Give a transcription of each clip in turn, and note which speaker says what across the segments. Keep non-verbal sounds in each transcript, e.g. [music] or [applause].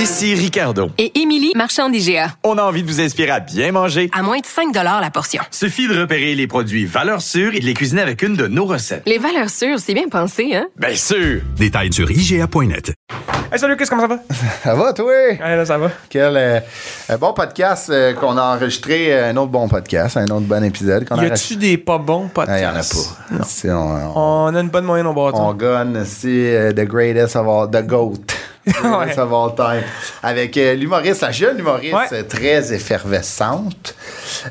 Speaker 1: Ici Ricardo.
Speaker 2: Et Émilie, marchand d'IGA.
Speaker 1: On a envie de vous inspirer à bien manger.
Speaker 2: À moins de 5 la portion.
Speaker 1: Suffit de repérer les produits valeurs sûres et de les cuisiner avec une de nos recettes.
Speaker 2: Les valeurs sûres, c'est bien pensé, hein?
Speaker 1: Bien sûr!
Speaker 3: Détails sur IGA.net.
Speaker 4: Hey, salut Chris, comment ça va?
Speaker 5: [laughs] Ça va, toi?
Speaker 4: Ouais, là, ça va.
Speaker 5: Quel euh, un bon podcast euh, qu'on a enregistré, euh, un autre bon podcast, un autre bon épisode qu'on a
Speaker 4: Y a-tu
Speaker 5: enregistré.
Speaker 4: des pas bons
Speaker 5: Il
Speaker 4: podcasts?
Speaker 5: n'y en a pas. Si on, on,
Speaker 4: On a une bonne moyenne au bâton.
Speaker 5: on gonne, c'est euh, The Greatest of All,
Speaker 4: [laughs]
Speaker 5: The Goat. The greatest
Speaker 4: Ouais.
Speaker 5: of all time. Avec euh, l'humoriste, la jeune humoriste
Speaker 4: Ouais.
Speaker 5: euh, très effervescente,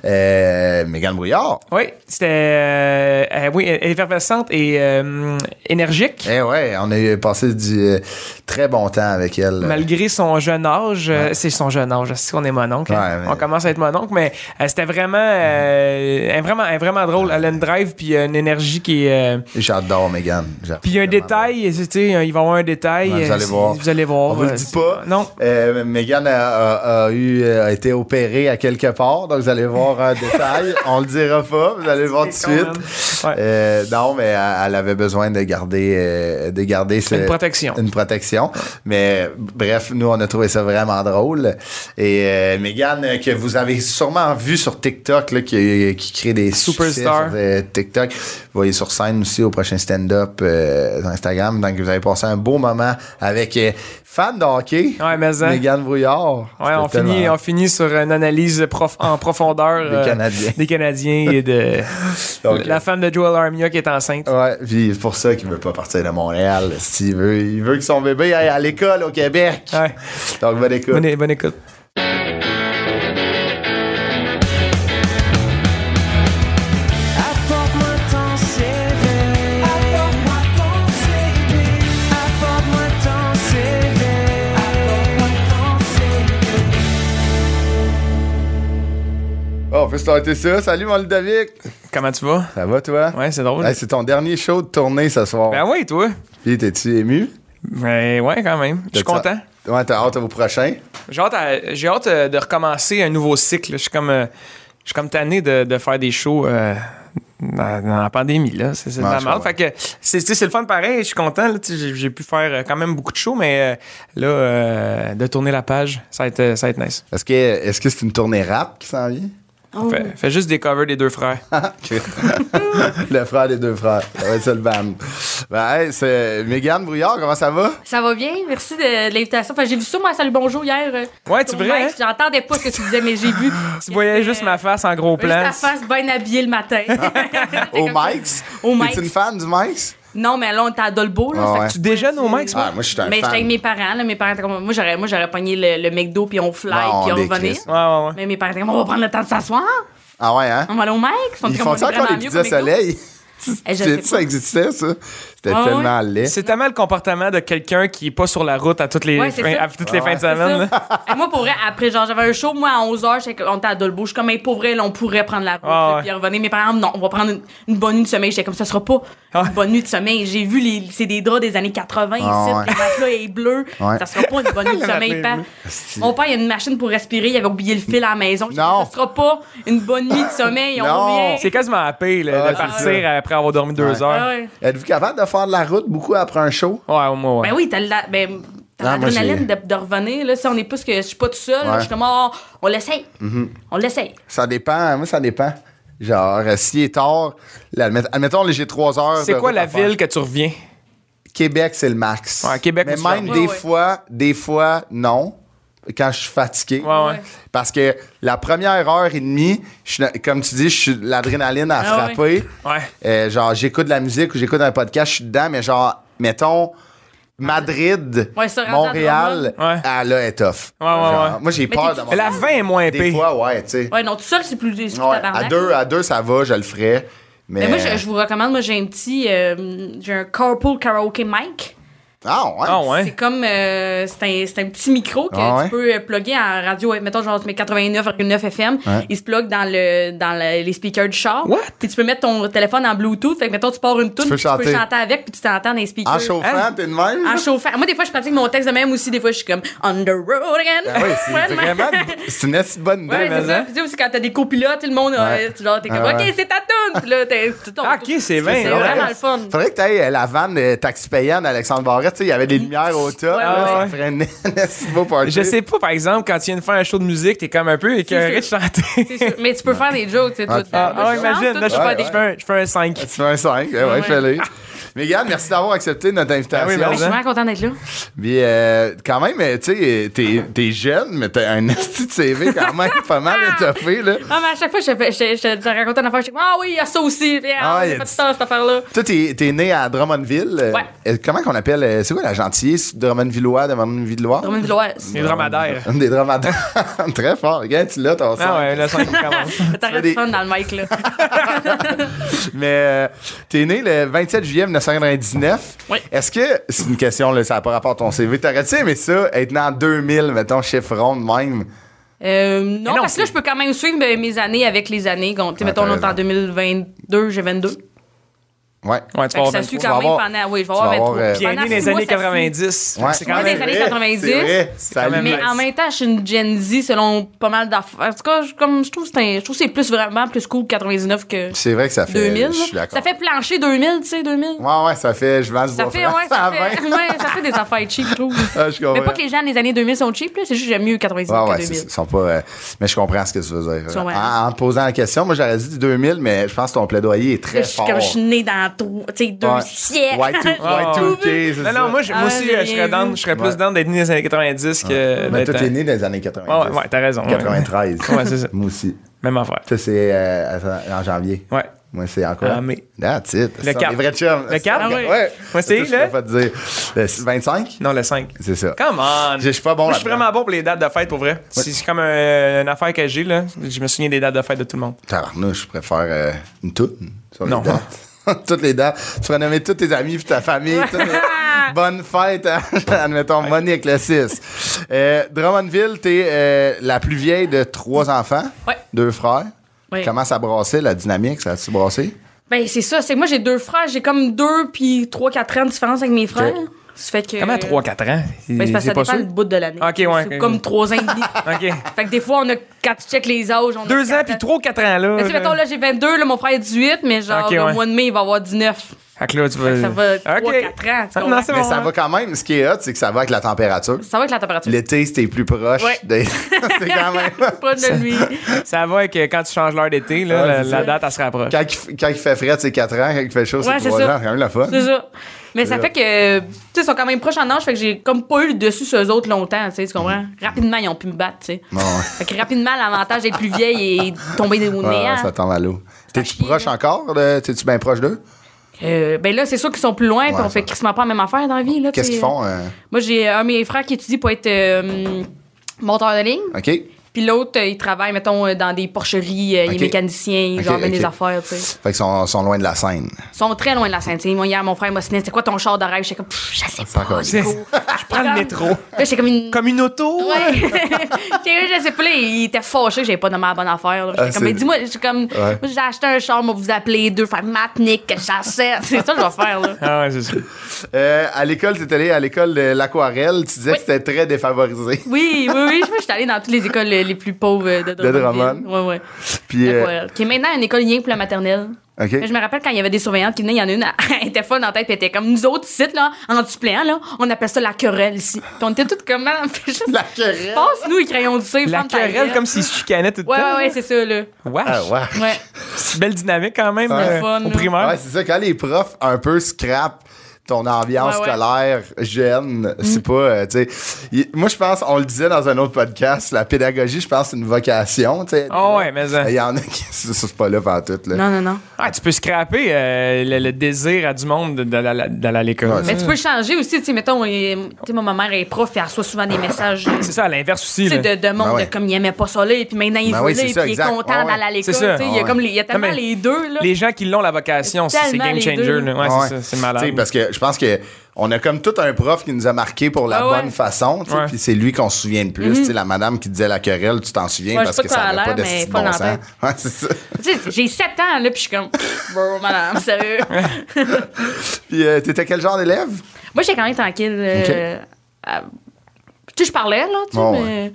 Speaker 5: euh, Mégane Brouillard.
Speaker 4: Oui, c'était euh, euh, oui, effervescente et euh, énergique.
Speaker 5: Eh ouais, on a eu passé du euh, très bon temps avec elle.
Speaker 4: Malgré son jeune âge, euh, c'est son jeune âge, si on est mon oncle. hein.
Speaker 5: Ouais, mais-
Speaker 4: On commence à être mon oncle, mais euh, c'était vraiment, euh, elle est vraiment, elle est vraiment drôle. Elle a une drive puis euh, une énergie qui est. euh,
Speaker 5: J'adore Mégane. J'adore
Speaker 4: puis il y a un
Speaker 5: vraiment.
Speaker 4: détail, tu sais, il va y avoir un détail.
Speaker 5: Ouais, vous
Speaker 4: euh,
Speaker 5: allez
Speaker 4: c'est-
Speaker 5: voir.
Speaker 4: Vous allez voir.
Speaker 5: On vous le
Speaker 4: euh,
Speaker 5: dit
Speaker 4: c'est-
Speaker 5: pas.
Speaker 4: Non.
Speaker 5: Euh, Megan a, a- a eu, euh, a été opérée à quelque part, donc vous allez voir un [laughs] détail. On le dira pas, vous allez le voir tout de
Speaker 4: C'est quand
Speaker 5: suite.
Speaker 4: même- ouais.
Speaker 5: Euh, non, mais elle elle avait besoin de garder, euh, de garder ce-
Speaker 4: Une protection.
Speaker 5: une protection. Mais bref, nous, on a trouvé ça vraiment drôle. Et euh, Megan, euh, que vous avez sûrement vu sur TikTok, là, qui, qui crée des succès sur,
Speaker 4: Superstar.
Speaker 5: euh, TikTok. Vous voyez sur scène aussi au prochain stand-up euh, sur Instagram. Donc, vous avez passé un beau moment avec euh, fan de hockey,
Speaker 4: Ouais, mais ça.
Speaker 5: Megan Brouillard.
Speaker 4: Ouais, on
Speaker 5: C'était
Speaker 4: finit,
Speaker 5: tellement-
Speaker 4: on finit sur une analyse prof-
Speaker 5: [laughs]
Speaker 4: en profondeur euh,
Speaker 5: Des Canadiens.
Speaker 4: des Canadiens et de
Speaker 5: [laughs] Donc, Oh,
Speaker 4: la femme de Joel Armia qui est enceinte.
Speaker 5: Ouais, puis c'est pour ça qu'il veut pas partir de Montréal. S'il veut, il veut que son bébé aille à l'école au Québec.
Speaker 4: Ouais.
Speaker 5: Donc, bonne écoute.
Speaker 4: Bonne, é- bonne écoute.
Speaker 6: Apporte-moi ton CV. Apporte-moi ton CV. Apporte-moi ton CV. Apporte-moi ton CV.
Speaker 5: Oh, on peut starter ça. Salut, mon Ludovic.
Speaker 4: Comment tu vas?
Speaker 5: Ça va, toi?
Speaker 4: Ouais, c'est drôle.
Speaker 5: Hey, c'est ton dernier show de tournée ce soir.
Speaker 4: Ben oui, toi.
Speaker 5: Puis, t'es-tu ému?
Speaker 4: Ben ouais, quand même. Je suis
Speaker 5: T'as-tu-
Speaker 4: content.
Speaker 5: Ouais, t'as hâte au prochain.
Speaker 4: J'ai hâte, à- j'ai hâte, euh, de recommencer un nouveau cycle. Je suis comme, euh, je suis comme tanné de, de faire des shows euh, dans, dans la pandémie. là. C'est c'est de
Speaker 5: Ouais,
Speaker 4: la
Speaker 5: je
Speaker 4: merde.
Speaker 5: comprends.
Speaker 4: Fait que c'est tu sais, c'est le fun pareil. Je suis content. là. Tu sais, J'ai j'ai pu faire euh, quand même beaucoup de shows, mais euh, là, euh, de tourner la page, ça va être, euh, ça va être nice.
Speaker 5: Est-ce que est-ce que c'est une tournée rap qui s'en vient?
Speaker 4: Fais, fais juste des covers des deux frères.
Speaker 7: Ah.
Speaker 5: [laughs] le frère des deux frères. Ouais, c'est le band. Ben, hey, c'est Mégane Brouillard, comment ça va?
Speaker 7: Ça va bien, merci de, de l'invitation. Enfin, j'ai vu ça, moi, à Salut Bonjour hier. euh,
Speaker 4: Ouais, c'est
Speaker 7: sur
Speaker 4: vrai, hein?
Speaker 7: Mike. J'entendais pas ce que tu disais, mais j'ai
Speaker 4: [laughs]
Speaker 7: vu.
Speaker 4: Tu voyais juste ma face en gros
Speaker 7: Juste
Speaker 4: plan.
Speaker 7: ta face bien habillée
Speaker 4: [laughs]
Speaker 7: le matin.
Speaker 4: Oh
Speaker 7: J'étais
Speaker 5: Au
Speaker 7: comme ça.
Speaker 5: Mike's?
Speaker 7: Au
Speaker 5: T'es une
Speaker 7: Mike's.
Speaker 5: fan du Mike's?
Speaker 7: Non, mais là, on était à Dolbeau. Là,
Speaker 5: Ah
Speaker 7: fait
Speaker 5: ouais.
Speaker 7: que
Speaker 4: Tu déjeunes au Mike's,
Speaker 5: Ah,
Speaker 4: moi?
Speaker 5: moi, je suis un
Speaker 7: Mais j'étais
Speaker 5: fan.
Speaker 7: Ben, avec mes parents. Là, mes parents étaient comme, moi, j'aurais, moi, j'aurais pogné le, le McDo, puis on fly,
Speaker 5: Bon,
Speaker 7: puis on
Speaker 5: des
Speaker 7: revenait.
Speaker 5: Chris.
Speaker 4: Ouais, ouais, ouais.
Speaker 7: Mais mes parents étaient comme, on va prendre le temps de s'asseoir.
Speaker 5: Ah ouais, hein?
Speaker 7: On va aller au Mike's. On était
Speaker 5: Ils
Speaker 7: comme,
Speaker 5: font
Speaker 7: on est
Speaker 5: ça encore
Speaker 7: vraiment
Speaker 5: les
Speaker 7: mieux
Speaker 5: pizzas
Speaker 7: qu'au
Speaker 5: [laughs]
Speaker 7: McDo.
Speaker 5: soleil?
Speaker 7: Eh, je
Speaker 5: Sais-tu
Speaker 7: sais
Speaker 5: ça
Speaker 7: pas.
Speaker 5: existait, ça? C'était
Speaker 7: Ouais,
Speaker 5: tellement laid.
Speaker 4: C'est tellement le comportement de quelqu'un qui est pas sur la route à toutes les,
Speaker 7: Ouais, c'est
Speaker 4: fins,
Speaker 7: ça.
Speaker 4: à toutes les fins de
Speaker 7: C'est
Speaker 4: semaine. là.
Speaker 7: ça. Eh, moi, pour vrai, après, genre, j'avais un show, moi, à 11h, on était à Dolbeau. Je suis comme, hey, pour vrai, là, on pourrait prendre la route,
Speaker 4: Ah,
Speaker 7: là,
Speaker 4: ouais.
Speaker 7: puis revenir. Mes parents, non, on va prendre une, une bonne nuit de sommeil. J'étais comme, ça sera pas
Speaker 4: Ah.
Speaker 7: une bonne nuit de sommeil. J'ai vu, les, c'est des draps des années 80 ici,
Speaker 5: Ah, ouais.
Speaker 7: le matelas est bleu.
Speaker 5: Ouais.
Speaker 7: Ça sera pas une bonne nuit de
Speaker 4: [laughs]
Speaker 7: sommeil,
Speaker 4: matelas est
Speaker 7: pas. Mon père, il a une machine pour respirer, il avait oublié le fil à la maison. J'ai dit,
Speaker 5: Non.
Speaker 7: Ça sera pas une bonne nuit de sommeil, on
Speaker 5: Non.
Speaker 7: revient.
Speaker 4: C'est quasiment à paix là,
Speaker 5: Ah,
Speaker 4: de
Speaker 5: c'est
Speaker 4: partir après avoir dormi deux
Speaker 5: Ouais.
Speaker 4: heures.
Speaker 7: Ah,
Speaker 4: Ouais,
Speaker 7: ouais.
Speaker 5: Êtes-vous capable de faire de la route beaucoup après un show?
Speaker 4: au moins, ouais.
Speaker 7: Ben oui, t'as la- ben, t'as
Speaker 5: Ah, moi,
Speaker 7: l'adrénaline de, de revenir. Là, si on est plus que je suis pas tout seul, là,
Speaker 5: Ouais. Mm-hmm.
Speaker 7: je suis comme, oh, on l'essaye. On l'essaye.
Speaker 5: Ça dépend. hein, Moi, ça dépend. Genre, euh, s'il est tard, là, admet- admettons, là, j'ai trois heures.
Speaker 4: C'est
Speaker 5: de
Speaker 4: quoi
Speaker 5: route
Speaker 4: la
Speaker 5: à faire.
Speaker 4: ville que tu reviens?
Speaker 5: Québec, c'est le max.
Speaker 4: Ouais, Québec,
Speaker 5: Mais
Speaker 4: moi, je
Speaker 5: même
Speaker 7: suis
Speaker 5: des
Speaker 7: d'accord. Ouais, ouais.
Speaker 5: fois, des fois, non. Quand je suis fatigué.
Speaker 4: Ouais, ouais.
Speaker 5: Parce que la première heure et demie, je suis na- comme tu dis, je suis l'adrénaline à
Speaker 7: Ah,
Speaker 5: frapper.
Speaker 4: Ouais.
Speaker 5: Euh, genre, j'écoute de la musique ou j'écoute un podcast, je suis dedans, mais genre, mettons, Madrid,
Speaker 7: Ouais, ça, rendu à
Speaker 5: Montréal,
Speaker 4: Drummond. Ouais.
Speaker 5: ah là, est tough.
Speaker 4: Ouais, ouais,
Speaker 5: Genre,
Speaker 4: ouais.
Speaker 5: Moi, j'ai
Speaker 7: Mais
Speaker 5: peur
Speaker 7: t'es
Speaker 5: de
Speaker 7: tout
Speaker 4: Mais la 20 est moins
Speaker 5: Des
Speaker 4: épée.
Speaker 5: fois, ouais, tu sais.
Speaker 7: Ouais, non, tout seul, c'est plus, c'est plus
Speaker 5: Ouais,
Speaker 7: tabarnak.
Speaker 5: à, deux, à deux, ça va, je le ferais. Mais,
Speaker 7: Mais moi, je, je vous recommande, moi, j'ai un petit. euh, j'ai un carpool karaoke mic.
Speaker 5: Ah, ouais.
Speaker 4: Ah ouais?
Speaker 7: C'est comme. euh, c'est, un, c'est un petit micro que
Speaker 5: Ah ouais?
Speaker 7: tu peux euh, plugger en radio. euh, Mettons, genre, tu mets 89,9 FM.
Speaker 5: Ouais.
Speaker 7: Il se plug dans, le, dans le- les speakers du char.
Speaker 4: What?
Speaker 7: Puis tu peux mettre ton téléphone en Bluetooth. Fait que, mettons, tu pars une tune,
Speaker 5: peux
Speaker 7: puis tu peux
Speaker 5: chanter. Ah,
Speaker 7: chanter avec, puis tu t'entends dans les speakers.
Speaker 5: En chauffant,
Speaker 4: Hein?
Speaker 5: t'es de même? [laughs]
Speaker 7: En chauffant. Moi, des fois, je pratique mon texte de même aussi. Des fois, je suis comme On the road again.
Speaker 5: Ah oui, c'est
Speaker 7: Ouais, [laughs]
Speaker 5: vraiment... C'est une assez bonne idée.
Speaker 7: Ouais,
Speaker 5: mais-
Speaker 7: c'est ça. Puis tu sais, aussi, quand t'as des copilotes, tout le monde,
Speaker 5: Ouais.
Speaker 7: euh, tu- genre, t'es comme,
Speaker 5: Ah ouais.
Speaker 7: OK, c'est ta toune. Puis là, t'es- tu tombes.
Speaker 4: Ah, OK, c'est bien.
Speaker 7: C'est
Speaker 4: ouais.
Speaker 7: vraiment le fun.
Speaker 5: Faudrait que t'ailles euh, la vanne de taxi payant d'Alexandre Barrette. Tu sais, il y avait des lumières au top.
Speaker 7: Ouais,
Speaker 5: là,
Speaker 4: ouais.
Speaker 5: Ça ferait une- [laughs] un si beau party.
Speaker 4: Je sais pas, par exemple, quand tu viens de faire un show de musique, t'es comme un peu écœuré de
Speaker 7: sûr. C'est
Speaker 4: chanter.
Speaker 7: sûr. Mais tu peux faire des jokes, tu sais, tout.
Speaker 5: Ah,
Speaker 7: le temps.
Speaker 4: Ah,
Speaker 7: Moi,
Speaker 4: ouais,
Speaker 7: je
Speaker 4: imagine,
Speaker 7: chante,
Speaker 4: là, je
Speaker 7: toi,
Speaker 4: fais
Speaker 7: tu
Speaker 4: des- je fais un- je fais un 5.
Speaker 5: Tu fais un 5. Ouais,
Speaker 7: Ouais.
Speaker 5: fais-le. Mégane, merci d'avoir accepté notre invitation.
Speaker 4: Ah oui,
Speaker 7: fais- Je suis
Speaker 4: hein?
Speaker 7: vraiment contente d'être là.
Speaker 5: Puis, euh, quand même, euh, tu sais, t'es, t'es jeune, mais t'as un [laughs] esti de CV quand même pas mal étoffé, là.
Speaker 7: Ah, mais à chaque fois, je, fais- je, je, je racontais une affaire, je dis, ah oui, il y a ça aussi. Puis,
Speaker 5: Ah,
Speaker 7: Ah,
Speaker 5: il y
Speaker 7: j'ai
Speaker 5: a
Speaker 7: fait
Speaker 5: du-
Speaker 7: ça, cette affaire-là.
Speaker 5: Toi, t'es, t'es né à Drummondville. Euh,
Speaker 7: Ouais.
Speaker 5: euh, comment qu'on appelle, euh, c'est quoi la gentille, c'est Drummondvillois, Drummondvillois?
Speaker 7: Romain Villoise.
Speaker 4: C'est dromadaire.
Speaker 5: Des dromadaires. [laughs] Très fort. Regarde, tu l'as, ton cinq.
Speaker 4: Ah ouais, le
Speaker 7: [laughs]
Speaker 4: 5 commence.
Speaker 7: T'arrêtes
Speaker 5: des-
Speaker 7: de fun dans le
Speaker 5: [laughs]
Speaker 7: mic, là.
Speaker 5: Mais euh, t'es né le 27 juillet 1999.
Speaker 7: Oui.
Speaker 5: Est-ce que, c'est une question, là, ça n'a pas rapport à ton CV, t'aurais-tu aimé ça, être né en 2000, mettons, chiffre rond de même?
Speaker 7: Euh, non,
Speaker 4: non,
Speaker 7: parce que
Speaker 4: c'est-
Speaker 7: là, je peux quand même suivre mes mes années avec les années. Comme, tu sais,
Speaker 5: Ah,
Speaker 7: mettons,
Speaker 5: t'as
Speaker 7: on est en
Speaker 5: raison.
Speaker 7: 2022, j'ai 22.
Speaker 5: Ouais.
Speaker 4: Ouais, tu
Speaker 7: Fait
Speaker 4: vas
Speaker 7: que
Speaker 4: avoir
Speaker 7: ça
Speaker 4: 23.
Speaker 7: suit
Speaker 5: Tu vas
Speaker 7: quand même
Speaker 5: avoir-
Speaker 7: pendant. Oui, je vais
Speaker 5: tu vas
Speaker 7: avoir
Speaker 5: avoir,
Speaker 7: 23.
Speaker 5: euh,
Speaker 4: Puis elle est
Speaker 7: Pendant
Speaker 4: née dans
Speaker 7: six
Speaker 4: les
Speaker 7: mois,
Speaker 4: années
Speaker 7: ça suit.
Speaker 4: 90.
Speaker 5: Ouais.
Speaker 4: C'est quand
Speaker 7: Ouais,
Speaker 4: même.
Speaker 7: des années 90.
Speaker 5: C'est vrai.
Speaker 4: quand
Speaker 5: Ça
Speaker 4: même
Speaker 5: limite.
Speaker 7: Mais en même temps, je suis une Gen Z selon pas mal d'affaires. En tout cas, je, comme, je trouve que c'est un- je trouve que c'est plus vraiment plus cool 99 que
Speaker 5: C'est vrai que ça fait.
Speaker 7: 2000.
Speaker 5: Je suis
Speaker 7: là.
Speaker 5: d'accord.
Speaker 7: Ça fait plancher 2000, tu sais, 2000.
Speaker 5: Ouais, ouais, ça fait. Je vends ce
Speaker 7: Ça
Speaker 5: bois
Speaker 7: fait,
Speaker 5: franc.
Speaker 7: ouais,
Speaker 5: [laughs]
Speaker 7: ça fait, [laughs]
Speaker 5: 120.
Speaker 7: ouais, ça fait des affaires cheap, je trouve.
Speaker 5: Ah, je comprends.
Speaker 7: Mais pas que les gens des années 2000 sont cheap, là, c'est juste que j'aime mieux 99
Speaker 5: Ouais, ouais,
Speaker 7: que
Speaker 5: c'est
Speaker 7: 2000.
Speaker 5: ça, ils sont pas. euh, mais je comprends ce que tu veux dire.
Speaker 7: sont, ouais.
Speaker 5: En, en te posant la question, moi, j'aurais dit 2000, mais je pense que ton plaidoyer est très
Speaker 7: Là, je suis
Speaker 5: fort.
Speaker 7: comme je suis née dans trois- tu sais, deux
Speaker 5: Ouais.
Speaker 7: siècles.
Speaker 5: Y2-
Speaker 4: Ah,
Speaker 5: Y2K, c'est
Speaker 4: Non,
Speaker 5: ça.
Speaker 4: non, moi, je- moi
Speaker 7: Ah,
Speaker 4: aussi, euh,
Speaker 7: j'ai
Speaker 4: je serais,
Speaker 7: rien
Speaker 4: down-
Speaker 7: vu.
Speaker 4: je serais
Speaker 5: Ouais.
Speaker 4: plus dans d'être né dans les années 90 que.
Speaker 5: Mais toi,
Speaker 4: d'être-
Speaker 5: t'es né dans les années 90.
Speaker 4: Ouais, ouais, ouais, t'as raison, ouais.
Speaker 5: 93.
Speaker 4: Ouais, c'est ça.
Speaker 5: Moi aussi.
Speaker 4: Même affaire.
Speaker 5: Toi, c'est euh, attends, en janvier.
Speaker 4: Ouais.
Speaker 5: Moi, c'est encore.
Speaker 4: En mai.
Speaker 5: Ah, titre.
Speaker 4: Le quatre.
Speaker 5: Les vrais chums.
Speaker 4: Le quatre?
Speaker 5: Ah,
Speaker 4: Ah,
Speaker 5: ouais.
Speaker 4: oui.
Speaker 5: ouais.
Speaker 4: Moi, c'est
Speaker 5: Ça, Je peux
Speaker 4: le-
Speaker 5: pas te dire. Le 25?
Speaker 4: Non, le 5.
Speaker 5: C'est ça.
Speaker 4: Come on!
Speaker 5: Je suis pas bon
Speaker 4: Moi, je suis
Speaker 5: là-dedans.
Speaker 4: vraiment bon pour les dates de fête, pour vrai. C'est c'est comme euh, une affaire que j'ai, là. Je me souviens des dates de fête de tout le monde.
Speaker 5: Tabarnouche, je préfère euh, une toune sur
Speaker 4: Non.
Speaker 5: les dates. [laughs] toutes les dates. Tu pourrais nommer tous tes amis puis ta
Speaker 7: [laughs]
Speaker 5: famille. toutes les- Bonne fête, hein? [laughs] admettons, Monique le 6. Euh, Drummondville, t'es euh, la plus vieille de trois enfants,
Speaker 7: Ouais.
Speaker 5: deux frères.
Speaker 7: Ouais.
Speaker 5: Comment ça brassait, la dynamique, ça a-tu brassé?
Speaker 7: Ben, c'est ça. C'est que moi, j'ai deux frères. J'ai comme deux puis trois, quatre ans de différence avec mes frères.
Speaker 5: Ok.
Speaker 7: Ça fait que.
Speaker 4: Comment 3-4 ans?
Speaker 7: Ben, c'est parce que ça
Speaker 4: pas
Speaker 7: dépend le bout de l'année.
Speaker 4: Ok, ouais,
Speaker 7: C'est
Speaker 4: ok.
Speaker 7: comme trois ans et demi. [laughs]
Speaker 4: OK.
Speaker 7: fait que des fois, on a, quand tu check les âges, on a
Speaker 4: 2 ans
Speaker 7: quatre
Speaker 4: puis 3-4 ans, là.
Speaker 7: Mais tu sais, mettons, là, j'ai 22, là, mon frère est 18, mais genre,
Speaker 4: Ok,
Speaker 7: le
Speaker 4: ouais.
Speaker 7: mois de mai, il va avoir 19.
Speaker 4: Fait que là, tu vas.
Speaker 7: Ça va être trois,
Speaker 4: OK.
Speaker 7: quatre ans, tu
Speaker 4: Ah,
Speaker 7: comprends?
Speaker 4: Non, c'est
Speaker 5: Mais
Speaker 4: bon.
Speaker 5: ça
Speaker 4: hein.
Speaker 5: va quand même. Ce qui est hot, c'est que ça va avec la température.
Speaker 7: Ça va être la température.
Speaker 5: L'été, c'était plus proche.
Speaker 7: Ouais.
Speaker 5: des- [laughs] c'est quand
Speaker 7: [laughs]
Speaker 5: même.
Speaker 7: Pas de lui.
Speaker 4: Ça va avec euh, quand tu changes l'heure d'été, là,
Speaker 5: Ouais,
Speaker 4: la,
Speaker 5: c'est
Speaker 4: la
Speaker 5: ça.
Speaker 4: date, elle se rapproche.
Speaker 5: Quand il, f- quand il fait frais, c'est 4 ans. Quand il fait chaud,
Speaker 7: Ouais,
Speaker 5: c'est
Speaker 7: c'est
Speaker 5: 3
Speaker 7: ça.
Speaker 5: ans. C'est quand même la fun.
Speaker 7: C'est ça. Mais ça
Speaker 5: Ouais.
Speaker 7: fait que, tu sais, ils sont quand même proches en âge, fait que j'ai comme pas eu le dessus sur eux autres longtemps, tu sais, tu comprends? Rapidement, ils ont pu me battre, tu sais.
Speaker 5: Ouais, ouais.
Speaker 7: Fait que rapidement, l'avantage d'être plus vieille et tomber des
Speaker 5: Ouais, ouais,
Speaker 7: néant.
Speaker 5: Ah, ça tombe à l'eau. T'es-tu
Speaker 7: chie,
Speaker 5: proche
Speaker 7: là.
Speaker 5: encore? de- T'es-tu bien proche d'eux?
Speaker 7: Euh, ben là, c'est sûr qu'ils sont plus loin, puis
Speaker 5: ça.
Speaker 7: on fait crissement pas la même affaire dans la vie. là,
Speaker 5: Qu'est-ce
Speaker 7: tu sais.
Speaker 5: qu'ils font? euh?
Speaker 7: Moi, j'ai un de mes frères qui étudie pour être euh, monteur de ligne,
Speaker 5: OK. Fait
Speaker 7: puis l'autre, euh, il travaille, mettons, euh, dans des porcheries, euh, il
Speaker 5: Ok.
Speaker 7: est mécanicien, il
Speaker 5: Ok,
Speaker 7: genre, met
Speaker 5: ok.
Speaker 7: des affaires, tu sais.
Speaker 5: qu'ils sont, sont loin de la scène.
Speaker 7: Ils sont très loin de la scène, tu sais. Moi, hier, mon frère m'a signé, c'est quoi ton char de rêve? J'étais comme, Pff, je sais pas,
Speaker 5: encore-
Speaker 7: Nico.
Speaker 4: [laughs] Je prends le métro.
Speaker 7: Là, j'étais comme une...
Speaker 4: Comme une auto.
Speaker 7: Ouais. [laughs] J'étais- je sais pas, là, il était fâché que j'avais pas nommé la bonne affaire. là. J'étais
Speaker 5: Ah,
Speaker 7: comme,
Speaker 5: c'est-
Speaker 7: mais dis-moi, j'ai comme,
Speaker 5: Ouais.
Speaker 7: moi, j'ai acheté un char, moi, vous appelez deux, faire matnick, que j'achète. C'est ça que je vais
Speaker 5: [laughs]
Speaker 7: faire, là.
Speaker 4: Ah ouais, c'est ça.
Speaker 5: Euh, à l'école, t'es allé à l'école de l'aquarelle. Tu disais
Speaker 7: Oui.
Speaker 5: que c'était très défavorisé. [laughs]
Speaker 7: Oui, oui, oui. Je pense que j'étais allée dans toutes les écoles euh, les plus pauvres euh, de Drummondville.
Speaker 5: Drummond.
Speaker 7: Ouais, ouais.
Speaker 5: Puis, euh,
Speaker 7: L'aquarelle, Qui est maintenant une école lien pour la maternelle.
Speaker 5: OK.
Speaker 7: Mais je me rappelle quand il y avait des surveillantes qui venaient, il y en a une, [laughs] elle était folle dans la tête, puis elle était comme nous autres ici, là, en suppléant, là, on appelle ça la querelle ici. Puis on était toutes comme, man, on fait juste.
Speaker 5: La querelle.
Speaker 7: Passe-nous les crayons du C,
Speaker 4: La
Speaker 7: ferme ta
Speaker 4: querelle,
Speaker 7: gueule.
Speaker 4: comme s'ils se chicanaient tout le
Speaker 7: Ouais, ouais,
Speaker 4: temps.
Speaker 7: ouais, c'est ça, là.
Speaker 5: Ah,
Speaker 4: Wesh. [laughs]
Speaker 5: ouais.
Speaker 7: Ouais.
Speaker 4: C'est belle dynamique quand même
Speaker 7: le
Speaker 4: euh,
Speaker 7: fun,
Speaker 4: au
Speaker 7: là.
Speaker 4: primaire.
Speaker 5: Ouais, c'est ça. Quand les profs un peu scrapent ton ambiance
Speaker 7: Ouais, Mm.
Speaker 5: scolaire
Speaker 7: ouais.
Speaker 5: jeune, c'est pas, euh, tu sais. y- Moi, je pense, on le disait dans un autre podcast, la pédagogie, je pense, c'est une vocation, tu sais.
Speaker 4: Ah ouais, mais, euh,
Speaker 5: Il y en a qui [laughs] sont sont pas là pendant tout, là.
Speaker 7: Non, non, non.
Speaker 4: Ah, tu peux scraper euh, le, le désir à du monde de- d'aller à- d'aller à l'école.
Speaker 5: Ouais,
Speaker 7: Mais tu peux changer aussi, tu sais, mettons, euh, tu sais, moi, ma mère est prof, puis elle reçoit souvent des messages. euh,
Speaker 4: c'est ça, à l'inverse aussi.
Speaker 7: tu sais,
Speaker 4: là.
Speaker 7: de, de monde
Speaker 5: Ben ouais.
Speaker 7: de comme il aimait pas ça là et puis maintenant il
Speaker 5: Ben
Speaker 7: veut
Speaker 5: oui,
Speaker 7: là
Speaker 5: c'est
Speaker 7: et
Speaker 5: ça,
Speaker 7: puis il est
Speaker 5: exact.
Speaker 7: content
Speaker 5: Ah ouais.
Speaker 7: d'aller à l'école
Speaker 4: C'est ça.
Speaker 7: tu sais, il y
Speaker 5: Ah
Speaker 7: a comme
Speaker 5: ouais.
Speaker 7: les- il y a tellement
Speaker 4: mais
Speaker 7: les deux là
Speaker 4: Les gens qui l'ont la vocation, c'est
Speaker 7: Tellement
Speaker 4: game
Speaker 7: les
Speaker 4: changer.
Speaker 7: deux.
Speaker 4: là. Ouais,
Speaker 5: Ah ouais.
Speaker 4: c'est ça, c'est malade.
Speaker 5: Tu sais, parce que je pense que on a comme tout un prof qui nous a marqué pour la
Speaker 7: Ah ouais. Mhm.
Speaker 5: bonne façon. tu sais,
Speaker 4: Ouais.
Speaker 5: Puis c'est lui qu'on se souvient le plus. Tu sais, La madame qui disait la querelle, tu t'en souviens
Speaker 7: Ouais, je
Speaker 5: parce
Speaker 7: sais
Speaker 5: que
Speaker 7: pas de
Speaker 5: ça
Speaker 7: quoi
Speaker 5: n'avait pas
Speaker 7: elle a
Speaker 5: de
Speaker 7: l'air, mais
Speaker 5: si
Speaker 7: pas
Speaker 5: bon sens.
Speaker 7: longtemps.
Speaker 5: [laughs] Ouais, c'est ça.
Speaker 7: Tu sais, J'ai 7 ans, là, puis je suis comme, [laughs] bon, madame,
Speaker 4: [laughs]
Speaker 7: sérieux.
Speaker 5: Puis euh, t'étais quel genre d'élève?
Speaker 7: Moi, j'étais quand même tranquille. euh, à- Tu sais, je parlais, là, tu sais,
Speaker 5: Ouais,
Speaker 7: mais-
Speaker 5: ouais.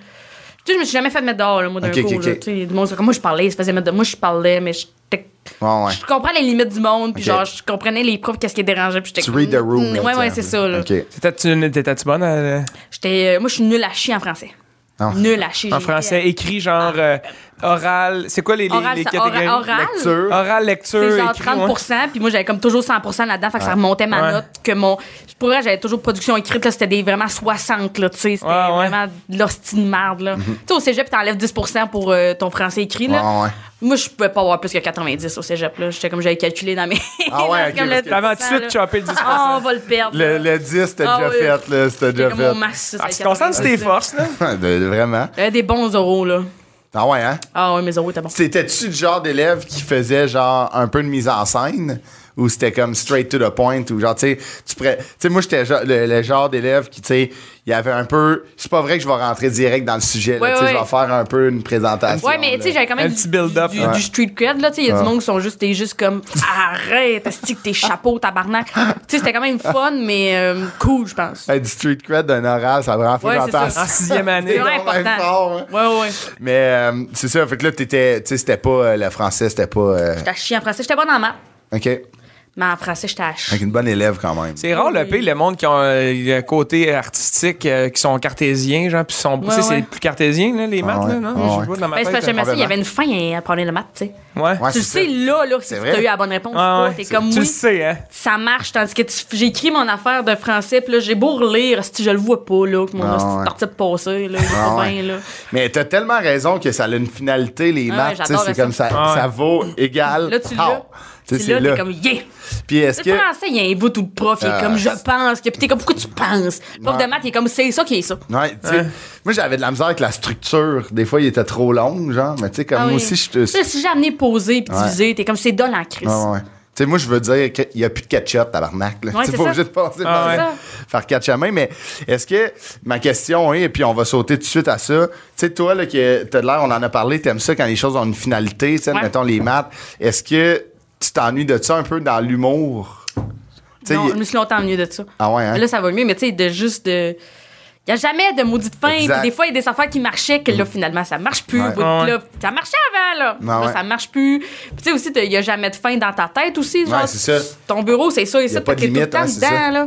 Speaker 7: Tu sais, je me suis jamais fait mettre dehors, là, moi, d'un
Speaker 5: Ok, ok,
Speaker 7: coup. là,
Speaker 5: ok.
Speaker 7: tu sais, du monde, c'est comme moi, je parlais, ils se faisaient mettre dehors. Moi, je parlais, mais j'étais-
Speaker 5: Ouais, ouais.
Speaker 7: Je comprends les limites du monde, puis
Speaker 5: Ok.
Speaker 7: genre, je comprenais les profs, qu'est-ce qui les dérangeait, puis j'étais
Speaker 5: Tu read the room.
Speaker 7: Mm,
Speaker 5: là, tu
Speaker 7: Ouais,
Speaker 5: sais,
Speaker 7: ouais,
Speaker 5: un
Speaker 7: c'est
Speaker 5: peu.
Speaker 7: ça, là.
Speaker 5: OK.
Speaker 4: T'étais-tu t'étais-tu bonne à-
Speaker 7: J'étais. euh, moi, je suis nulle à chier en français.
Speaker 5: Ah.
Speaker 7: Nulle à chier.
Speaker 4: en
Speaker 7: j'ai-
Speaker 4: français écrit, genre euh, oral? C'est quoi les, les,
Speaker 7: Oral,
Speaker 4: les
Speaker 7: ça-
Speaker 4: catégories?
Speaker 7: ora- oral,
Speaker 5: Lecture.
Speaker 4: Oral, lecture,
Speaker 7: c'est genre
Speaker 4: écrit, ouais.
Speaker 7: 30 puis moi j'avais comme toujours 100 là-dedans, fait que ça remontait ma
Speaker 4: Ouais.
Speaker 7: note que mon je pourrais j'avais toujours production écrite là, c'était des vraiment 60 là, tu sais, c'était
Speaker 4: Ouais, ouais.
Speaker 7: vraiment de l'hostie de merde là. Tu sais au cégep t'enlèves 10 pour euh, ton français écrit là.
Speaker 5: Mm-hmm. Ouais, ouais.
Speaker 7: Moi je pouvais pas avoir plus que 90 au cégep là, j'étais comme j'avais calculé dans mes [laughs]
Speaker 5: Ah ouais, ok,
Speaker 7: Comme
Speaker 5: parce que-
Speaker 7: le
Speaker 4: T'avais tout de
Speaker 7: 10%,
Speaker 4: suite
Speaker 7: là.
Speaker 4: chopé le 10
Speaker 7: Ah, on va le perdre.
Speaker 5: Le,
Speaker 7: là.
Speaker 5: le 10, c'était
Speaker 7: Ah
Speaker 5: déjà
Speaker 7: oui.
Speaker 5: fait, là. C'était
Speaker 7: J'étais
Speaker 5: déjà
Speaker 7: comme mon
Speaker 5: fait.
Speaker 7: max
Speaker 4: Ah, tu te concentres sur tes forces, là?
Speaker 5: [laughs] De- de- Vraiment.
Speaker 7: J'avais Euh, des bons euros là.
Speaker 5: Ah ouais, hein?
Speaker 7: Ah ouais, mes euros étaient bons.
Speaker 5: C'était-tu le genre d'élève qui faisait genre un peu de mise en scène? Ou c'était comme straight to the point? Ou genre, tu sais, tu pourrais- tu sais, moi, j'étais genre- le, le genre d'élève qui, tu sais, il y avait un peu. C'est pas vrai que je vais rentrer direct dans le sujet, là,
Speaker 7: Ouais,
Speaker 5: tu sais,
Speaker 7: ouais.
Speaker 5: je vais faire un peu une présentation.
Speaker 7: Ouais, mais tu sais,
Speaker 5: là.
Speaker 7: j'avais quand même
Speaker 4: Un
Speaker 7: du-
Speaker 4: petit build-up,
Speaker 7: du,
Speaker 4: ouais.
Speaker 7: du street cred, là, tu sais, il y a
Speaker 5: Ah.
Speaker 7: du monde qui sont juste, t'es juste comme, arrête, est-ce que tes chapeaux, tabarnak? tu sais, c'était quand même fun, mais euh, cool, je pense.
Speaker 5: Hey, du street cred d'un oral, ça a vraiment fait
Speaker 7: Ouais,
Speaker 5: que
Speaker 7: c'est
Speaker 5: j'entends
Speaker 7: ça.
Speaker 4: En
Speaker 7: [laughs]
Speaker 4: sixième année.
Speaker 7: C'est vraiment
Speaker 5: donc bien
Speaker 7: important.
Speaker 5: fort, hein.
Speaker 7: Ouais, ouais.
Speaker 5: [laughs] Mais euh, c'est ça, fait que là, t'étais. Tu sais, c'était pas. euh, le français, c'était pas. euh,
Speaker 7: J'étais à chier en français. J'étais bonne en maths,
Speaker 5: OK. Avec
Speaker 7: mais en français, j'étais à chier.
Speaker 5: une bonne élève quand même.
Speaker 4: C'est rare le pays, le monde qui ont euh, un côté artistique, euh, qui sont cartésiens, genre, puis sont. tu sais,
Speaker 7: Ouais, ouais.
Speaker 4: c'est plus cartésien, là, les maths,
Speaker 5: ouais.
Speaker 4: là, non?
Speaker 5: Ah
Speaker 4: Je
Speaker 5: ouais.
Speaker 4: vois dans ma
Speaker 7: Mais Ben, c'est parce que
Speaker 4: tête.
Speaker 7: j'aimais ça, il y avait une fin à apprendre le maths, tu sais.
Speaker 4: Ouais.
Speaker 5: Ouais,
Speaker 7: tu le
Speaker 5: Ah, c'est
Speaker 7: sais,
Speaker 5: ça.
Speaker 7: là, là, si
Speaker 5: C'est
Speaker 7: tu
Speaker 5: vrai.
Speaker 7: as eu la bonne réponse, ou
Speaker 4: Ah
Speaker 7: pas,
Speaker 4: ouais.
Speaker 7: t'es comme,
Speaker 4: Tu le
Speaker 7: oui,
Speaker 4: sais, hein?
Speaker 7: ça marche, tandis que tu- j'ai écrit mon affaire de français, puis là, j'ai beau relire, si je le vois pas, là, que mon
Speaker 5: Ah
Speaker 7: hostie de
Speaker 5: ouais.
Speaker 7: partie de passer, là, il est
Speaker 5: Ah
Speaker 7: pas
Speaker 5: ouais.
Speaker 7: bien, là.
Speaker 5: Mais t'as tellement raison que ça a une finalité, les
Speaker 7: Ah ouais,
Speaker 5: maths. tu sais,
Speaker 7: j'adore
Speaker 5: c'est
Speaker 7: ça.
Speaker 5: comme ça,
Speaker 4: Ah ouais.
Speaker 5: ça vaut égal.
Speaker 7: Là, tu
Speaker 5: pow.
Speaker 7: l'as.
Speaker 5: Tu
Speaker 7: Tu
Speaker 5: sais,
Speaker 7: l'as, t'es comme, yeah!
Speaker 5: Puis est-ce
Speaker 7: Le
Speaker 5: que.
Speaker 7: français, il y a un bout où le prof, il est
Speaker 5: Ah.
Speaker 7: comme je pense. que- Puis t'es comme pourquoi tu penses? Le prof
Speaker 5: Ouais. Ah,
Speaker 7: de maths, il est comme c'est ça qui est ça.
Speaker 5: Ouais, tu sais, Moi, j'avais de la misère avec la structure. Des fois, il était trop long, genre. Mais tu sais, comme
Speaker 7: Ah
Speaker 5: moi aussi, je
Speaker 7: Tu sais, Si j'ai amené poser puis
Speaker 5: Ouais.
Speaker 7: diviser, t'es comme c'est dol en crise.
Speaker 5: Ah ouais. Tu sais, moi, je veux dire qu'il n'y a plus de ketchup, tabarnak. Là.
Speaker 7: Ouais,
Speaker 5: c'est
Speaker 7: c'est
Speaker 5: pas
Speaker 7: ça.
Speaker 5: obligé de passer
Speaker 4: Ah
Speaker 5: par
Speaker 4: ouais.
Speaker 5: faire quatre chemins, mais est-ce que ma question est, et puis on va sauter tout de suite à ça, tu sais, toi, là, que t'as de l'air, on en a parlé, t'aimes ça quand les choses ont une finalité, tu sais,
Speaker 7: Ouais.
Speaker 5: mettons les maths, est-ce que tu t'ennuies de ça un peu dans l'humour? Tu sais,
Speaker 7: Non,
Speaker 5: il-
Speaker 7: je me suis longtemps ennuyée de ça.
Speaker 5: Ah ouais, hein?
Speaker 7: Là, ça va mieux, mais tu sais, de juste de. Il n'y a jamais de maudite fin. Puis
Speaker 5: Exact. Mm.
Speaker 7: des fois, il y a des affaires qui marchaient, que là, finalement, ça marche plus.
Speaker 5: Ouais.
Speaker 7: Puis
Speaker 4: Ah ouais.
Speaker 7: là, ça marchait avant, là.
Speaker 5: Ah
Speaker 7: Là,
Speaker 5: ouais.
Speaker 7: ça marche plus. Puis tu sais, aussi, t'as- il n'y a jamais de fin dans ta tête aussi. Genre,
Speaker 5: c'est ça.
Speaker 7: ton bureau, c'est ça et
Speaker 5: y a
Speaker 7: ça.
Speaker 5: pas de
Speaker 7: fait que t'es
Speaker 5: limite,
Speaker 7: tout le
Speaker 5: hein,
Speaker 7: temps
Speaker 5: c'est ça.
Speaker 7: dedans, là.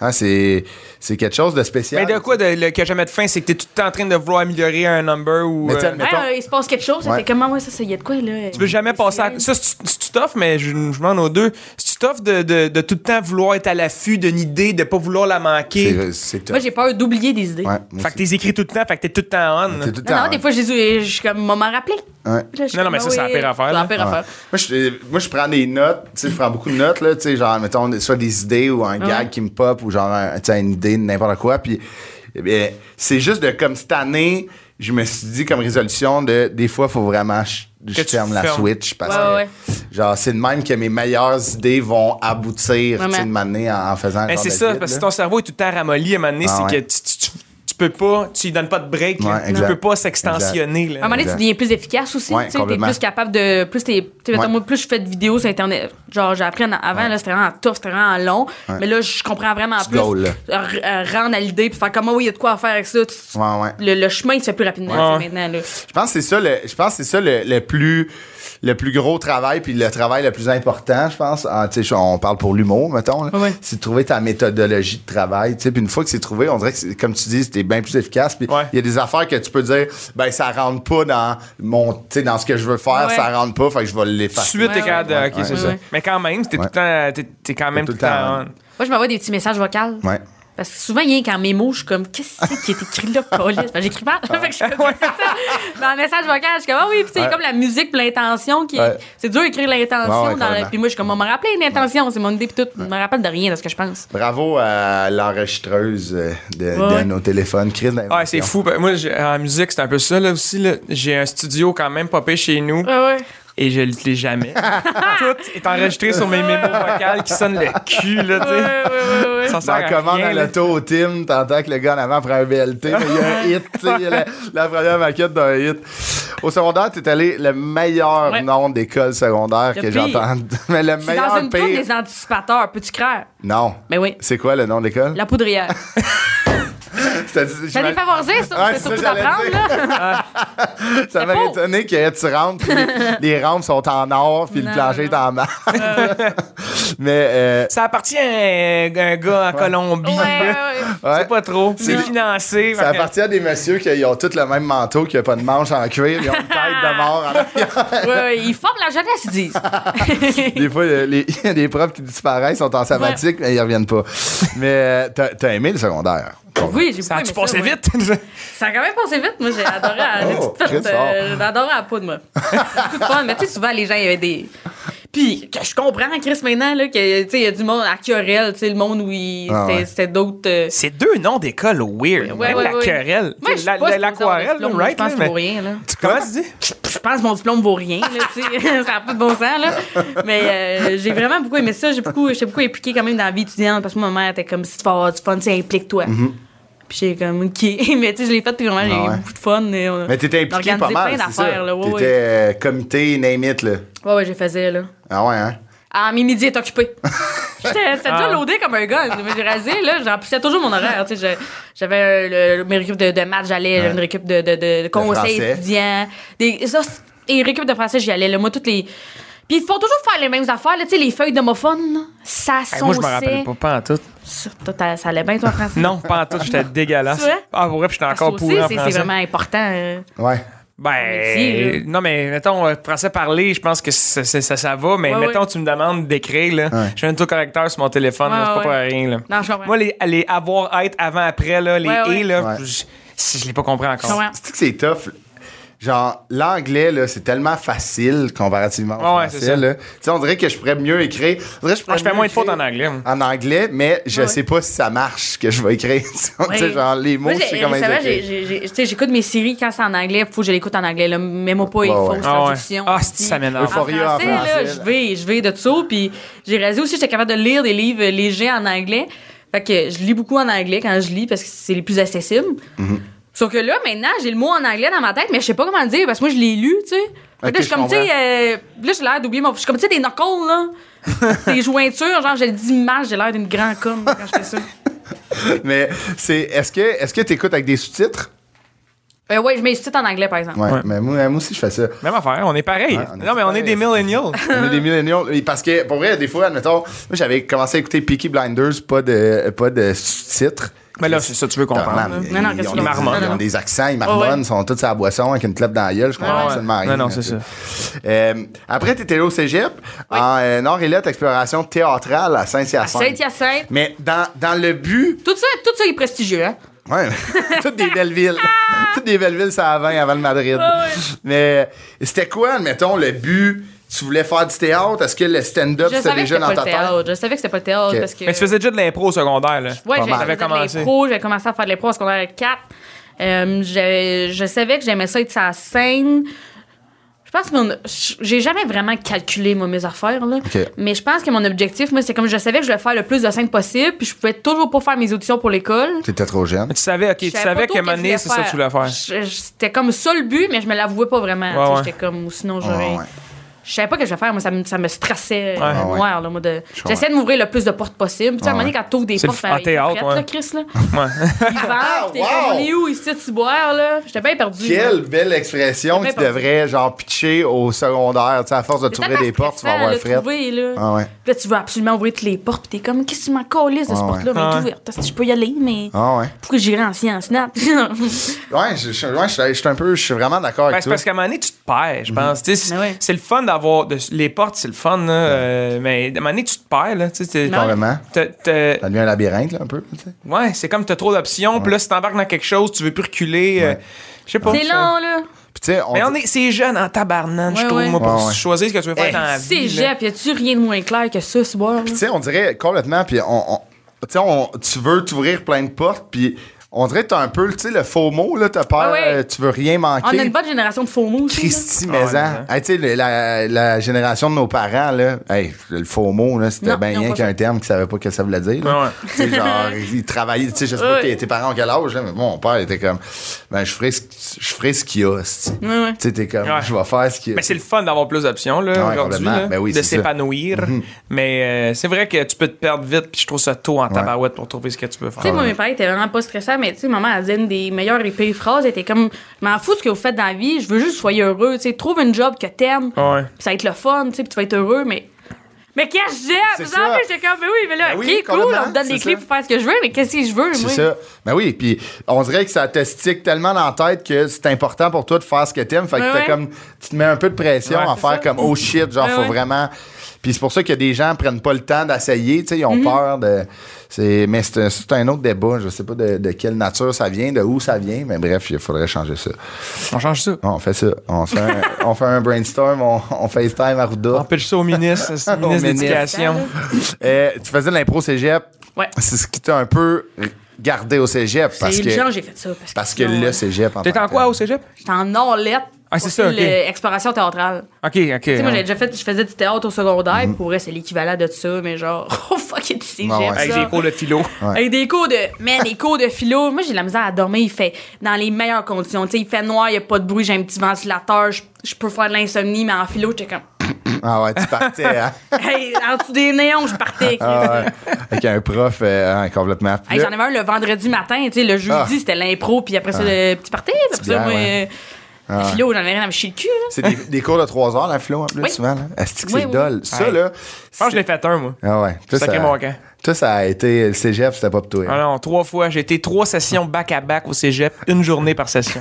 Speaker 5: Ah, c'est, c'est quelque chose de spécial.
Speaker 4: Mais de quoi, de, le, que jamais de fin, c'est que t'es tout le temps en train de vouloir améliorer un number ou.
Speaker 5: Mais t'sais,
Speaker 4: euh,
Speaker 5: admettons-
Speaker 7: Ouais, euh, il se passe quelque chose, ça
Speaker 5: Ouais.
Speaker 7: fait comment, ouais, ça, ça y a de quoi, là.
Speaker 4: Tu veux jamais passer à. Ça, c'est c'est- c'est tough, mais je, je m'en aux deux. C'est tough de, de, de tout le temps vouloir être à l'affût d'une idée, de pas vouloir la manquer.
Speaker 5: C'est, c'est top.
Speaker 7: Moi, j'ai peur d'oublier des idées.
Speaker 5: Ouais, moi
Speaker 4: Fait que t'es écrit tout le temps, fait que t'es tout le temps on.
Speaker 5: aussi. T'es tout le
Speaker 7: Non,
Speaker 5: temps-
Speaker 7: non, des fois, je les- je suis comme, m'en rappelé.
Speaker 5: Ouais.
Speaker 4: Non, non, mais ça, c'est la pire affaire,
Speaker 7: ah C'est
Speaker 4: là.
Speaker 7: la pire
Speaker 5: Ouais.
Speaker 7: affaire.
Speaker 5: Moi, je, euh, moi, je prends des notes, tu sais, je prends beaucoup de notes, là, tu sais, genre, mettons, soit des idées ou un gag qui me pop ou genre, un- tu sais, une idée de n'importe quoi, puis eh bien, c'est juste de, comme cette année, je me suis dit comme résolution de, des fois, faut vraiment, je, je
Speaker 4: Que tu
Speaker 5: ferme la
Speaker 4: fermes.
Speaker 5: switch parce
Speaker 7: Ouais,
Speaker 5: que, genre, c'est de même que mes meilleures idées vont aboutir,
Speaker 7: Ouais,
Speaker 5: tu sais,
Speaker 7: mais-
Speaker 5: de m'amener en, en faisant
Speaker 4: Ben,
Speaker 5: genre
Speaker 4: c'est
Speaker 5: de
Speaker 4: ça,
Speaker 5: vide,
Speaker 4: parce que
Speaker 5: là.
Speaker 4: ton cerveau est tout le temps ramolli à un moment donné,
Speaker 5: Ah
Speaker 4: c'est
Speaker 5: ouais.
Speaker 4: que tu, tu, tu- tu peux pas, tu lui donnes pas de break,
Speaker 5: Ouais,
Speaker 4: là. tu
Speaker 5: exact.
Speaker 4: peux pas s'extensionner. là.
Speaker 7: À un moment donné, tu
Speaker 5: Exact.
Speaker 7: deviens plus efficace aussi.
Speaker 5: Ouais,
Speaker 7: tu sais, t'es
Speaker 5: complètement.
Speaker 7: plus capable de. Plus t'es. tu sais, mettons,
Speaker 5: Ouais.
Speaker 7: moi, plus je fais de vidéos sur Internet. Genre, j'ai appris en- avant, là, c'était vraiment tough, c'était vraiment long. Mais là, je comprends vraiment plus.
Speaker 5: goal, là.
Speaker 7: r- euh, Rendre à l'idée, puis faire comme, Ah oui, il y a de quoi à faire avec ça. Tu- tu-
Speaker 5: Ouais, ouais.
Speaker 7: Le, le chemin, il se fait plus rapidement,
Speaker 4: Ouais.
Speaker 7: tu sais, maintenant, là.
Speaker 5: Je pense que c'est ça le je pense que c'est ça le, le plus le plus gros travail puis le travail le plus important, je pense. Ah, tu sais, je- on parle pour l'humour mettons là.
Speaker 7: Ouais.
Speaker 5: C'est de trouver ta méthodologie de travail, tu sais, puis une fois que c'est trouvé, on dirait que c'est- comme tu dis, c'était bien plus efficace puis il
Speaker 4: Ouais.
Speaker 5: y a des affaires que tu peux dire ben ça rentre pas dans mon tu sais dans ce que je veux faire,
Speaker 7: Ouais.
Speaker 5: ça rentre pas, fait que je vais
Speaker 4: Tout de
Speaker 5: l'effacer.
Speaker 4: suite, t'es
Speaker 7: ouais,
Speaker 4: capable de-
Speaker 5: ouais,
Speaker 4: ok,
Speaker 5: ouais,
Speaker 4: c'est
Speaker 5: ouais,
Speaker 4: ça.
Speaker 7: ouais.
Speaker 4: Mais quand même, t'es
Speaker 5: Ouais.
Speaker 4: tout le temps, t'es, t'es quand même tout le temps on.
Speaker 7: Moi, je m'envoie des petits messages vocaux.
Speaker 5: Ouais.
Speaker 7: Parce que souvent, il y a quand mes mots, je suis comme, qu'est-ce que c'est qui est écrit
Speaker 5: [laughs]
Speaker 7: là, Colis? Fait que J'écris pas. [laughs] fait que je suis comme, c'est ça. Dans le message vocal, je suis comme, ah oui, puis c'est comme la musique, puis l'intention qui est-
Speaker 5: Ouais.
Speaker 7: C'est dur d'écrire l'intention.
Speaker 5: Ouais, ouais,
Speaker 7: dans la-
Speaker 5: carrément.
Speaker 7: Puis moi, je suis comme, on me rappelait une intention, c'est mon idée, puis tout. Je me rappelle de rien de ce que je pense.
Speaker 5: Bravo à l'enregistreuse euh, de, de
Speaker 7: Ouais.
Speaker 5: nos téléphones, Chris.
Speaker 4: Ouais, c'est fou. Ben, Moi, j'ai- en musique, c'est un peu ça là, aussi. là. J'ai un studio quand même popé chez nous.
Speaker 7: Ouais, ouais.
Speaker 4: et je l'utilise
Speaker 7: [laughs]
Speaker 4: jamais. Tout est enregistré sur mes mémos vocales qui sonnent le cul, là, tu sais. Ça sert
Speaker 5: Dans la
Speaker 4: à
Speaker 5: commande
Speaker 4: rien,
Speaker 5: à
Speaker 4: là.
Speaker 5: l'auto au team, t'entends que le gars en avant prend un BLT, mais il y a un hit, tu sais, il y a la, la première maquette d'un hit. Au secondaire, t'es allé le meilleur
Speaker 7: Ouais.
Speaker 5: nom d'école secondaire
Speaker 7: Le
Speaker 5: que
Speaker 7: pire.
Speaker 5: j'entends. [laughs] Mais le
Speaker 7: C'est dans
Speaker 5: meilleur
Speaker 7: une tour
Speaker 5: pire.
Speaker 7: des anticipateurs. Peux-tu craindre?
Speaker 5: Non.
Speaker 7: Ben oui.
Speaker 5: C'est quoi le nom [laughs] d'école?
Speaker 7: La poudrière.
Speaker 5: C'est-à-dire-
Speaker 7: Ça
Speaker 5: j'imagine-
Speaker 7: défavorisé, ça.
Speaker 5: Ouais,
Speaker 7: c'est
Speaker 5: c'est
Speaker 7: surtout
Speaker 5: ça que j'allais
Speaker 7: d'apprendre, là.
Speaker 5: Ça m'aurait
Speaker 7: pauvre.
Speaker 5: étonné que tu rentres, puis
Speaker 7: [laughs]
Speaker 5: les- les rampes sont en or, puis le plancher est en marbre. [laughs] Mais euh,
Speaker 4: Ça appartient à un, un gars en Colombie.
Speaker 7: Ouais,
Speaker 4: là.
Speaker 7: ouais,
Speaker 5: [laughs]
Speaker 7: ouais.
Speaker 5: ouais,
Speaker 4: C'est pas trop. C'est financé.
Speaker 5: ça
Speaker 4: fait que-
Speaker 5: appartient à des messieurs qui ont tous le même manteau, qui a pas de manche en cuir, ils ont une tête de mort
Speaker 7: [laughs]
Speaker 5: en arrière.
Speaker 7: Ouais, ils forment la jeunesse, ils
Speaker 5: [laughs]
Speaker 7: disent.
Speaker 5: Des fois, euh, les- [laughs] il y a des profs qui disparaissent, sont en sabbatique, mais ils reviennent pas. Mais euh, t'as t'as aimé le secondaire?
Speaker 7: oui, j'ai
Speaker 4: Ça
Speaker 7: beaucoup
Speaker 4: a-tu
Speaker 7: aimé
Speaker 4: passé
Speaker 7: ça, ouais.
Speaker 4: vite? [laughs]
Speaker 7: Ça a quand même passé vite. Moi,
Speaker 5: [laughs]
Speaker 7: j'ai adoré la, la
Speaker 5: Oh,
Speaker 7: petite fête.
Speaker 5: Chris,
Speaker 7: euh, j'ai adoré la peau de moi. Tout de fun. Mais tu sais, souvent, les gens, il y avait des. Puis, que je comprends, Chris, maintenant, là, que, tu sais, il y a du monde à querelle, tu sais, le monde où il-
Speaker 5: Ah,
Speaker 7: c'était-
Speaker 5: ouais.
Speaker 7: c'était d'autres. euh,
Speaker 4: C'est deux noms d'école weird.
Speaker 7: ouais,
Speaker 4: Même
Speaker 7: ouais,
Speaker 4: la
Speaker 7: ouais.
Speaker 4: querelle.
Speaker 7: Moi, je suis
Speaker 4: La-
Speaker 7: pas
Speaker 4: la-
Speaker 7: supposée
Speaker 4: l'aquarelle,
Speaker 7: avoir de diplôme,
Speaker 4: right?
Speaker 7: Je
Speaker 4: là,
Speaker 7: pense qu'il
Speaker 4: mais-
Speaker 7: vaut rien, là.
Speaker 4: Comment tu dis?
Speaker 7: je pense que mon diplôme vaut rien, là, tu sais. [laughs] ça n'a pas de bon sens, là. Mais euh, j'ai vraiment beaucoup aimé ça. J'ai beaucoup, j'étais beaucoup impliquée quand même dans la vie étudiante parce que ma mère était comme si tu vas avoir du fun, tu sais, implique-toi. Puis j'ai comme, OK. [laughs] Mais tu sais, je l'ai fait, puis vraiment, j'ai
Speaker 5: Mm-hmm. Ah ouais.
Speaker 7: eu beaucoup de fun. et on-
Speaker 5: Mais t'étais impliqué pas
Speaker 7: D'organiser
Speaker 5: mal,
Speaker 7: plein
Speaker 5: c'est ça?
Speaker 7: d'affaires, là, ouais,
Speaker 5: T'étais euh, comité, name it, là.
Speaker 7: Ouais, ouais, je faisais, là.
Speaker 5: Ah ouais, hein?
Speaker 7: Ah, mes midis
Speaker 4: [laughs]
Speaker 7: est occupé. J'étais j'étais
Speaker 4: Ah.
Speaker 7: déjà loadé comme un gars. Mais j'ai rasé, là. J'en poussais toujours mon horaire. tu sais, je- J'avais euh, le- mes récup de, de maths, j'allais. J'avais une récup de, de, de, de conseils
Speaker 5: français.
Speaker 7: étudiants. Des, ça, c'est- et récup de français, j'y allais. Là. Moi, toutes les. Puis ils font toujours faire les mêmes affaires, là. Tu sais, les feuilles d'homophones, là. Ça
Speaker 4: Hey,
Speaker 7: sont
Speaker 4: Ah, Moi, je me rappelle pas, pas en tout.
Speaker 7: Toi, t'as- ça allait bien, toi, en français?
Speaker 4: Non, pas en tout, [laughs] j'étais dégueulasse.
Speaker 7: C'est vrai?
Speaker 4: Ah, pour vrai, puis j'étais
Speaker 7: Parce que
Speaker 4: encore
Speaker 7: aussi,
Speaker 4: pourri en
Speaker 7: c'est c'est
Speaker 4: français.
Speaker 7: vraiment important. euh.
Speaker 5: Ouais.
Speaker 4: Ben,
Speaker 7: métier,
Speaker 4: non, mais mettons, euh, français parlé, je pense que ça, ça, ça, ça va, mais
Speaker 7: Ouais,
Speaker 4: mettons,
Speaker 7: ouais.
Speaker 4: tu me demandes d'écrire, là.
Speaker 5: Ouais.
Speaker 4: J'ai un autocorrecteur sur mon téléphone,
Speaker 7: Ouais,
Speaker 4: là, c'est pas
Speaker 7: ouais.
Speaker 4: pour rien, là.
Speaker 7: Non, je comprends.
Speaker 4: Moi, les, les avoir, être, avant, après, là, les
Speaker 7: Ouais, ouais.
Speaker 4: et, là,
Speaker 5: Ouais.
Speaker 4: je, si je l'ai pas compris
Speaker 7: Je
Speaker 4: encore.
Speaker 7: comprends.
Speaker 5: C'est-tu que c'est tough? Genre, l'anglais, là, c'est tellement facile comparativement au
Speaker 4: Ouais, ouais,
Speaker 5: français,
Speaker 4: c'est ça.
Speaker 5: là. Tu sais, on dirait que je pourrais mieux écrire. On dirait que je,
Speaker 4: Ah,
Speaker 5: pourrais
Speaker 4: je fais
Speaker 5: mieux
Speaker 4: moins de fautes
Speaker 5: écrire
Speaker 4: en anglais.
Speaker 5: En anglais, mais je
Speaker 7: Ouais, ouais.
Speaker 5: sais pas si ça marche que je vais écrire. [laughs] tu sais,
Speaker 7: Ouais.
Speaker 5: genre, les mots,
Speaker 7: Moi,
Speaker 5: je
Speaker 7: j'ai-
Speaker 5: sais comment ils
Speaker 7: récemment, j'ai-
Speaker 5: écrivent.
Speaker 7: j'ai- j'ai- tu sais, j'écoute mes séries quand c'est en anglais, faut que je l'écoute en anglais. là. Mets-moi pas une
Speaker 5: Ouais, ouais.
Speaker 7: fausse
Speaker 4: Ah ouais.
Speaker 7: traduction.
Speaker 4: Ah, c'est-
Speaker 7: si.
Speaker 4: ça m'énerve.
Speaker 7: En
Speaker 5: Euphoria en
Speaker 7: français, là,
Speaker 5: français,
Speaker 7: je
Speaker 5: là.
Speaker 7: vais, je vais de ça. Puis j'ai réalisé aussi que j'étais capable de lire des livres légers en anglais. Fait que je lis beaucoup en anglais quand je lis parce que c'est les plus accessibles.
Speaker 5: Mhm.
Speaker 7: Sauf que là, maintenant, j'ai le mot en anglais dans ma tête, mais je sais pas comment le dire parce que moi, je l'ai lu, tu sais. Fait que
Speaker 5: Ok,
Speaker 7: là, je suis
Speaker 5: je
Speaker 7: comme, tu sais,
Speaker 5: comprends.
Speaker 7: euh, là, j'ai l'air d'oublier mon. Je suis comme, tu sais, des knuckles,
Speaker 5: [laughs]
Speaker 7: là. des jointures, genre, je le dis mal, j'ai l'air d'une grande conne quand je
Speaker 5: [laughs]
Speaker 7: fais ça.
Speaker 5: Mais c'est, est-ce que, est-ce que t'écoutes avec des sous-titres?
Speaker 7: Euh, ouais, je mets les sous-titres en anglais, par exemple.
Speaker 5: Ouais. Mais moi, moi aussi, je fais ça.
Speaker 4: Même affaire, on est pareil.
Speaker 5: Ouais, on est
Speaker 4: non, mais on est
Speaker 5: pareil.
Speaker 4: des millennials.
Speaker 5: On est des millennials. Et Parce que, pour vrai, des fois, admettons, moi, j'avais commencé à écouter Peaky Blinders, pas de, pas de sous-titres.
Speaker 4: mais là, c'est ça, tu veux comprendre.
Speaker 5: Non,
Speaker 4: là.
Speaker 5: non,
Speaker 7: Non, non,
Speaker 5: ils,
Speaker 7: qu'est-ce
Speaker 5: ont
Speaker 7: qu'il
Speaker 5: des,
Speaker 4: y a? Marmonnent.
Speaker 5: ils ont des accents, ils
Speaker 7: ouais.
Speaker 5: marmonnent, ils sont tous à la boisson avec une clope dans la gueule. Je comprends
Speaker 4: Ah ouais.
Speaker 5: absolument rien.
Speaker 4: Non, non, c'est ça.
Speaker 5: Euh, après, tu étais au cégep, en euh, nord élite exploration théâtrale à
Speaker 7: À
Speaker 5: Saint-Hyacinthe.
Speaker 7: Saint-Hyacinthe.
Speaker 5: Mais dans, dans le but.
Speaker 7: Tout ça, tout ça est prestigieux, hein?
Speaker 5: Ouais, [laughs] toutes des belles
Speaker 7: [laughs]
Speaker 5: villes. toutes des belles villes, ça avant, avant le Madrid.
Speaker 7: Ah
Speaker 5: Mais c'était quoi, admettons, le but? Tu voulais faire du théâtre? Est-ce que le stand-up,
Speaker 7: je
Speaker 5: c'était
Speaker 7: savais que
Speaker 5: déjà
Speaker 7: c'était
Speaker 5: dans
Speaker 7: pas le
Speaker 5: ta tête?
Speaker 7: théâtre. Je savais que c'était pas le théâtre
Speaker 5: Ok.
Speaker 7: parce que.
Speaker 4: Mais tu faisais déjà de l'impro au secondaire, là.
Speaker 5: Pas
Speaker 7: Ouais, j'ai-
Speaker 5: mal.
Speaker 4: T'avais
Speaker 7: j'avais
Speaker 4: commencé.
Speaker 7: commencé. J'avais commencé à faire de l'impro parce qu'on avait 4. Euh, j'avais- je savais que j'aimais ça être sa scène. Je pense que mon- j'ai jamais vraiment calculé moi, mes affaires là.
Speaker 5: Ok.
Speaker 7: Mais je pense que mon objectif, moi, c'est comme je savais que je voulais faire le plus de scènes possible, puis je pouvais toujours pas faire mes auditions pour l'école.
Speaker 5: T'étais trop jeune.
Speaker 4: Mais tu savais, OK,
Speaker 7: Je
Speaker 4: tu
Speaker 7: savais pas
Speaker 4: savais
Speaker 7: trop
Speaker 4: qu'à un
Speaker 7: que
Speaker 4: moment
Speaker 7: je
Speaker 4: donné,
Speaker 7: voulais
Speaker 4: c'est ça que tu voulais faire.
Speaker 7: Je- je- C'était comme ça le but, mais je me l'avouais pas vraiment.
Speaker 4: Ouais,
Speaker 7: tu sais,
Speaker 4: ouais.
Speaker 7: J'étais comme, sinon j'aurais.
Speaker 5: Ouais, ouais.
Speaker 7: Je savais pas que je voulais faire, moi, ça me, ça me stressait euh,
Speaker 4: Ouais.
Speaker 7: noir, là, moi, de...
Speaker 5: comprends.
Speaker 7: J'essayais de m'ouvrir le plus de portes possible. Puis, tu sais, à un moment donné, quand t'ouvres des
Speaker 4: C'est le
Speaker 7: portes, ben,
Speaker 4: f- en
Speaker 7: il fait
Speaker 4: théâtre,
Speaker 7: frette,
Speaker 4: ouais.
Speaker 7: là, Chris,
Speaker 4: [laughs]
Speaker 7: là. Il vend, t'es
Speaker 5: Ah, wow!
Speaker 7: comme, on est où, ici, tu boire, là? J'étais bien perdu.
Speaker 5: Quelle belle expression
Speaker 7: C'est
Speaker 5: que
Speaker 7: bien
Speaker 5: tu devrais, genre, pitcher au secondaire. Tu sais, à force de trouver des portes, tu vas avoir fret.
Speaker 7: Trouver, là.
Speaker 5: Ah ouais.
Speaker 7: Puis là, tu veux absolument ouvrir toutes les portes, puis t'es comme, qu'est-ce que tu m'en calisses de ce
Speaker 5: Ah ouais.
Speaker 7: porte-là? Mais
Speaker 4: Ah
Speaker 7: elle est
Speaker 4: ouais.
Speaker 7: ouverte. Est-ce que Je peux y aller, mais
Speaker 5: Ah ouais.
Speaker 7: pourquoi j'irai en science, nat? [laughs]
Speaker 5: Ouais, je, je- ouais, je, je suis un peu, je suis vraiment d'accord
Speaker 4: Ben,
Speaker 5: avec
Speaker 4: c'est
Speaker 5: toi.
Speaker 4: parce qu'à un moment donné, tu te perds, je pense. Tu sais, C'est
Speaker 7: Ah ouais.
Speaker 4: c'est le fun d'avoir. de- Les portes, c'est le fun, là, euh, mais à un moment donné, tu te perds. Là, tu sais, t'es-
Speaker 5: Carrément.
Speaker 4: t'as- t'as-
Speaker 5: Ça devient un labyrinthe, là, un peu. tu sais.
Speaker 4: ouais, c'est comme t'as trop d'options, puis là, si t'embarques dans quelque chose, tu veux plus reculer. euh, je sais pas.
Speaker 7: C'est
Speaker 4: ça-
Speaker 7: long, là.
Speaker 5: Puis, tu sais, on.
Speaker 4: Mais on est, c'est jeune en tabarnane, je
Speaker 7: Ouais,
Speaker 4: trouve,
Speaker 7: ouais.
Speaker 4: moi, pour
Speaker 5: Ouais, ouais.
Speaker 4: choisir ce que tu veux faire dans la vie.
Speaker 7: C'est
Speaker 4: là.
Speaker 7: jet, puis y a-tu rien de moins clair que ça, ce boire, là?
Speaker 5: Puis, tu sais, on dirait complètement, puis on, on- tu sais, on- tu veux t'ouvrir plein de portes, puis On dirait que t'as un peu tu sais, le faux mot, là, t'as peur,
Speaker 7: Ouais, ouais.
Speaker 5: euh, tu veux rien
Speaker 7: On a
Speaker 5: manquer.
Speaker 7: une bonne génération de faux mots aussi. là.
Speaker 5: Christy
Speaker 4: Ah ouais,
Speaker 5: Maison.
Speaker 4: mais, hein.
Speaker 5: Hey, tu sais, le- la, la génération de nos parents, là, hey, le faux mot, là, c'était
Speaker 7: Non,
Speaker 5: bien
Speaker 7: ils ont
Speaker 5: rien
Speaker 7: pas
Speaker 5: qu'un
Speaker 7: ça.
Speaker 5: terme qu'ils savaient pas que ça voulait dire. là.
Speaker 4: Ouais, ouais.
Speaker 5: Tu sais,
Speaker 7: [laughs]
Speaker 5: genre, ils travaillaient, tu sais, je sais pas
Speaker 7: Ouais.
Speaker 5: tes- tes parents ont quel âge, là, mais mon père était comme, ben, je ferai ce, je ferai ce qu'il y a, c'ti. tu
Speaker 7: Ouais, ouais.
Speaker 5: sais, t'es comme,
Speaker 4: Ouais.
Speaker 5: je vais faire ce qu'il y a.
Speaker 4: Mais c'est le fun d'avoir plus d'options là, aujourd'hui,
Speaker 5: complètement.
Speaker 4: là,
Speaker 5: Ben oui,
Speaker 4: de
Speaker 5: c'est ça. Mhm.
Speaker 4: s'épanouir. Mais euh, c'est vrai que tu peux te perdre vite, puis je trouve ça tôt en tabarouette pour trouver ce que tu veux
Speaker 7: Tu sais,
Speaker 4: faire.
Speaker 7: moi, mes parents étaient vraiment pas stressants, mais tu sais, maman, elle disait une des meilleures et pires phrases. Elle était comme, je m'en fous ce que vous faites dans la vie, je veux juste que vous soyez heureux. Tu sais, trouve une job que t'aimes,
Speaker 5: Ah
Speaker 4: Ouais.
Speaker 7: puis ça va être le fun, tu sais, puis tu vas être heureux, mais. Mais qu'est-ce que
Speaker 5: C'est
Speaker 7: j'aime?
Speaker 5: ça.
Speaker 7: Genre, j'étais comme, mais oui, mais là,
Speaker 5: Ben
Speaker 7: ok,
Speaker 5: oui,
Speaker 7: cool, on
Speaker 5: complètement,
Speaker 7: me donne des
Speaker 5: c'est
Speaker 7: clés
Speaker 5: ça.
Speaker 7: pour faire ce que je veux, mais qu'est-ce que je veux,
Speaker 5: C'est
Speaker 7: moi?
Speaker 5: ça. Ben oui, puis on dirait que ça te stick tellement dans la tête que c'est important pour toi de faire ce que t'aimes. Fait que
Speaker 7: Ouais,
Speaker 5: t'as
Speaker 7: ouais.
Speaker 5: comme, tu te mets un peu de pression
Speaker 4: Ouais,
Speaker 5: à
Speaker 4: c'est
Speaker 5: faire
Speaker 4: ça.
Speaker 5: comme, oh shit, genre,
Speaker 7: Ouais,
Speaker 5: faut
Speaker 7: ouais.
Speaker 5: vraiment. Puis c'est pour ça que des gens prennent pas le temps d'essayer, tu sais, ils ont peur de. c'est- Mais c'est un- c'est un autre débat. Je sais pas de, de quelle nature ça vient, de où ça vient, mais bref, il faudrait changer ça.
Speaker 4: On change ça.
Speaker 5: On fait ça. On fait un, on fait un brainstorm, on, on FaceTime Arruda.
Speaker 4: On pitch ça au
Speaker 7: [laughs]
Speaker 4: ministre, c'est le
Speaker 5: Au
Speaker 4: ministre de
Speaker 5: ministre.
Speaker 4: l'Éducation.
Speaker 7: Ah,
Speaker 5: Euh, tu faisais de l'impro cégep.
Speaker 7: Ouais.
Speaker 5: C'est ce qui t'a un peu gardé au cégep. Parce
Speaker 7: C'est
Speaker 5: que,
Speaker 7: le genre, j'ai fait ça. Parce,
Speaker 5: parce que
Speaker 7: sinon,
Speaker 5: là, cégep.
Speaker 4: T'es
Speaker 5: tant
Speaker 4: en
Speaker 5: que
Speaker 4: quoi
Speaker 5: tel.
Speaker 4: au cégep?
Speaker 7: J'étais en orlette.
Speaker 4: Ah, c'est ça, ok.
Speaker 7: L'exploration théâtrale.
Speaker 4: OK, OK.
Speaker 7: Tu sais, moi,
Speaker 4: hein.
Speaker 7: j'avais déjà fait, je faisais du théâtre au secondaire, pour vrai, c'est l'équivalent de ça, mais genre, [laughs] oh fuck it, c'est
Speaker 5: Mm-hmm. Ouais, ouais.
Speaker 4: Avec
Speaker 7: j'aime ça.
Speaker 4: des cours de
Speaker 7: [laughs]
Speaker 4: philo.
Speaker 7: Avec des cours de. Mais des cours de philo. Moi, j'ai de la misère à dormir. Il fait dans les meilleures conditions. Tu sais, il fait noir, il n'y a pas de bruit, j'ai un petit ventilateur, je, je peux faire de l'insomnie, mais en philo, j'étais comme. [laughs]
Speaker 5: Ah ouais, tu partais hein?
Speaker 4: [laughs]
Speaker 7: Hey, en dessous des néons, je partais.
Speaker 5: Ah ouais. avec un prof euh, hein, complètement.
Speaker 7: Hey, J'en avais un le vendredi matin, tu sais, le jeudi,
Speaker 5: Ah.
Speaker 7: c'était l'impro, puis après ça, le petit party. puis Après ça,
Speaker 5: bien,
Speaker 7: moi,
Speaker 5: ouais. Ah.
Speaker 7: euh, la philo, j'en avais rien à me chier le cul, là.
Speaker 5: C'est des, des cours de 3 heures, la philo, en plus,
Speaker 7: Oui.
Speaker 5: souvent. là. Asti que
Speaker 7: Oui,
Speaker 5: c'est
Speaker 7: oui.
Speaker 5: dole. Ça,
Speaker 4: Ouais.
Speaker 5: là.
Speaker 4: Je pense que je l'ai fait un, moi.
Speaker 5: Ah ouais. Toi,
Speaker 4: Sacré mon camp.
Speaker 5: toi, ça a été le cégep, c'était pas pour toi.
Speaker 4: Ah non, trois fois. J'ai été trois sessions back-à-back au cégep, une journée par
Speaker 7: [laughs]
Speaker 4: session.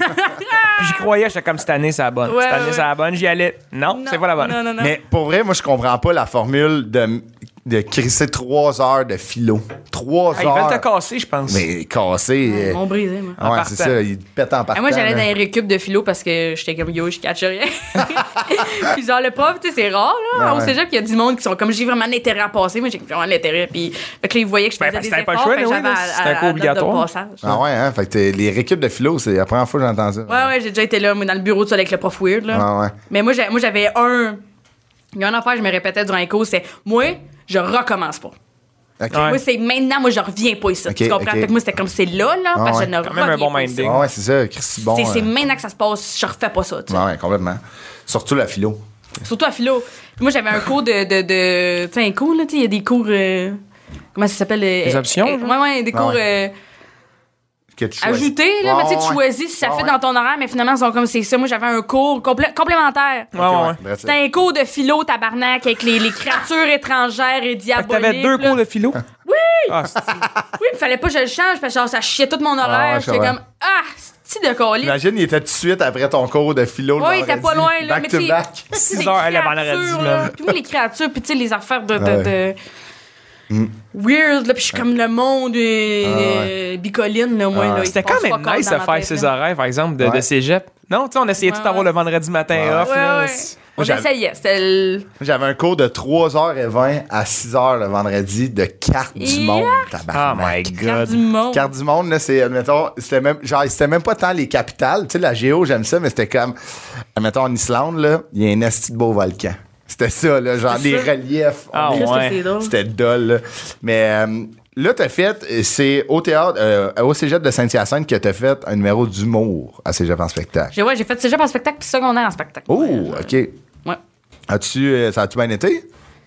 Speaker 4: Puis j'y croyais, j'étais comme cette année, c'est la bonne.
Speaker 7: Ouais,
Speaker 4: cette année,
Speaker 7: ouais.
Speaker 4: c'est la bonne. J'y allais. Non,
Speaker 7: Non,
Speaker 4: c'est pas la bonne.
Speaker 7: Non, non, non.
Speaker 5: Mais pour vrai, moi, je comprends pas la formule de, de crisser 3 heures de philo. 3
Speaker 4: Ah, ils veulent
Speaker 5: heures.
Speaker 4: te casser, je pense.
Speaker 5: Mais cassé.
Speaker 7: Ils
Speaker 5: euh,
Speaker 7: m'ont brisé, moi.
Speaker 5: Ah ouais, c'est
Speaker 4: partant.
Speaker 5: ça, il te pète en
Speaker 7: Ah,
Speaker 5: partant.
Speaker 7: moi, j'allais
Speaker 5: là.
Speaker 7: dans les récup de philo parce que j'étais comme yo, je
Speaker 5: [laughs]
Speaker 7: catch rien. puis genre, le prof, tu sais, c'est rare, là.
Speaker 5: Ouais,
Speaker 7: Au
Speaker 5: ouais.
Speaker 7: cégep, il y a du monde qui sont comme j'ai vraiment l'intérêt à passer. Moi, j'ai vraiment l'intérêt. Puis, fait que là, ils voyaient que je
Speaker 4: Ben,
Speaker 7: faisais
Speaker 4: parce
Speaker 7: des
Speaker 4: que t'avais pas le
Speaker 7: efforts.
Speaker 4: choix,
Speaker 7: fait
Speaker 4: là,
Speaker 7: que
Speaker 4: oui,
Speaker 7: j'avais
Speaker 4: là,
Speaker 7: à-
Speaker 4: c'était un cours
Speaker 7: à- à la date
Speaker 4: obligatoire.
Speaker 7: De passage.
Speaker 5: Ah ouais, hein? Fait que t'es- les récup de philo, c'est la première fois que j'entends ça.
Speaker 7: Ouais, ouais, j'ai déjà été là, moi, dans le bureau, tout seul avec le prof weird, là.
Speaker 5: Ah Ouais, ouais.
Speaker 7: Mais moi, j'ai- moi, j'avais un. Il y a une affaire, que je me répétais durant les cours, c'est moi, je recommence pas.
Speaker 5: Ok.
Speaker 4: Ouais.
Speaker 7: Moi, c'est maintenant, moi, je reviens pas ici.
Speaker 5: Ok,
Speaker 7: tu comprends?
Speaker 5: ok.
Speaker 7: Fait que moi, c'était comme c'est là, là,
Speaker 5: Ah
Speaker 7: parce que
Speaker 5: ouais.
Speaker 7: je ne
Speaker 4: Quand même un
Speaker 7: reviens
Speaker 4: bon
Speaker 7: pas ici.
Speaker 4: minding.
Speaker 5: Ah ouais, c'est ça, Christy, bon.
Speaker 7: C'est c'est
Speaker 5: euh,
Speaker 7: maintenant que ça se passe, je refais pas ça, tu sais.
Speaker 5: Ouais, ouais, complètement. Surtout la philo.
Speaker 7: Surtout à philo. Moi, j'avais un cours de. de, de tu sais, un cours, là, tu sais, il y a des cours. euh, comment ça s'appelle euh,
Speaker 4: Des options,
Speaker 7: euh,
Speaker 4: genre?
Speaker 7: ouais, ouais, des
Speaker 5: Ah
Speaker 7: cours
Speaker 5: ouais.
Speaker 7: euh,
Speaker 5: Que tu choisis.
Speaker 7: ajoutés, là.
Speaker 5: Ouais,
Speaker 7: mais tu sais,
Speaker 5: ouais,
Speaker 7: tu choisis si ça
Speaker 5: ouais,
Speaker 7: fait
Speaker 5: ouais.
Speaker 7: dans ton horaire, mais finalement, ils sont comme c'est ça. Moi, j'avais un cours complé- complémentaire.
Speaker 4: Ouais, ouais, ouais.
Speaker 5: Ok, bref,
Speaker 7: C'était un cours de philo tabarnak avec les, les créatures étrangères et
Speaker 4: Fait que
Speaker 7: diaboliques.
Speaker 4: t'avais deux
Speaker 7: là.
Speaker 4: cours de philo?
Speaker 7: Oui!
Speaker 4: Ah, c'est-
Speaker 7: Oui, il fallait pas que je le change parce que genre, ça chiait tout mon
Speaker 5: Ah
Speaker 7: horaire.
Speaker 5: ouais, je
Speaker 7: J'étais
Speaker 5: comprends.
Speaker 7: comme, ah, c'est de colis.
Speaker 5: Imagine, il était tout de suite après ton cours de philo. le
Speaker 7: Oui, t'es
Speaker 5: vendredi,
Speaker 7: pas loin, là.
Speaker 5: Back
Speaker 7: mais
Speaker 5: to
Speaker 7: tu sais,
Speaker 5: back.
Speaker 7: [laughs] c'est
Speaker 4: Six
Speaker 7: des
Speaker 4: heures, elle est
Speaker 7: créatures,
Speaker 4: vendredi,
Speaker 7: là.
Speaker 4: man.
Speaker 7: Puis moi, les créatures, puis tu sais, les affaires de. de,
Speaker 5: Ah Ouais. Mm.
Speaker 7: de- Weird, là. Puis je suis comme le monde euh, euh, bicoline, là, moi.
Speaker 5: Ah
Speaker 7: là,
Speaker 5: ouais.
Speaker 7: il
Speaker 4: C'était
Speaker 7: passe
Speaker 4: quand
Speaker 7: pas
Speaker 4: même
Speaker 7: comme
Speaker 4: nice
Speaker 7: dans
Speaker 4: à
Speaker 7: ma
Speaker 4: faire
Speaker 7: tête,
Speaker 4: ses
Speaker 7: là.
Speaker 4: horaires, par exemple, de, de
Speaker 5: Ouais.
Speaker 4: cégep. Non, tu sais, on essayait tout
Speaker 7: Ouais,
Speaker 4: d'avoir
Speaker 7: ouais.
Speaker 4: le vendredi matin off. là.
Speaker 7: Ouais, ouais. On
Speaker 5: j'avais-
Speaker 7: essayait. C'était le.
Speaker 5: J'avais un cours de 3h20 à 6h le vendredi de carte du
Speaker 7: Yeah.
Speaker 5: monde.
Speaker 4: Oh
Speaker 5: Tabarnak.
Speaker 4: my
Speaker 7: Carte
Speaker 4: God.
Speaker 7: du monde.
Speaker 5: Carte du monde, là, c'est, admettons, c'était même, genre, c'était même pas tant les capitales. Tu sais, la géo, j'aime ça, mais c'était comme, admettons, en Islande, là, il y a un esti de beau volcan. C'était ça, là, genre,
Speaker 7: C'est
Speaker 5: les
Speaker 7: ça.
Speaker 5: reliefs.
Speaker 4: Ah
Speaker 5: on est-
Speaker 7: Qu'est-ce
Speaker 4: ouais.
Speaker 7: que c'est drôle?
Speaker 5: C'était dole, là. Mais euh, là, t'as fait, euh, c'est au théâtre, euh, au cégep de Saint-Hyacinthe que t'as fait un numéro d'humour à cégep en spectacle.
Speaker 7: J'ai- Ouais, j'ai fait cégep en spectacle, puis secondaire en spectacle.
Speaker 5: Oh, OK.
Speaker 7: Ouais.
Speaker 5: As-tu, euh, ça a-tu bien été?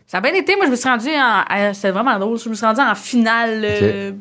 Speaker 7: Ça a bien été. Moi, je me suis rendue en. euh, C'était vraiment drôle. Je me suis rendue en finale euh,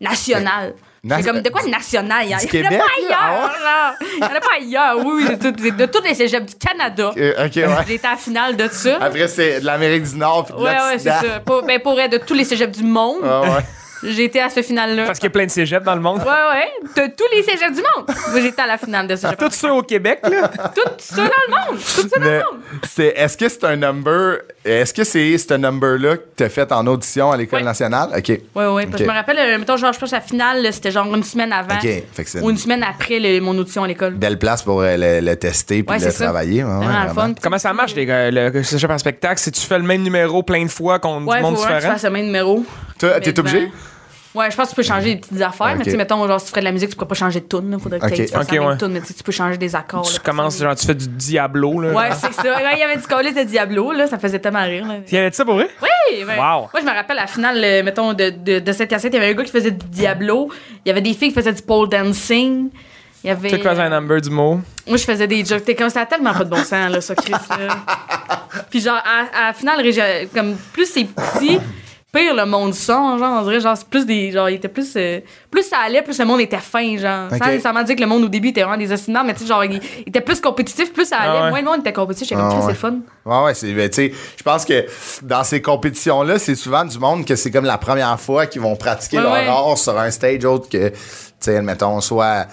Speaker 7: nationale.
Speaker 5: Na-
Speaker 7: C'est comme de quoi nationale? Il y en-
Speaker 5: Eh, Du
Speaker 7: il y en a
Speaker 5: Québec,
Speaker 7: pas
Speaker 5: là? ah
Speaker 7: ailleurs, là. Il y en a pas ailleurs. Oui, oui, de, tout- de- de tous les cégeps du Canada.
Speaker 5: Euh,
Speaker 7: [laughs]
Speaker 5: OK, ouais.
Speaker 7: J'ai été à la finale de ça.
Speaker 5: Après, c'est de l'Amérique du Nord puis de
Speaker 7: ouais, ouais, c'est
Speaker 5: l'Occident.
Speaker 7: ça. Pour, ben, pour être de tous les cégeps du monde,
Speaker 5: Ah
Speaker 7: [laughs]
Speaker 5: ouais.
Speaker 7: j'ai été à ce final-là.
Speaker 4: Parce qu'il y a plein de cégeps dans le monde.
Speaker 7: Ouais, ouais. De tous les cégeps du monde. Moi, j'étais à la finale de ça.
Speaker 4: Tout ça au Québec, là.
Speaker 7: Tout ça dans le monde. Tout ça dans
Speaker 5: Mais
Speaker 7: le monde.
Speaker 5: c'est, est-ce que c'est un number, est-ce que c'est ce number-là que t'as fait en audition à l'École
Speaker 7: Ouais.
Speaker 5: nationale? OK.
Speaker 7: Oui, oui. Parce
Speaker 5: Ok.
Speaker 7: que je me rappelle, euh, mettons, genre, je pense que la finale, là, c'était genre une semaine avant.
Speaker 5: Ok, fait que c'est-
Speaker 7: Ou une semaine après le- mon audition à l'école.
Speaker 5: Belle place pour euh, le, le tester puis
Speaker 7: Ouais,
Speaker 5: le
Speaker 7: c'est ça.
Speaker 5: travailler. ouais, ouais,
Speaker 7: Vraiment le
Speaker 5: vraiment.
Speaker 7: fun.
Speaker 4: Comment ça marche, les gars, le cégep en spectacle? Si tu fais le même numéro plein de fois contre
Speaker 7: Ouais,
Speaker 4: du
Speaker 7: faut
Speaker 4: monde
Speaker 7: vraiment que tu
Speaker 4: différent?
Speaker 7: fasses le même numéro.
Speaker 5: Toi,
Speaker 7: Mais
Speaker 5: Euh, t'es
Speaker 7: ben,
Speaker 5: obligé?
Speaker 7: Ouais, je pense que tu peux changer des petites affaires, mais
Speaker 5: Ok.
Speaker 7: tu sais, mettons, genre, si tu ferais de la musique, tu pourrais pas changer de tune. Il faudrait que
Speaker 5: Ok.
Speaker 7: tu fasses
Speaker 4: Ok,
Speaker 7: la même
Speaker 4: ouais.
Speaker 7: tune, mais tu sais, tu peux changer des accords.
Speaker 4: Tu
Speaker 7: là,
Speaker 4: commences,
Speaker 7: ça.
Speaker 4: genre, tu fais du Diablo, là.
Speaker 7: Ouais, c'est ça. Ouais, Il y avait du colis de Diablo, là, ça faisait tellement rire. Là.
Speaker 4: Il y avait de ça pour vrai?
Speaker 7: Oui, ben,
Speaker 4: Wow.
Speaker 7: Moi, je me rappelle, à la finale, euh, mettons, de, de, de cette cassette, il y avait un gars qui faisait du Diablo. Il y avait des filles qui faisaient du pole dancing. Il y avait.
Speaker 4: Took was un number du mot.
Speaker 7: Moi, je faisais des jokes. T'es comme ça, a tellement pas de bon sens, là, ça,
Speaker 5: [laughs]
Speaker 7: Chris. là. Puis, genre, à, à la finale, régi- comme plus c'est petit, pire le monde son, genre, on dirait, genre, c'est plus des. Genre, il était plus. euh, plus ça allait, plus le monde était fin, genre.
Speaker 5: Ok.
Speaker 7: Sans nécessairement dire que le monde au début était vraiment des assassinats, mais tu sais, genre, il, il était plus compétitif, plus ça allait.
Speaker 4: Ah ouais.
Speaker 7: Moins le monde était compétitif. J'étais comme,
Speaker 5: Ah
Speaker 7: Chris,
Speaker 5: ouais.
Speaker 7: c'est le fun.
Speaker 5: Ouais, ouais, c'est, ben, tu sais, je pense que dans ces compétitions-là, c'est souvent du monde que c'est comme la première fois qu'ils vont pratiquer
Speaker 7: Ouais,
Speaker 5: leur
Speaker 7: ouais.
Speaker 5: art sur un stage autre que, tu sais, admettons, soit.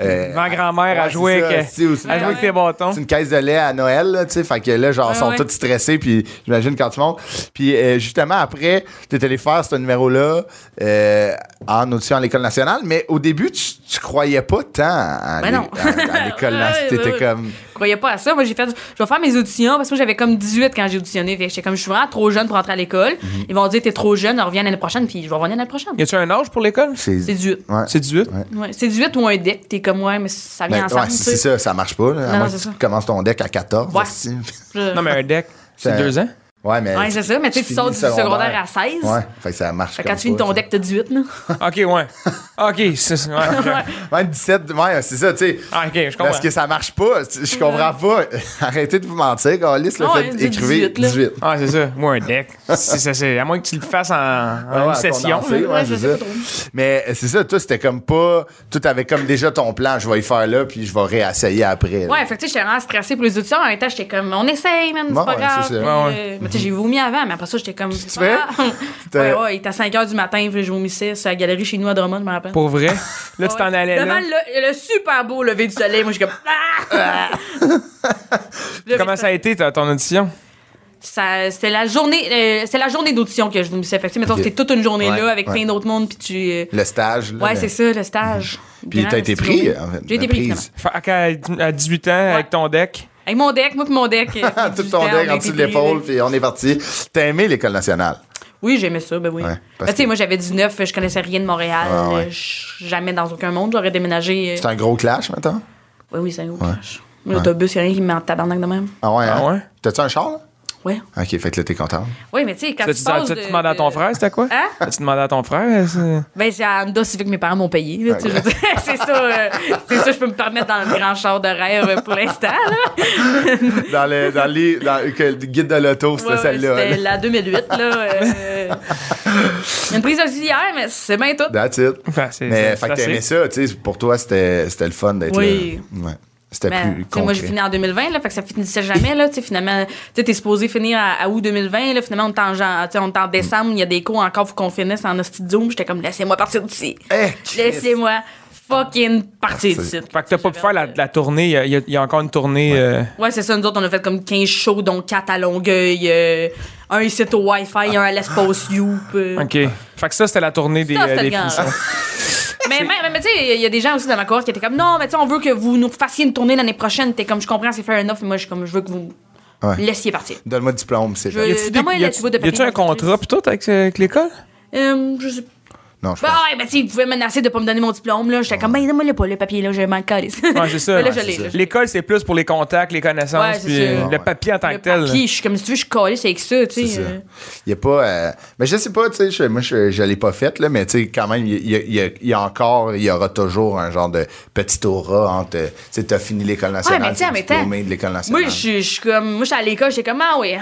Speaker 5: euh,
Speaker 4: Ma grand-mère
Speaker 5: ouais,
Speaker 4: a joué
Speaker 5: c'est ça,
Speaker 4: avec,
Speaker 5: c'est aussi-
Speaker 4: a joué avec tes bâtons.
Speaker 5: euh, C'est une caisse de lait à Noël, là, tu sais. Fait que là, genre,
Speaker 7: Ouais,
Speaker 5: ils sont
Speaker 7: ouais.
Speaker 5: tous stressés, puis j'imagine quand tu montes. Puis euh, justement, après, tu étais allé faire ce numéro-là euh, en audition à l'École nationale, mais au début, tu, tu croyais pas tant à,
Speaker 7: Ben
Speaker 5: l'é-
Speaker 7: non.
Speaker 5: à-
Speaker 7: [laughs]
Speaker 5: à l'École nationale.
Speaker 7: Ouais,
Speaker 5: T'étais
Speaker 7: ouais.
Speaker 5: comme.
Speaker 7: Je croyais pas à ça. Moi, j'ai fait, je vais faire mes auditions parce que moi, j'avais comme 18 quand j'ai auditionné. Fait que J'étais comme, je suis vraiment trop jeune pour entrer à l'école.
Speaker 5: Mhm.
Speaker 7: Ils vont dire, t'es trop jeune, reviens l'année prochaine, puis je vais revenir l'année prochaine.
Speaker 4: Y a-tu un âge pour l'école?
Speaker 7: C'est 18.
Speaker 5: Ouais.
Speaker 4: C'est 18?
Speaker 7: Ouais, C'est 18 ou un deck, t'es comme, ouais, mais ça vient
Speaker 5: Ben,
Speaker 7: ensemble.
Speaker 5: ouais,
Speaker 7: tu
Speaker 5: c'est
Speaker 7: sais.
Speaker 5: ça, ça marche pas. là, à
Speaker 7: Non,
Speaker 5: moins
Speaker 7: c'est
Speaker 5: que
Speaker 7: ça.
Speaker 5: tu commences ton deck à 14.
Speaker 7: Ouais.
Speaker 5: aussi. [laughs]
Speaker 7: Je-
Speaker 4: Non, mais un deck, c'est
Speaker 5: Ça-
Speaker 4: deux ans.
Speaker 5: ouais, mais.
Speaker 7: Ouais, c'est ça, mais tu sais, tu
Speaker 5: finis
Speaker 7: sors
Speaker 5: le
Speaker 7: du secondaire à 16.
Speaker 5: Ouais, fait que ça marche.
Speaker 7: Fait que
Speaker 5: comme
Speaker 7: quand tu finis
Speaker 5: pas,
Speaker 7: ton deck, t'as 18,
Speaker 4: [laughs]
Speaker 7: là.
Speaker 4: OK, ouais. OK, c'est... Ouais, ok.
Speaker 5: ça. Ouais, 17, ouais, c'est ça, tu sais.
Speaker 4: Ah, OK, je comprends.
Speaker 5: Parce que ça marche pas. tu- Je comprends pas. [laughs] Arrêtez de vous mentir, Carlis, le
Speaker 7: Non,
Speaker 5: fait
Speaker 7: ouais, c'est
Speaker 5: d'écrire
Speaker 7: 18, là.
Speaker 5: 18.
Speaker 4: Ah, c'est ça. Moi, un deck. C'est, ça, c'est- à moins que tu le fasses en, en
Speaker 5: Ouais,
Speaker 4: une
Speaker 5: ouais,
Speaker 4: session.
Speaker 5: condensé,
Speaker 4: là.
Speaker 5: ouais, c'est ça. Mais euh, c'est ça, toi, c'était comme pas. Toi, t'avais comme déjà ton plan, je vais y faire là, puis je vais réessayer après. là.
Speaker 7: Ouais, fait que tu sais, j'étais vraiment stressée pour les auditions. En même temps, j'étais comme, on essaye, man, c'est
Speaker 5: Bon,
Speaker 7: pas
Speaker 5: ouais,
Speaker 7: grave.
Speaker 5: c'est ça.
Speaker 7: Puis,
Speaker 4: Ouais,
Speaker 7: euh, Mais tu sais, j'ai vomi avant, mais après ça, j'étais comme. C'est [laughs]
Speaker 5: vrai?
Speaker 7: Ouais,
Speaker 5: T'as-
Speaker 7: ouais, il était à 5 h du matin, puis je vomissais. C'est à la galerie chez nous à Drummond, je me rappelle.
Speaker 4: Pour vrai. Là, tu t'en allais
Speaker 7: Devant
Speaker 4: là.
Speaker 7: le, le super beau lever du soleil, moi, je suis comme. Ah!
Speaker 5: [laughs]
Speaker 7: Là,
Speaker 4: Comment ça a été ta- ton audition?
Speaker 7: ça- C'était la journée, euh, c'était la journée d'audition que je vomissais. Fait que, tu sais, mettons,
Speaker 5: Ok.
Speaker 7: c'était toute une journée là
Speaker 5: Ouais,
Speaker 7: avec
Speaker 5: ouais.
Speaker 7: plein d'autres mondes, puis tu. euh,
Speaker 5: Le stage. Là,
Speaker 7: ouais,
Speaker 5: le-
Speaker 7: c'est ça, le stage.
Speaker 5: [laughs] Puis
Speaker 7: Grand,
Speaker 5: t'as été
Speaker 7: c'est
Speaker 5: pris,
Speaker 7: drôle.
Speaker 5: en fait.
Speaker 7: J'ai été pris, finalement.
Speaker 4: Fait qu'à à 18 ans, avec ton deck.
Speaker 7: Avec mon deck, moi, puis
Speaker 5: [laughs]
Speaker 7: mon deck. euh, puis
Speaker 5: Tout
Speaker 7: du
Speaker 5: ton
Speaker 7: temps,
Speaker 5: deck
Speaker 7: on a
Speaker 5: en
Speaker 7: été
Speaker 5: dessous de
Speaker 7: pris,
Speaker 5: l'épaule,
Speaker 7: là.
Speaker 5: puis on est parti. T'as aimé l'École nationale?
Speaker 7: Oui, j'aimais ça, ben oui.
Speaker 5: Ouais,
Speaker 7: Ben,
Speaker 5: parce
Speaker 7: tu sais,
Speaker 5: que-
Speaker 7: moi, j'avais 19, je connaissais rien de Montréal.
Speaker 5: Ah, ouais.
Speaker 7: euh, je- Jamais dans aucun monde, j'aurais déménagé. euh,
Speaker 5: C'est un gros clash, maintenant?
Speaker 7: Oui, oui, c'est un gros crash. L'autobus, il a rien qui me met en tabarnak de même.
Speaker 5: Ah ouais?
Speaker 4: Ah
Speaker 5: hein?
Speaker 4: ouais?
Speaker 5: T'as-tu un char, là?
Speaker 7: Ouais.
Speaker 5: Ok, fait que là, t'es content.
Speaker 7: Oui, mais tu sais, quand
Speaker 4: Tu
Speaker 7: tu passes
Speaker 4: tu
Speaker 7: de-
Speaker 4: demandé à ton
Speaker 7: de-
Speaker 4: frère, c'était quoi?
Speaker 7: Hein?
Speaker 4: Tu demandé à ton frère? euh, c'est-
Speaker 7: Ben, c'est à Honda Civic que mes parents m'ont payé. là, tu sais, je veux dire, [laughs] c'est ça, euh, c'est ça, je peux me permettre dans le grand char de rêve euh, pour l'instant.
Speaker 5: [laughs]
Speaker 7: là.
Speaker 5: [laughs] Dans le, dans les, dans, que le guide de l'auto, c'était
Speaker 7: Ouais, ouais,
Speaker 5: celle-là. hein.
Speaker 7: C'était
Speaker 5: là.
Speaker 7: la 2008, là. euh, [laughs] une prise auxiliaire, mais c'est bien tout.
Speaker 5: That's it.
Speaker 4: Enfin, c'est-
Speaker 5: Mais
Speaker 4: c'est-
Speaker 5: fait que
Speaker 4: c'est
Speaker 5: t'aimais ça, tu sais, pour toi, c'était c'était le fun d'être
Speaker 7: Oui.
Speaker 5: là. Ouais. C'était
Speaker 7: Ben,
Speaker 5: plus
Speaker 7: tu sais,
Speaker 5: concret.
Speaker 7: moi, j'ai fini en 2020, là, fait que ça finissait jamais, là, tu sais, finalement, tu sais, t'es supposé finir à, à août 2020, là, finalement, on est en, jan- tu sais, on est en décembre, il y a des cours encore, faut qu'on finisse en hostie de Zoom, j'étais comme, laissez-moi partir d'ici.
Speaker 5: Eh, Ah, Christ.
Speaker 7: laissez-moi fucking partir
Speaker 5: Partir.
Speaker 7: d'ici.
Speaker 4: Fait que t'as pas pu faire la, la tournée. Il y a- il y, a- il y a encore une tournée. euh,
Speaker 7: Ouais, c'est ça, nous autres, on a fait comme 15 shows, dont 4 à Longueuil, euh, un ici au Wi-Fi, un à l'Espace Youp. euh.
Speaker 4: Ah. OK. Fait que ça, c'était la tournée des,
Speaker 7: Ça,
Speaker 4: euh,
Speaker 7: c'était
Speaker 4: des
Speaker 7: le grand
Speaker 4: finitions.
Speaker 7: [laughs] Mais, mais, mais tu sais, il y a des gens aussi dans ma cohorte qui étaient comme, non, mais tu sais, on veut que vous nous fassiez une tournée l'année prochaine. T'es comme, je comprends, c'est fair enough, mais moi, je, suis comme, je veux que vous
Speaker 5: Ouais.
Speaker 7: laissiez partir.
Speaker 5: Donne-moi le diplôme, c'est
Speaker 7: Je-
Speaker 5: gentil.
Speaker 4: Y a-tu
Speaker 7: Euh, donne-moi
Speaker 4: y a-
Speaker 7: la petite boîte de
Speaker 4: y a-tu
Speaker 7: papier.
Speaker 4: un contrat pis tout avec, euh, avec l'école?
Speaker 7: Euh, je sais pas.
Speaker 5: Non, je
Speaker 7: Ben
Speaker 5: pense.
Speaker 7: ouais, ben tu sais, ils pouvaient menacer de pas me donner mon diplôme, là. J'étais comme, ben donne-moi le pas, le papier, là, j'ai manqué.
Speaker 4: [laughs] Ouais, c'est
Speaker 7: [laughs]
Speaker 4: ça.
Speaker 7: là,
Speaker 4: Ouais,
Speaker 7: je
Speaker 4: c'est
Speaker 7: l'ai,
Speaker 4: ça.
Speaker 7: là.
Speaker 4: L'école, c'est plus pour les contacts, les connaissances,
Speaker 7: Ouais, c'est
Speaker 4: puis euh,
Speaker 7: ça.
Speaker 4: le papier en tant
Speaker 7: Le
Speaker 4: que tel. là.
Speaker 7: papier, je suis comme, si tu veux, je suis collée, c'est avec ça, tu
Speaker 5: C'est
Speaker 7: sais.
Speaker 5: ça.
Speaker 7: euh.
Speaker 5: Il y a pas. euh, mais je sais pas, tu sais, je- moi, je, je l'ai pas faite, là, mais tu sais, quand même, il y, a- il y a- il y a encore, il y aura toujours un genre de petit aura entre. Tu sais, t'as fini l'École nationale.
Speaker 7: Ouais, mais tu sais, en
Speaker 5: t'es
Speaker 7: même temps,
Speaker 5: diplômé de l'École nationale.
Speaker 7: Moi, je je suis comme, moi, je suis à l'école, j'étais comme, ah oui.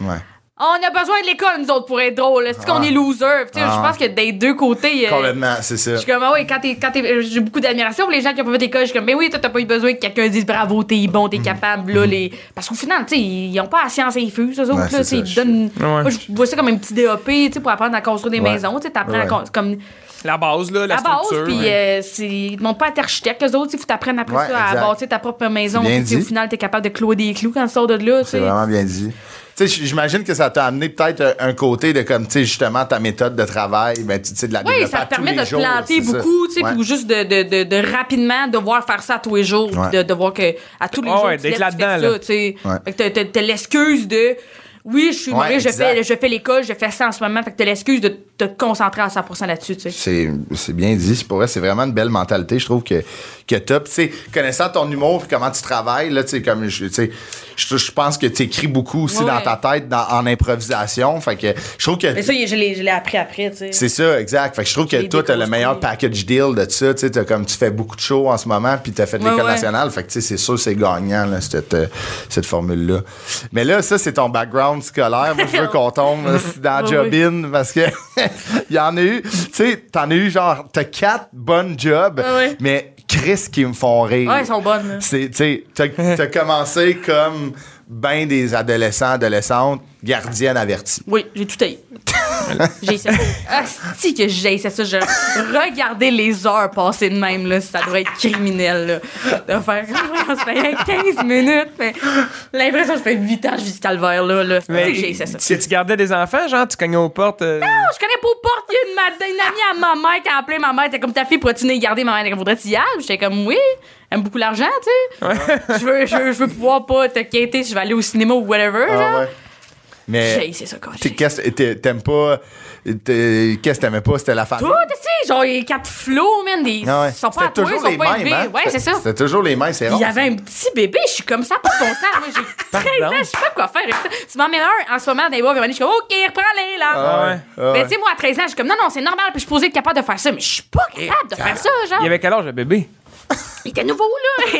Speaker 5: Ouais.
Speaker 7: On a besoin de l'école, nous autres, pour être drôle. C'est qu'on est loser. Tu sais, Je pense que des deux côtés. euh,
Speaker 5: Ah. Complètement, c'est ça.
Speaker 7: Je suis comme, ah oui, quand t'es, quand t'es- euh, j'ai beaucoup d'admiration pour les gens qui ont pas fait d'école. Je suis comme, ben oui, toi, t'as pas eu besoin que quelqu'un dise bravo, t'es bon,
Speaker 5: Mm-hmm.
Speaker 7: t'es capable, là, les. Parce qu'au final, tu sais, ils ont pas la science infuse, eux autres, là,
Speaker 5: c'est
Speaker 7: tu sais,
Speaker 5: ça,
Speaker 7: ils
Speaker 5: je-
Speaker 7: donnent.
Speaker 4: Ouais.
Speaker 7: Moi, je vois ça comme un petit DAP, tu sais, pour apprendre à construire des
Speaker 5: Ouais.
Speaker 7: maisons, tu sais, t'apprends
Speaker 5: Ouais.
Speaker 7: à con- comme
Speaker 4: La base, là, la,
Speaker 7: la, base,
Speaker 4: structure.
Speaker 7: puis
Speaker 4: ouais.
Speaker 7: euh, c'est, ils te montrent pas à être architecte, eux autres, il faut t'apprendre après
Speaker 5: Ouais,
Speaker 7: ça à
Speaker 5: exact.
Speaker 7: bâtir ta propre maison,
Speaker 5: Bien
Speaker 7: puis tu sais, au
Speaker 5: dit.
Speaker 7: final, t'es capable de clouer des clous quand tu sors de là, tu
Speaker 5: C'est
Speaker 7: sais.
Speaker 5: vraiment bien dit. Tu sais, j'imagine que ça t'a amené peut-être euh, un- un côté de comme, tu sais, justement, ta méthode de travail, ben, tu sais, de la
Speaker 7: Oui,
Speaker 5: développer
Speaker 7: ça
Speaker 5: à
Speaker 7: te
Speaker 5: tous
Speaker 7: permet
Speaker 5: les
Speaker 7: de te
Speaker 5: jours,
Speaker 7: planter
Speaker 5: c'est ça.
Speaker 7: beaucoup, tu sais,
Speaker 5: Ouais.
Speaker 7: puis juste de, de, de, de rapidement devoir faire ça à tous les jours, puis
Speaker 5: Ouais.
Speaker 7: de, de voir que à tous les
Speaker 4: Ah
Speaker 7: jours,
Speaker 4: ouais,
Speaker 7: tu
Speaker 4: d'être
Speaker 7: lèves, tu fais
Speaker 4: là-dedans, là.
Speaker 7: ça, tu sais.
Speaker 5: Ouais.
Speaker 7: Fait que t'as- t'as- t'as l'excuse de oui, je suis
Speaker 5: Ouais,
Speaker 7: humoriste, je,
Speaker 5: exact.
Speaker 7: fais, je fais l'école, je fais ça en ce moment, fait que t'as l'excuse de te concentrer à 100% là-dessus, tu sais.
Speaker 5: C'est c'est bien dit. C'est Pour vrai, c'est vraiment une belle mentalité, je trouve, que, que t'as. Puis, tu sais, connaissant ton humour et comment tu travailles, là, tu sais, comme, je, tu sais, je, je pense que tu écris beaucoup aussi
Speaker 7: Ouais,
Speaker 5: dans
Speaker 7: ouais.
Speaker 5: ta tête dans- en improvisation. Fait que je trouve que.
Speaker 7: Mais ça, je l'ai je l'ai appris après, tu sais.
Speaker 5: C'est ça, exact. Fait que je trouve que
Speaker 7: Les
Speaker 5: toi, t'as le
Speaker 7: déconstruire.
Speaker 5: meilleur package deal de ça. Tu sais, t'as comme tu fais beaucoup de shows en ce moment, puis t'as fait de
Speaker 7: Ouais,
Speaker 5: l'école
Speaker 7: ouais.
Speaker 5: nationale. Fait que tu sais, c'est sûr, c'est gagnant, là, cette, euh, cette formule-là. Mais là, ça, c'est ton background scolaire. Moi, je
Speaker 7: [laughs]
Speaker 5: veux qu'on tombe euh, dans
Speaker 7: Ouais,
Speaker 5: Jobin parce que [laughs] il y en a eu. Tu sais, t'en as eu genre, t'as quatre bonnes jobs,
Speaker 7: Ouais, ouais.
Speaker 5: mais Chris qui me font rire.
Speaker 7: Ouais, elles sont bonnes, hein. là.
Speaker 5: C'est, tu sais, t'as
Speaker 7: [laughs]
Speaker 5: t'as commencé comme ben des adolescents, adolescentes, gardiennes averties.
Speaker 7: Oui, j'ai
Speaker 5: [laughs]
Speaker 7: tout taillé. j'ai essayé. Ah, si que j'ai essayé ça. Je regardais les heures passer de même, là. Ça doit être criminel, là. De faire comme on se fait 15 minutes. Mais l'impression que je fais 8 ans, je vis ce calvaire, là. là. Tu sais que j'ai essayé
Speaker 4: Ben,
Speaker 7: ça. Ah,
Speaker 4: Si tu gardais des enfants, genre, tu cognais aux portes. euh,
Speaker 7: Je connais pas aux portes. Il y a une, madame- une amie à ma mère qui a appelé ma mère. T'es comme ta fille, pourrais-tu venir garder ma mère? Elle voudrait t'y aller. J'étais comme oui. Elle aime beaucoup l'argent, tu sais. Je, veux, je, veux, je veux pouvoir pas te quitter si je vais aller au cinéma ou whatever. genre.
Speaker 5: Ah ouais. Mais.
Speaker 7: J'ai essayé ça, quand
Speaker 5: T'es- Qu'est-ce t'es- t'aimes pas? t'es- Qu'est-ce que t'aimais pas? C'était la famille.
Speaker 7: Tout, tu sais, genre, les quatre flots, man, des,
Speaker 5: Ah ouais.
Speaker 7: ils sont pas à
Speaker 5: C'était
Speaker 7: toi, ils
Speaker 5: toujours
Speaker 7: sont
Speaker 5: les
Speaker 7: pas
Speaker 5: mêmes.
Speaker 7: élevés.
Speaker 5: hein?
Speaker 7: Ouais, c'est ça.
Speaker 5: C'était toujours les mêmes, c'est
Speaker 7: Il
Speaker 5: rare.
Speaker 7: y avait un petit bébé, je suis comme ça, pas de bon sens. Moi,
Speaker 5: [laughs]
Speaker 7: j'ai 13 ans,
Speaker 4: Pardon?
Speaker 7: je sais pas quoi faire avec ça. Tu m'en mets un en ce moment dans les bois, Véronique, je suis comme, OK, reprends-les, là.
Speaker 5: Ah ouais, ah
Speaker 7: Mais
Speaker 5: ouais.
Speaker 7: tu sais, moi, à 13 ans, je suis comme, non, non, c'est normal, puis je suis posée être capable de faire ça, mais je suis pas capable de faire ça, genre.
Speaker 4: Il y avait quel âge, le bébé?
Speaker 7: Il était nouveau, là. [laughs]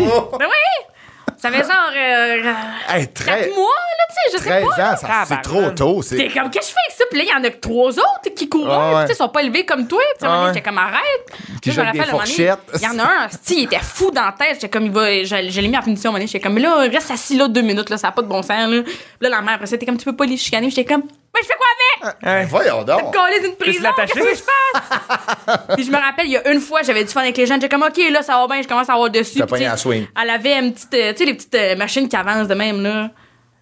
Speaker 5: Oh!
Speaker 7: ben oui! Ça fait genre euh,
Speaker 5: Hey,
Speaker 7: 4
Speaker 5: 13,
Speaker 7: mois, là, tu sais, je sais
Speaker 5: 13
Speaker 7: pas.
Speaker 5: ans, ça- c'est
Speaker 4: Tabarnak.
Speaker 5: trop tôt. c'est-
Speaker 7: T'es comme, qu'est-ce que je fais avec ça? Puis là, il y en a que trois autres qui courent.
Speaker 5: Ah ouais. Ah,
Speaker 7: Tu sais, ils sont pas élevés comme toi. Puis à un moment donné, j'étais comme, arrête.
Speaker 5: Qui
Speaker 7: Là, je me
Speaker 5: jettent des
Speaker 7: rappelle, à un moment donné,
Speaker 5: fourchettes.
Speaker 7: Il y en a un, hostie, il était fou dans la tête. J'étais comme, il va, je, je l'ai mis en punition, à un moment donné. J'étais comme, mais là, reste assis là deux minutes, là, ça n'a pas de bon sens, là. Puis là, la mère, après ça, t'es comme, tu peux pas les chicaner. J'étais comme, ben, je fais quoi avec?
Speaker 5: Ben, Voyons donc.
Speaker 7: Coller d'une
Speaker 4: Peux-tu
Speaker 7: prison,
Speaker 4: l'attacher?
Speaker 7: qu'est-ce que je
Speaker 5: [laughs]
Speaker 7: fasse? Puis je me rappelle, il y a une fois, j'avais du fun avec les jeunes. J'étais comme, OK, là, ça va bien, je commence à avoir dessus.
Speaker 5: T'as
Speaker 7: Puis,
Speaker 5: pogné
Speaker 7: tu sais,
Speaker 5: un swing.
Speaker 7: Elle avait une petite, euh, tu sais, les petites euh, machines qui avancent de même, là.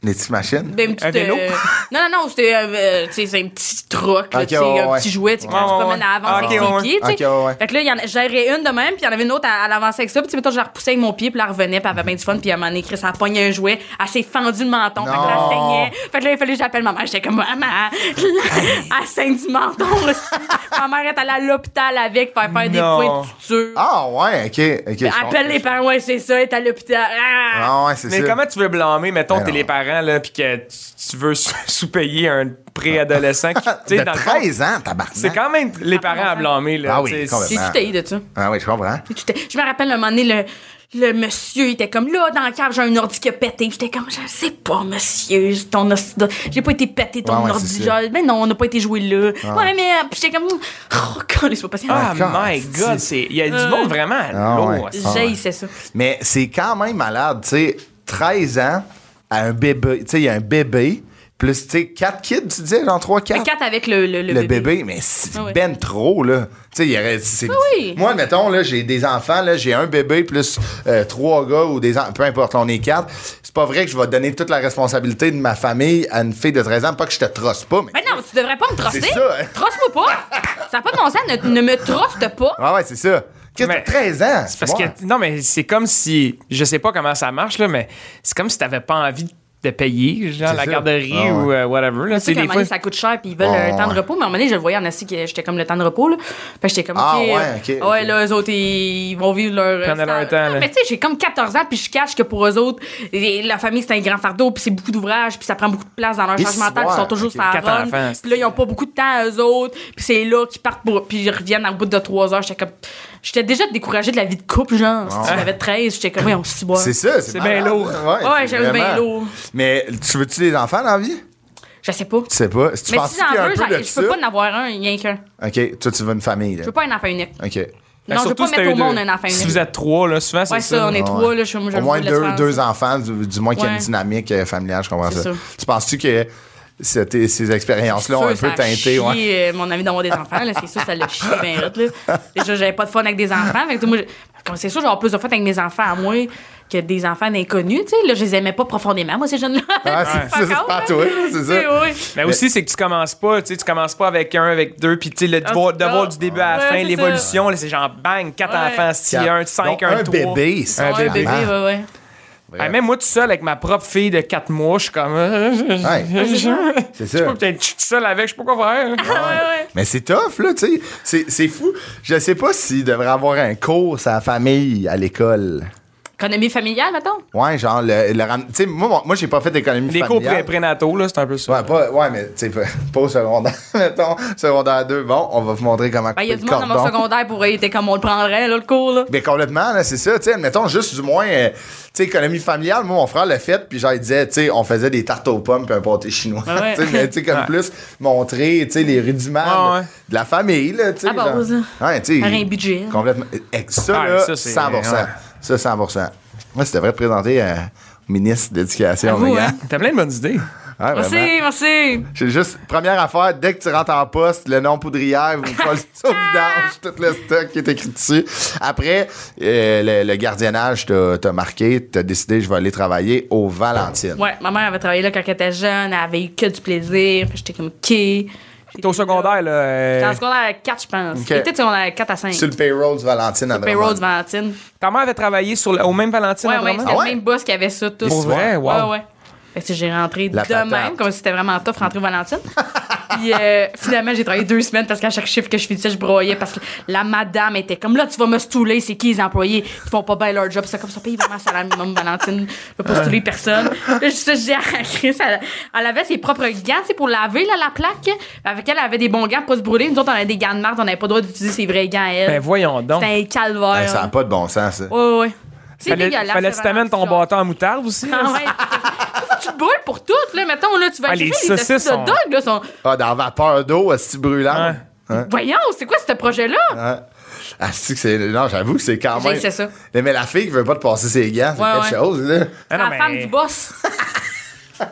Speaker 5: Les petites machines.
Speaker 7: Ben, une petite,
Speaker 4: Un vélo?
Speaker 7: euh, non, non, non, c'était euh, euh, tu sais, c'est un petit truc, là,
Speaker 5: Ok,
Speaker 7: tu sais,
Speaker 5: ouais,
Speaker 7: un
Speaker 5: ouais.
Speaker 7: petit jouet, tu sais, quand
Speaker 4: Ouais,
Speaker 7: tu
Speaker 4: ouais,
Speaker 7: promènes à
Speaker 4: ouais.
Speaker 7: l'avance avec
Speaker 4: Ok, ouais,
Speaker 7: tes pieds. tu sais.
Speaker 5: Ok, ouais, ouais.
Speaker 7: Fait que là, il y en a- j'errais une de même, puis il y en avait une autre à, à l'avancer avec ça. Puis tu sais, mettons, je la repoussais avec mon pied, puis elle revenait, puis elle avait bien du fun, puis elle m'en écrit, ça a pogné un jouet, elle s'est fendue le menton, fait que là, elle
Speaker 5: Non.
Speaker 7: saignait. Fait que là, il fallait que j'appelle maman, j'étais comme, maman, [laughs] elle saigne du menton. là. [laughs] Ma mère est allée à l'hôpital avec, faire faire des
Speaker 4: Non.
Speaker 7: points de suture.
Speaker 5: Ah, ouais, ok. ok, je
Speaker 7: Appelle les parents, ouais, c'est ça, elle est à l'hôpital. Ah!
Speaker 5: Ah, ouais, c'est ça.
Speaker 4: Mais comment tu veux blâmer, mettons,
Speaker 5: Ben
Speaker 4: t'es
Speaker 5: non.
Speaker 4: les parents, là, puis que tu- tu veux sou- [laughs] sous-payer un préadolescent qui, tu
Speaker 5: De
Speaker 4: sais, dans le fond,
Speaker 5: 13 ans, tabarnak.
Speaker 4: C'est quand même les parents à blâmer, là.
Speaker 5: Ah oui,
Speaker 4: tu sais.
Speaker 5: complètement.
Speaker 7: J'ai tout haï de ça.
Speaker 5: Ah, oui, je comprends.
Speaker 7: Puis tout est- Je me rappelle un moment donné, le, le monsieur il était comme là, dans le cave, j'ai un ordi qui a pété. J'étais comme, je sais pas, monsieur, c'est ton ordi. de- J'ai pas été pété ton
Speaker 5: Ouais, ouais,
Speaker 7: ordi.
Speaker 5: c'est ça. Ah,
Speaker 7: genre, ben non, on n'a pas été joué là. Ouais, mais. euh, Puis j'étais comme, oh, quand les soins patients.
Speaker 4: Ah,
Speaker 5: Encore,
Speaker 4: my
Speaker 5: c'est-
Speaker 4: God, c'est- il y a du monde vraiment
Speaker 5: Ah ouais.
Speaker 4: lourd.
Speaker 5: Ah ouais.
Speaker 7: J'ai ça.
Speaker 5: Mais c'est quand même malade, tu sais, 13 ans à un bébé, tu sais, il y a un bébé, plus, tu sais, 4 kids, tu disais, genre 3, 4.
Speaker 7: Le 4 avec le, le, le
Speaker 5: le
Speaker 7: bébé.
Speaker 5: bébé, mais c'est
Speaker 7: Ah ouais. Ah
Speaker 5: ben trop, là. Tu sais, il y aurait. c'est-
Speaker 7: oui.
Speaker 5: Moi, mettons, là, j'ai des enfants, là, j'ai un bébé plus euh, trois gars ou des enfants, peu importe, là, on est quatre. C'est pas vrai que je vais donner toute la responsabilité de ma famille à une fille de 13 ans. Pas que je te trosse pas, mais.
Speaker 7: Ben non, tu devrais pas me trosser.
Speaker 5: C'est ça, hein.
Speaker 7: Trosse-moi pas. ça n'a pas de bon sens, ne, ne me troste pas.
Speaker 5: Ah ouais, c'est ça. Qu'est-ce que
Speaker 4: Mais-
Speaker 5: t'as 13 ans?
Speaker 4: C'est Parce
Speaker 5: Ouais.
Speaker 4: que, non, mais c'est comme si, je sais pas comment ça marche, là, mais c'est comme si t'avais pas envie de payer, genre,
Speaker 5: C'est
Speaker 4: la
Speaker 5: ça.
Speaker 4: garderie
Speaker 5: Ah ouais.
Speaker 4: ou euh, whatever, là.
Speaker 7: C'est
Speaker 4: C'est
Speaker 7: qu'à un
Speaker 4: des
Speaker 7: moment donné,
Speaker 4: fois.
Speaker 7: ça coûte cher, puis ils veulent
Speaker 5: Ouais,
Speaker 7: un temps de
Speaker 5: ouais.
Speaker 7: repos. Mais à un moment donné, je le voyais en assis, que j'étais comme le temps de repos, là. Fait que j'étais comme,
Speaker 5: Ah,
Speaker 7: OK,
Speaker 5: ouais,
Speaker 7: euh,
Speaker 5: ok,
Speaker 7: ouais,
Speaker 5: ok.
Speaker 7: là, eux autres, ils vont vivre leur.
Speaker 4: Prenez
Speaker 7: euh,
Speaker 4: leur
Speaker 7: sans-
Speaker 4: temps,
Speaker 7: Ah,
Speaker 4: là.
Speaker 7: Mais tu sais, j'ai comme 14 ans, puis je cache que pour eux autres, les- la famille, c'est un grand fardeau, puis c'est beaucoup d'ouvrages, puis ça prend beaucoup de place dans leur
Speaker 5: Et
Speaker 7: charge mentale, puis ils sont
Speaker 5: soir,
Speaker 7: toujours
Speaker 5: ok.
Speaker 7: sur la
Speaker 4: Quatre
Speaker 7: run.
Speaker 4: enfants,
Speaker 7: Puis là, ils ont pas beaucoup de temps, eux autres, puis c'est là qu'ils partent, pour- puis ils reviennent en bout de 3 heures. J'étais comme. J'étais déjà découragée de la vie de couple, genre. Si j'avais 13, j'étais comme, oui, on se boit.
Speaker 5: C'est ça, c'est
Speaker 4: C'est bien
Speaker 5: malade.
Speaker 4: lourd.
Speaker 5: Ouais,
Speaker 7: Ouais,
Speaker 5: c'est
Speaker 7: j'aime bien
Speaker 5: vraiment-
Speaker 7: lourd.
Speaker 5: Mais tu veux-tu des enfants dans la vie?
Speaker 7: Je sais pas.
Speaker 5: Tu sais pas. Si tu
Speaker 7: Mais
Speaker 5: penses
Speaker 7: si
Speaker 5: qu'il y a
Speaker 7: j'en
Speaker 5: un
Speaker 7: veux,
Speaker 5: peu
Speaker 7: j'en-
Speaker 5: de
Speaker 7: je
Speaker 5: ça.
Speaker 7: peux pas en avoir un, rien qu'un.
Speaker 5: Ok, toi, tu veux une famille, là.
Speaker 7: Je veux pas un enfant unique.
Speaker 5: Ok.
Speaker 7: Non, je veux
Speaker 4: ben, Surtout
Speaker 7: pas
Speaker 4: si t'as
Speaker 7: mettre au
Speaker 4: eu deux.
Speaker 7: monde un enfant
Speaker 4: Si
Speaker 7: unique.
Speaker 4: vous êtes trois, là, souvent, c'est
Speaker 7: Ouais, ça, on est trois, là, je suis
Speaker 5: Au moins deux, deux enfants, du, du moins qu'il y a une
Speaker 7: Ouais.
Speaker 5: dynamique euh, familiale, je comprends
Speaker 7: C'est
Speaker 5: ça.
Speaker 7: sûr.
Speaker 5: Tu penses-tu que cette- ces expériences-là ont un peu teinté? ouais?
Speaker 7: ouais. euh, mon envie d'avoir des enfants, là, c'est sûr, ça l'a chié bien
Speaker 5: [laughs]
Speaker 7: hot, là. Déjà, j'avais pas de fun avec des enfants. Fait que, moi, je- comme c'est sûr, j'aurais plus de fun avec mes enfants à moi que des enfants d'inconnus, tu sais. Là, je les aimais pas profondément, moi, ces jeunes-là. [laughs]
Speaker 5: Ah, c'est-
Speaker 7: Fuck
Speaker 5: c'est
Speaker 7: off,
Speaker 5: pas
Speaker 7: là.
Speaker 5: toi, c'est ça.
Speaker 7: Oui, oui.
Speaker 4: Mais aussi, c'est que tu commences pas, tu sais, tu commences pas avec un, avec deux, puis tu sais, le devoir,
Speaker 7: c'est
Speaker 4: devoir
Speaker 7: ça.
Speaker 4: du début à la
Speaker 7: Ah, Ouais,
Speaker 4: fin,
Speaker 7: c'est
Speaker 4: l'évolution, là, c'est genre bang, quatre
Speaker 7: Ouais.
Speaker 4: enfants, six, un, cinq,
Speaker 5: Donc,
Speaker 4: un,
Speaker 5: un
Speaker 4: trois.
Speaker 5: bébé, c'est
Speaker 7: Ouais,
Speaker 5: clairement.
Speaker 7: bébé, ouais, ouais.
Speaker 5: Bref.
Speaker 4: Hey, même moi, tout seul, avec ma propre fille de 4 mois, je suis comme. [laughs] euh, je- je-
Speaker 5: Ouais.
Speaker 4: je- je-
Speaker 5: C'est
Speaker 4: Je
Speaker 5: ça.
Speaker 4: peux peut-être je suis tout seul avec, je sais pas quoi faire.
Speaker 5: Mais c'est tough, là, tu sais. C'est- C'est fou. Je sais pas s'il devrait avoir un cours à la famille à l'école.
Speaker 7: Économie familiale, mettons.
Speaker 5: Ouais, genre, le, le ram- Tu sais, moi, mon- moi j'ai pas fait d'économie
Speaker 4: Les cours pré-
Speaker 5: familiale.
Speaker 4: prénataux, là, c'est un peu ça.
Speaker 5: Ouais, pas, ouais, mais tu sais, pas, pas au secondaire, [laughs] mettons. Secondaire 2, bon, on va vous montrer comment
Speaker 7: Ben, il y a
Speaker 5: couper
Speaker 7: du
Speaker 5: le
Speaker 7: monde dans mon
Speaker 5: cordon.
Speaker 7: secondaire pour était comme on le prendrait, là, le cours, là.
Speaker 5: Mais complètement, là, c'est ça. Tu sais, mettons juste du moins, euh, tu sais, économie familiale. Moi, mon frère l'a fait, puis genre, il disait, tu sais, on faisait des tartes aux pommes puis un pâté chinois.
Speaker 7: Ah ouais.
Speaker 5: [laughs] tu sais, mais tu sais, comme
Speaker 4: Ouais.
Speaker 5: plus montrer, tu sais, les rudiments
Speaker 4: Ah ouais.
Speaker 5: de, de la famille, là, tu sais.
Speaker 7: À base,
Speaker 5: genre. Ouais, tu sais.
Speaker 7: bah, Faire un budget.
Speaker 5: Complètement. Eh, Ça,
Speaker 4: Ah,
Speaker 5: là,
Speaker 4: ça, c'est-
Speaker 5: 100
Speaker 4: ouais.
Speaker 5: Ça, 100 Moi, tu devrais te présenter euh, au ministre de l'Éducation,
Speaker 7: Avoue,
Speaker 5: les gars.
Speaker 7: hein.
Speaker 4: T'as plein de bonnes idées.
Speaker 5: Ouais, vraiment.
Speaker 7: Merci, merci.
Speaker 5: C'est juste, première affaire, dès que tu rentres en poste, le nom poudrière, vous
Speaker 7: [laughs]
Speaker 5: collez ça au vidange, tout le stock qui est écrit dessus. Après, euh, le, le gardiennage t'a t'a marqué, t'as décidé, je vais aller travailler au Valentine.
Speaker 7: Ouais, ma mère avait travaillé là quand elle était jeune, elle avait eu que du plaisir, puis j'étais comme, OK.
Speaker 4: T'es au secondaire, là. euh,
Speaker 7: J'étais en secondaire 4, je pense.
Speaker 5: Ok.
Speaker 7: J'étais Peut-être secondaire 4 à 5.
Speaker 5: Sur le payroll du Valentine, à
Speaker 7: payroll
Speaker 5: Drummond.
Speaker 7: du Valentine.
Speaker 4: Ta mère avait travaillé sur le- au même Valentine
Speaker 7: Ouais,
Speaker 4: à
Speaker 7: ouais,
Speaker 4: Drummond?
Speaker 7: c'était
Speaker 5: Ah
Speaker 7: le
Speaker 5: ouais?
Speaker 7: même boss qui avait ça tous.
Speaker 4: Pour vrai? Wow.
Speaker 7: Ouais, ouais. Fait que j'ai rentré
Speaker 5: La
Speaker 7: de
Speaker 5: patate.
Speaker 7: même, comme si c'était vraiment tough rentrer au Valentine. [laughs] Puis euh, finalement, j'ai travaillé deux semaines parce qu'à chaque chiffre que je finissais, je broyais parce que la madame était comme là, tu vas me stouler, c'est qui les employés qui font pas bien leur job. C'est comme ça, paye vraiment salaire minimum, Valentine. Je veux pas stouler personne. Là, je suis j'ai [laughs] arraché. ça- Elle avait ses propres gants, tu sais, pour laver là, la plaque. Avec elle, elle avait des bons gants pour pas se brûler. Nous autres, on avait des gants de marde, on n'avait pas le droit d'utiliser ses vrais gants à elle.
Speaker 4: Ben voyons donc.
Speaker 7: C'était un calvaire.
Speaker 5: Hey, ça n'a
Speaker 7: là.
Speaker 5: pas de bon sens, ça.
Speaker 7: Ouais, ouais. C'est
Speaker 4: Fallait,
Speaker 7: dégueulasse,
Speaker 4: fallait que
Speaker 7: c'est
Speaker 4: tu t'amènes ton
Speaker 7: vraiment
Speaker 4: bâton à moutarde aussi. là.
Speaker 7: ah ouais. tu te boules pour toutes, là. Mettons, là, tu vas
Speaker 4: Ah,
Speaker 7: acheter
Speaker 4: les
Speaker 7: les
Speaker 4: saucisses
Speaker 7: saucisses de
Speaker 4: sont-
Speaker 7: dog, là, sont...
Speaker 5: Ah, dans vapeur d'eau, c'est brûlant.
Speaker 4: Ouais.
Speaker 7: Voyons, c'est quoi ce projet-là?
Speaker 5: Ah, c'est que c'est. Non, j'avoue que c'est quand
Speaker 7: J'ai
Speaker 5: même.
Speaker 7: essayé ça.
Speaker 5: Mais, mais la fille qui veut pas te passer ses gants, c'est
Speaker 7: Ouais,
Speaker 5: quelque
Speaker 7: ouais.
Speaker 5: chose, là.
Speaker 4: Ah,
Speaker 7: C'est
Speaker 4: non,
Speaker 7: la
Speaker 4: mais
Speaker 7: femme du boss.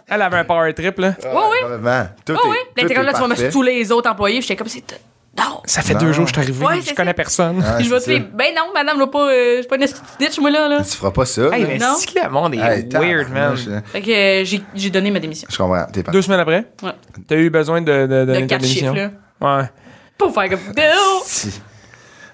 Speaker 4: Elle avait un power trip, là.
Speaker 7: Ah Oui, oui.
Speaker 5: Vraiment. Tout
Speaker 7: Oui, oui.
Speaker 5: est,
Speaker 7: Là,
Speaker 5: tout
Speaker 7: t'es comme
Speaker 5: est
Speaker 7: là, tu vas
Speaker 5: parfait.
Speaker 7: mettre tous les autres employés. Puis J'étais comme, c'est... Non.
Speaker 4: Ça fait deux jours que je suis arrivé.
Speaker 7: Ouais,
Speaker 4: je
Speaker 7: c'est
Speaker 4: connais
Speaker 7: ça.
Speaker 4: personne.
Speaker 5: Ah,
Speaker 7: Puis je vais
Speaker 5: c'est
Speaker 7: te dire, ben non, madame, là, pas, euh, je suis pas une snitch, moi, là. là.
Speaker 5: [laughs] ça. Tu feras pas ça.
Speaker 4: Hey,
Speaker 5: là.
Speaker 4: mais
Speaker 7: Non.
Speaker 4: si que le monde est
Speaker 5: Hey,
Speaker 4: weird, man.
Speaker 5: tabarnouche, là.
Speaker 7: Fait que euh, j'ai j'ai donné ma démission.
Speaker 5: Je comprends. T'es pas.
Speaker 4: Deux semaines après,
Speaker 7: Ouais.
Speaker 4: t'as eu besoin de, de,
Speaker 7: De quatre
Speaker 4: d'intervention.
Speaker 7: chiffres,
Speaker 4: Ouais.
Speaker 7: Pour faire comme... Non!
Speaker 5: Si. [laughs]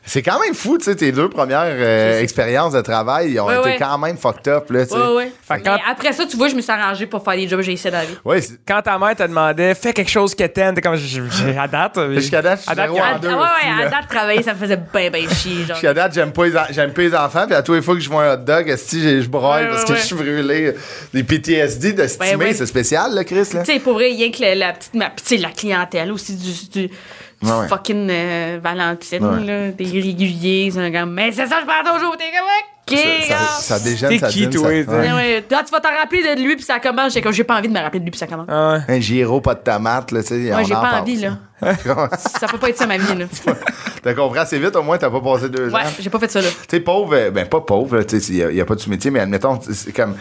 Speaker 5: C'est quand même fou, tu sais, tes deux premières euh, expériences de travail ils ont
Speaker 7: Ouais,
Speaker 5: été
Speaker 7: ouais.
Speaker 5: quand même fucked up, là, tu sais.
Speaker 7: Ouais, ouais.
Speaker 4: Fait que quand-
Speaker 7: Mais après ça, tu vois, je me suis arrangée pour faire des jobs que j'ai essayé dans la vie.
Speaker 5: Ouais, c'est-
Speaker 4: Quand ta mère te demandait, fais quelque chose que t'aimes, t'es comme, j'ai j'ai- à date.
Speaker 5: Jusqu'à date, je suis zéro
Speaker 4: il y a-
Speaker 5: en
Speaker 7: Ah,
Speaker 5: deux
Speaker 7: ouais,
Speaker 5: aussi,
Speaker 7: ouais,
Speaker 5: là.
Speaker 7: à date, travailler, ça me faisait ben, ben chier,
Speaker 5: [laughs]
Speaker 7: genre.
Speaker 5: Jusqu'à date, j'aime pas, les en- j'aime pas les enfants, puis à tous les fois que je vois un hot dog, si je broille
Speaker 7: Ouais,
Speaker 5: parce
Speaker 7: ouais,
Speaker 5: que
Speaker 7: ouais.
Speaker 5: je suis brûlé. Les PTSD de stimer,
Speaker 7: ouais.
Speaker 5: c'est spécial, là, Chris, là.
Speaker 7: Tu sais, pour vrai, rien que la, la petite ma, tu sais, la clientèle aussi du, du, du
Speaker 5: Ouais, ouais.
Speaker 7: fucking euh, Valentine,
Speaker 5: Ouais.
Speaker 7: là, des réguliers, c'est un gars, mais c'est ça, je parle toujours, t'es comme, ok,
Speaker 5: Ça,
Speaker 7: gars.
Speaker 5: ça déjeune,
Speaker 4: T'es
Speaker 5: ça
Speaker 4: qui,
Speaker 5: déjeune,
Speaker 4: toi,
Speaker 5: ça-
Speaker 4: toi?
Speaker 7: Ouais, ouais. Toi, tu vas t'en rappeler de lui, puis ça commence. J'ai comme, j'ai pas envie de me rappeler de lui, puis ça commence.
Speaker 4: Ah ouais.
Speaker 5: Un gyro, pas de tomate, là, tu sais.
Speaker 7: Moi, j'ai pas
Speaker 5: [laughs]
Speaker 7: envie, là.
Speaker 5: là.
Speaker 7: Ça peut pas être ça,
Speaker 5: [laughs]
Speaker 7: ma vie, là.
Speaker 5: T'as compris assez vite, au moins, t'as pas passé deux
Speaker 7: Ouais,
Speaker 5: ans.
Speaker 7: j'ai pas fait ça, là.
Speaker 5: Tu sais, pauvre, euh, ben pas pauvre, là, tu sais, il n'y a, pas de métier, mais admettons, tu sais, c'est comme.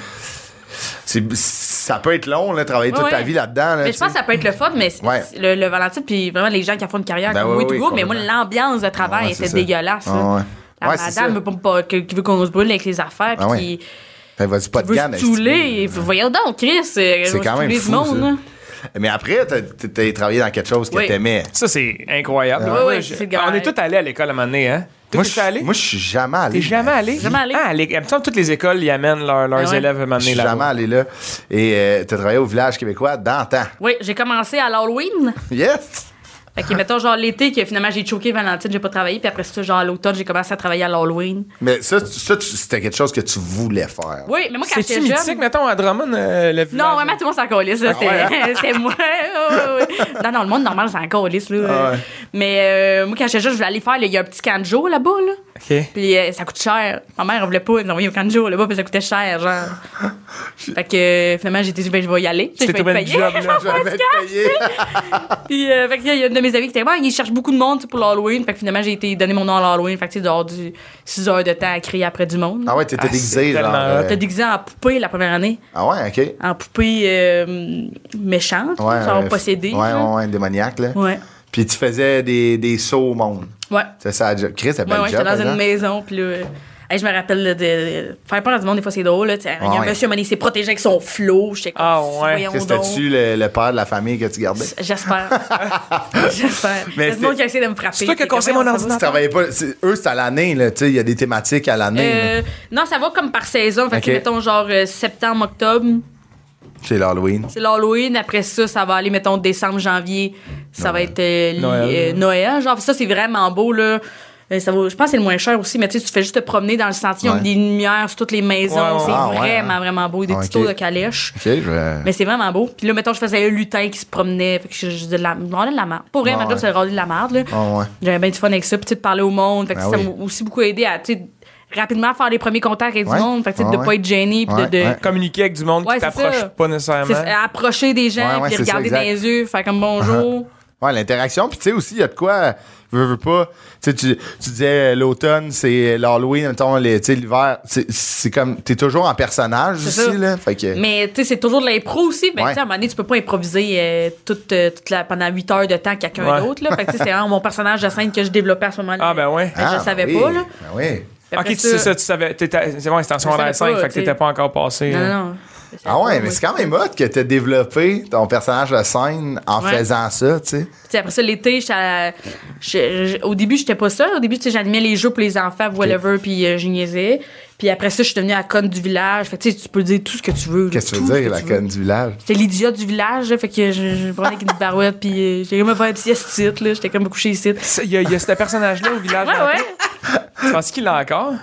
Speaker 5: c'est- Ça peut être long, là, travailler toute
Speaker 7: Ouais,
Speaker 5: ta
Speaker 7: ouais.
Speaker 5: vie là-dedans. là,
Speaker 7: Mais
Speaker 5: tu
Speaker 7: je
Speaker 5: sais.
Speaker 7: pense que ça peut être le fun, mais c'est-
Speaker 5: Ouais.
Speaker 7: c'est le, le Valentine, puis vraiment les gens qui en font une carrière
Speaker 5: Ben
Speaker 7: comme
Speaker 5: oui,
Speaker 7: oui,
Speaker 5: oui,
Speaker 7: tout court, mais moi,
Speaker 5: complètement.
Speaker 7: l'ambiance de travail
Speaker 5: Ouais, c'est
Speaker 7: était
Speaker 5: ça.
Speaker 7: dégueulasse. là.
Speaker 5: Ah ouais.
Speaker 7: La
Speaker 5: Ouais, c'est ça.
Speaker 7: madame veut pas, pas- que- qui veut qu'on se brûle avec les affaires, puis
Speaker 5: Ah ouais.
Speaker 7: qui-
Speaker 5: Fait que vas-y, pas de
Speaker 7: veut
Speaker 5: gamme.
Speaker 7: se saouler. Voyons donc, Chris.
Speaker 5: euh,
Speaker 7: euh,
Speaker 5: C'est quand même fou, ça. Mais après, t'as- t'as t'as travaillé dans quelque chose que
Speaker 7: Oui.
Speaker 5: t'aimais.
Speaker 4: Ça, c'est incroyable.
Speaker 7: ouais,
Speaker 4: Moi,
Speaker 7: c'est
Speaker 4: je-
Speaker 7: galère.
Speaker 4: on est tous allés à l'école à un moment donné, hein? Toi,
Speaker 5: Moi,
Speaker 4: t'es-tu allé?
Speaker 5: je moi, je suis jamais allé.
Speaker 4: T'es jamais allé?
Speaker 7: Jamais allé.
Speaker 4: Ah, les, il me semble que toutes les écoles y amènent leurs, leurs
Speaker 7: Ah ouais.
Speaker 4: élèves à un moment
Speaker 5: Je
Speaker 4: donné
Speaker 5: suis
Speaker 4: là-bas.
Speaker 5: jamais allé là. Et euh, t'as travaillé au village québécois d'antan.
Speaker 7: Oui, j'ai commencé à l'Halloween.
Speaker 5: Yes!
Speaker 7: Fait que, mettons, genre l'été, que finalement, j'ai choqué Valentine, j'ai pas travaillé. Puis après ça, genre à l'automne, j'ai commencé à travailler à l'Halloween.
Speaker 5: Mais ça, tu- ça tu- c'était quelque chose que tu voulais faire.
Speaker 7: Oui, mais moi, quand
Speaker 4: C'est-tu
Speaker 7: j'étais
Speaker 4: mythique,
Speaker 7: jeune.
Speaker 4: mettons, à Drummond, euh, le village?
Speaker 7: Non, vraiment, tout le monde s'en calisse.
Speaker 5: Ah,
Speaker 7: là.
Speaker 5: hein?
Speaker 7: C'était [laughs] c'était moi. Ouais, ouais, ouais. Non, non, le monde normal s'en calisse. Là.
Speaker 5: Ah ouais.
Speaker 7: Mais euh, moi, quand j'étais jeune, je voulais aller faire. là, Il y a un petit camp de jour là-bas. Là.
Speaker 4: OK.
Speaker 7: Puis euh, ça coûte cher. Ma mère, elle voulait pas nous envoyer au camp de jour là-bas, puis ça coûtait cher, genre.
Speaker 5: [laughs]
Speaker 7: fait que euh, finalement, j'ai dit, ben, je vais y aller. Je
Speaker 4: Tu t'es trouvé
Speaker 7: vais être
Speaker 4: une
Speaker 7: payée. [laughs]
Speaker 4: job, là.
Speaker 5: Je vais être payé.
Speaker 7: Puis, euh, fait que, il y a une de mes amies qui était, ouais, ils cherchent beaucoup de monde tu sais, pour l'Halloween. Fait que finalement, j'ai été donné mon nom à l'Halloween. Fait que, tu sais, dehors du 6 heures de temps à crier après du monde.
Speaker 5: Ah ouais, t'étais
Speaker 4: Ah,
Speaker 5: déguisé,
Speaker 4: c'est
Speaker 5: genre.
Speaker 4: tellement
Speaker 5: euh,
Speaker 7: T'as déguisé en poupée la première année.
Speaker 5: Ah ouais, ok. Ouais,
Speaker 7: En poupée euh, méchante, là, genre
Speaker 5: euh,
Speaker 7: possédée.
Speaker 5: Ouais,
Speaker 7: genre.
Speaker 5: ouais, ouais, démoniaque, là.
Speaker 7: Ouais.
Speaker 5: Puis tu faisais des, des sauts au monde.
Speaker 7: Ouais.
Speaker 5: C'est ça, la job. Chris, c'est
Speaker 7: Ouais,
Speaker 5: belle job.
Speaker 7: ouais,
Speaker 5: hein,
Speaker 7: j'étais dans
Speaker 5: par
Speaker 7: une
Speaker 5: exemple.
Speaker 7: maison, puis là, euh, Hey, je me rappelle là, de, de faire peur à du monde, des fois, c'est drôle. Là, tu sais, Il y a un
Speaker 5: Ouais.
Speaker 7: monsieur, mais il s'est protégé avec son flot. J'étais comme,
Speaker 4: Ah, ouais.
Speaker 7: voyons
Speaker 5: Que
Speaker 7: donc.
Speaker 5: C'était-tu le, le père de la famille que tu gardais? [laughs]
Speaker 7: J'espère. J'espère. Il y a du
Speaker 5: c'était-
Speaker 7: monde qui a essayé de me frapper.
Speaker 4: C'est toi qui as
Speaker 7: J'étais comme,
Speaker 4: cassé mon
Speaker 7: voyons, ça va,
Speaker 4: ordinateur.
Speaker 5: Tu travaillais pas. c'est- Eux, c'est à l'année, là. Tu sais, il y a des thématiques à l'année. là.
Speaker 7: Euh, non, ça va comme par saison. Fait que
Speaker 5: Ok.
Speaker 7: mettons genre euh, septembre, octobre,
Speaker 5: C'est l'Halloween.
Speaker 7: c'est l'Halloween. Après ça, ça va aller, mettons décembre, janvier. Ça va être euh, li-
Speaker 4: Noël.
Speaker 7: euh, Noël. Genre, ça, c'est vraiment beau, là. Euh, ça vaut- je pense que c'est le moins cher aussi, mais tu sais, tu fais juste te promener dans le sentier, on
Speaker 5: Ouais.
Speaker 7: a des lumières sur toutes les maisons.
Speaker 4: Ouais, ouais.
Speaker 7: c'est
Speaker 5: Ah, ouais,
Speaker 7: vraiment,
Speaker 5: hein.
Speaker 7: vraiment beau. Des
Speaker 5: Ah,
Speaker 7: petits
Speaker 5: ok.
Speaker 7: tours de calèche.
Speaker 5: OK, je vais.
Speaker 7: Mais c'est vraiment beau. Puis là, mettons, je faisais un lutin qui se promenait. Fait que je, je, de la, je me rendais de la merde. Pour vrai,
Speaker 5: Ah,
Speaker 7: ma job,
Speaker 5: ouais.
Speaker 7: c'est de rendre de la merde. Là.
Speaker 5: Ah, ouais.
Speaker 7: J'avais bien du fun avec ça. Puis tu sais, de parler au monde. Fait que
Speaker 5: Ah
Speaker 7: ça
Speaker 5: oui.
Speaker 7: m'a aussi beaucoup aidé à tu sais, rapidement faire les premiers contacts avec
Speaker 5: Ouais.
Speaker 7: du monde. Fait que tu sais,
Speaker 5: Ah,
Speaker 7: de
Speaker 5: ouais.
Speaker 7: pas être gêné. Puis de-
Speaker 5: Ouais,
Speaker 7: de,
Speaker 5: ouais.
Speaker 4: Communiquer avec du monde qui
Speaker 7: Ouais, c'est
Speaker 4: t'approche
Speaker 7: ça.
Speaker 4: pas nécessairement.
Speaker 7: c'est- approcher des gens.
Speaker 5: Ouais, ouais,
Speaker 7: puis
Speaker 5: c'est ça,
Speaker 7: regarder dans
Speaker 5: exact. Ah
Speaker 7: les yeux. Faire comme bonjour.
Speaker 5: Ouais, l'interaction. Puis, tu sais, aussi, il y a de quoi. euh, Veux, veux pas. Tu sais, tu, tu disais euh, l'automne, c'est l'Halloween, mettons, les- tu sais, l'hiver. C'est- C'est comme. T'es toujours en personnage
Speaker 7: C'est
Speaker 5: aussi,
Speaker 7: ça.
Speaker 5: là. Fait que.
Speaker 7: Mais tu sais, c'est toujours de l'impro aussi. Mais
Speaker 5: Ouais.
Speaker 7: tu sais, à un moment donné, tu peux pas improviser euh, toute, euh, toute la, pendant 8 heures de temps quelqu'un
Speaker 4: Ouais.
Speaker 7: d'autre. Là. Fait que tu sais, c'était vraiment mon personnage de scène que je développais à ce moment-là.
Speaker 4: Ah, ben ouais.
Speaker 7: Fait que je le savais
Speaker 5: ben oui,
Speaker 7: pas, là.
Speaker 5: Ben oui.
Speaker 7: Puis
Speaker 4: Ok,
Speaker 7: après
Speaker 4: tu sais ça, tu savais. t'étais- C'est bon, c'était en
Speaker 7: savais
Speaker 4: secondaire 5, fait
Speaker 7: pas,
Speaker 4: que
Speaker 7: tu sais.
Speaker 4: t'étais pas encore passé.
Speaker 7: Non,
Speaker 4: euh.
Speaker 7: non, non.
Speaker 5: Ah ouais, mais c'est quand même hot que t'as développé ton personnage de scène en
Speaker 7: Ouais.
Speaker 5: faisant ça, tu sais.
Speaker 7: Puis après ça, l'été, j'étais à- je- je- au début, j'étais pas ça. Au début, tu sais, j'animais les jeux pour les enfants, whatever, puis euh, je niaisais. Puis après ça, je suis devenue la conne du village. Fait que, tu sais, tu peux dire tout ce que tu veux. là,
Speaker 5: Qu'est-ce que tu
Speaker 7: tout
Speaker 5: veux
Speaker 7: ce
Speaker 5: dire, la
Speaker 7: veux.
Speaker 5: conne du village?
Speaker 7: J'étais l'idiot du village, là, fait que je, je me prenais [laughs] avec une barouette, puis euh, j'étais comme à faire une sieste ici, là. J'étais comme me coucher ici.
Speaker 4: Ça, Il y a, il y a ce personnage-là au village.
Speaker 7: Ouais,
Speaker 4: maintenant.
Speaker 7: ouais.
Speaker 4: Tu penses qu'il l'a encore?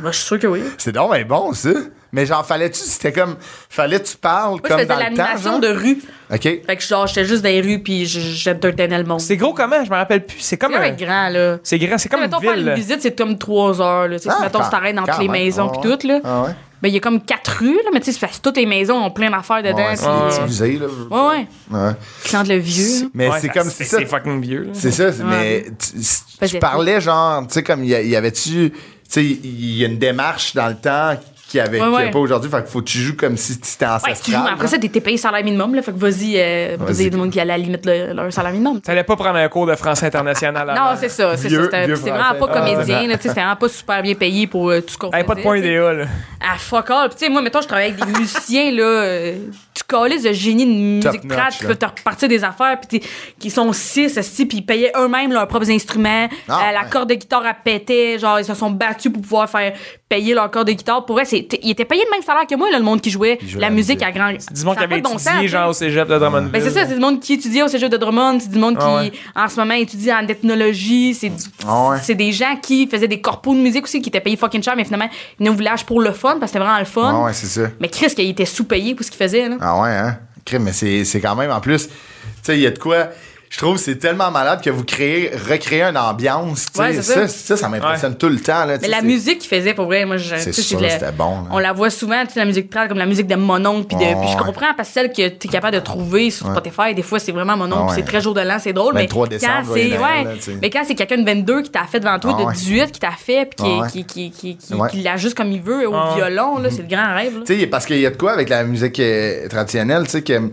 Speaker 7: Moi, je suis sûre que oui.
Speaker 5: C'est donc ben bon, ça. Mais genre, fallait-tu, c'était comme, fallait tu parles
Speaker 7: Moi,
Speaker 5: comme
Speaker 7: je faisais
Speaker 5: dans le temps,
Speaker 7: l'animation
Speaker 5: genre?
Speaker 7: de rue.
Speaker 5: OK.
Speaker 7: Fait que genre, j'étais juste dans les rues, puis je- j'entertainais le monde.
Speaker 4: C'est gros comment? Je me rappelle plus. C'est comme
Speaker 7: comme
Speaker 4: un.
Speaker 7: être grand, là.
Speaker 4: C'est grand, c'est comme
Speaker 7: mettons,
Speaker 4: une
Speaker 7: faire une
Speaker 4: ville.
Speaker 7: visite, c'est comme trois heures. Là, tu sais,
Speaker 5: Ah,
Speaker 7: mettons,
Speaker 5: quand-
Speaker 7: tu t'arrêtes entre
Speaker 5: quand
Speaker 7: les
Speaker 5: même.
Speaker 7: maisons
Speaker 5: Ah
Speaker 7: puis
Speaker 5: ouais.
Speaker 7: tout. Là.
Speaker 5: Ah ouais.
Speaker 7: Ben, il y a comme quatre rues, là, mais tu sais, c'est parce que toutes les maisons ont plein d'affaires dedans.
Speaker 5: Ouais, c'est
Speaker 7: puis,
Speaker 5: des
Speaker 7: euh,
Speaker 5: petits musées, là.
Speaker 7: ouais, ouais.
Speaker 5: Ouais.
Speaker 7: Qui sentent le vieux. là.
Speaker 5: Mais
Speaker 4: Ouais,
Speaker 5: c'est
Speaker 4: ça-
Speaker 5: comme si ça.
Speaker 4: C'est fucking vieux. là.
Speaker 5: C'est ça, c'est- mais
Speaker 7: Ouais.
Speaker 5: tu- si- tu,
Speaker 7: Faisais
Speaker 5: parlais genre, tu sais, comme il y, a- il y avait-tu, tu sais, il y a une démarche dans le temps qui avait
Speaker 7: Ouais,
Speaker 5: qu'il y a
Speaker 7: ouais.
Speaker 5: pas aujourd'hui, fait qu'il faut que tu joues comme si tu étais
Speaker 7: Ouais, tu joues,
Speaker 5: ancestral. hein?
Speaker 7: mais après ça, t'es payé salaire minimum, là. Fait que vas-y, euh, vas-y,
Speaker 5: Vas-y.
Speaker 7: il y a du monde qui a la limite le- leur salaire minimum.
Speaker 4: T'allais pas prendre un cours de français international avant.
Speaker 7: Non, c'est ça, c'est ça.
Speaker 5: Vieux-
Speaker 7: C'était
Speaker 5: vieux
Speaker 7: c'était vraiment pas
Speaker 5: français. Ah,
Speaker 7: comédien, là, tu sais, c'était vraiment pas super bien payé pour euh, tout ce qu'on
Speaker 4: Hey,
Speaker 7: faisait.
Speaker 4: pas de point
Speaker 7: tu sais.
Speaker 4: idéal. là.
Speaker 7: Ah, fuck all. Puis, tu sais, moi, mettons, je travaille avec
Speaker 4: [laughs]
Speaker 7: des musiciens, là. euh, tu colles le génie de
Speaker 5: Top
Speaker 7: musique
Speaker 5: notch,
Speaker 7: trad qui
Speaker 5: là.
Speaker 7: peuvent te repartir des affaires, puis t'es- qui sont six, esti, puis ils payaient eux-mêmes leurs propres instruments.
Speaker 5: Ah,
Speaker 7: Euh, La
Speaker 5: ouais.
Speaker 7: corde de guitare a pété. Genre, ils se sont battus pour pouvoir faire payer leur corde de guitare. Pour vrai, c'est- t- ils étaient payés le même salaire que moi, là, le monde qui jouait
Speaker 5: Ils jouaient
Speaker 7: la
Speaker 5: la
Speaker 7: musique à
Speaker 5: musique.
Speaker 7: grand.
Speaker 4: C'est du monde
Speaker 7: ça
Speaker 4: qui
Speaker 7: a pas
Speaker 4: avait
Speaker 7: de bon sens,
Speaker 4: étudié,
Speaker 7: tu sais.
Speaker 4: genre, au cégep de Drummondville.
Speaker 7: Ben c'est ça, c'est du monde qui étudie au cégep de Drummond, c'est du monde qui,
Speaker 4: Ah ouais.
Speaker 7: en ce moment, étudie en ethnologie, c'est du-
Speaker 5: Ah ouais.
Speaker 7: c'est des gens qui faisaient des corpos de musique aussi, qui étaient payés fucking cher, mais finalement, ils venaient au village pour le fun, parce que c'était vraiment le fun.
Speaker 5: Ah ouais, c'est ça.
Speaker 7: Mais Chris, qu'il était sous-payé pour ce qu'il faisait, là.
Speaker 5: Ah ouais, hein? Crime, mais c'est c'est quand même, en plus, tu sais, il y a de quoi. Je trouve que c'est tellement malade que vous créez, recréez une ambiance. tu sais.
Speaker 7: Ouais, c'est
Speaker 5: ça,
Speaker 7: ça.
Speaker 5: ça, ça m'impressionne tout le temps. Là, tu
Speaker 7: Mais
Speaker 5: sais,
Speaker 7: la
Speaker 5: c'est-
Speaker 7: musique qu'il faisait, pour vrai, moi, je, tu sais,
Speaker 5: sûr,
Speaker 7: de la-
Speaker 5: c'était bon, là.
Speaker 7: On la voit souvent, tu sais, la musique trad, comme la musique de mon oncle, puis de-
Speaker 5: Ouais,
Speaker 7: puis je
Speaker 5: ouais.
Speaker 7: comprends, parce que celle que t'es capable de trouver sur Spotify, des fois, c'est vraiment mon oncle,
Speaker 5: Ah
Speaker 7: puis
Speaker 5: ouais.
Speaker 7: c'est très jour de l'an, c'est drôle, mais
Speaker 5: 23
Speaker 7: quand
Speaker 5: décembre,
Speaker 7: c'est,
Speaker 5: joyeux Noël,
Speaker 7: ouais,
Speaker 5: là, tu sais.
Speaker 7: mais quand c'est quelqu'un de 22 qui t'a fait devant toi,
Speaker 5: Ah
Speaker 7: de
Speaker 5: ouais.
Speaker 7: 18 qui t'a fait, puis qui,
Speaker 5: Ah ouais.
Speaker 7: qui, qui, qui, qui-
Speaker 5: Ouais.
Speaker 7: qui l'a juste comme il veut au
Speaker 4: Ah.
Speaker 7: violon, là, c'est le grand rêve, là.
Speaker 5: Tu sais, parce qu'il y a de quoi avec la musique euh, traditionnelle, tu sais, que euh,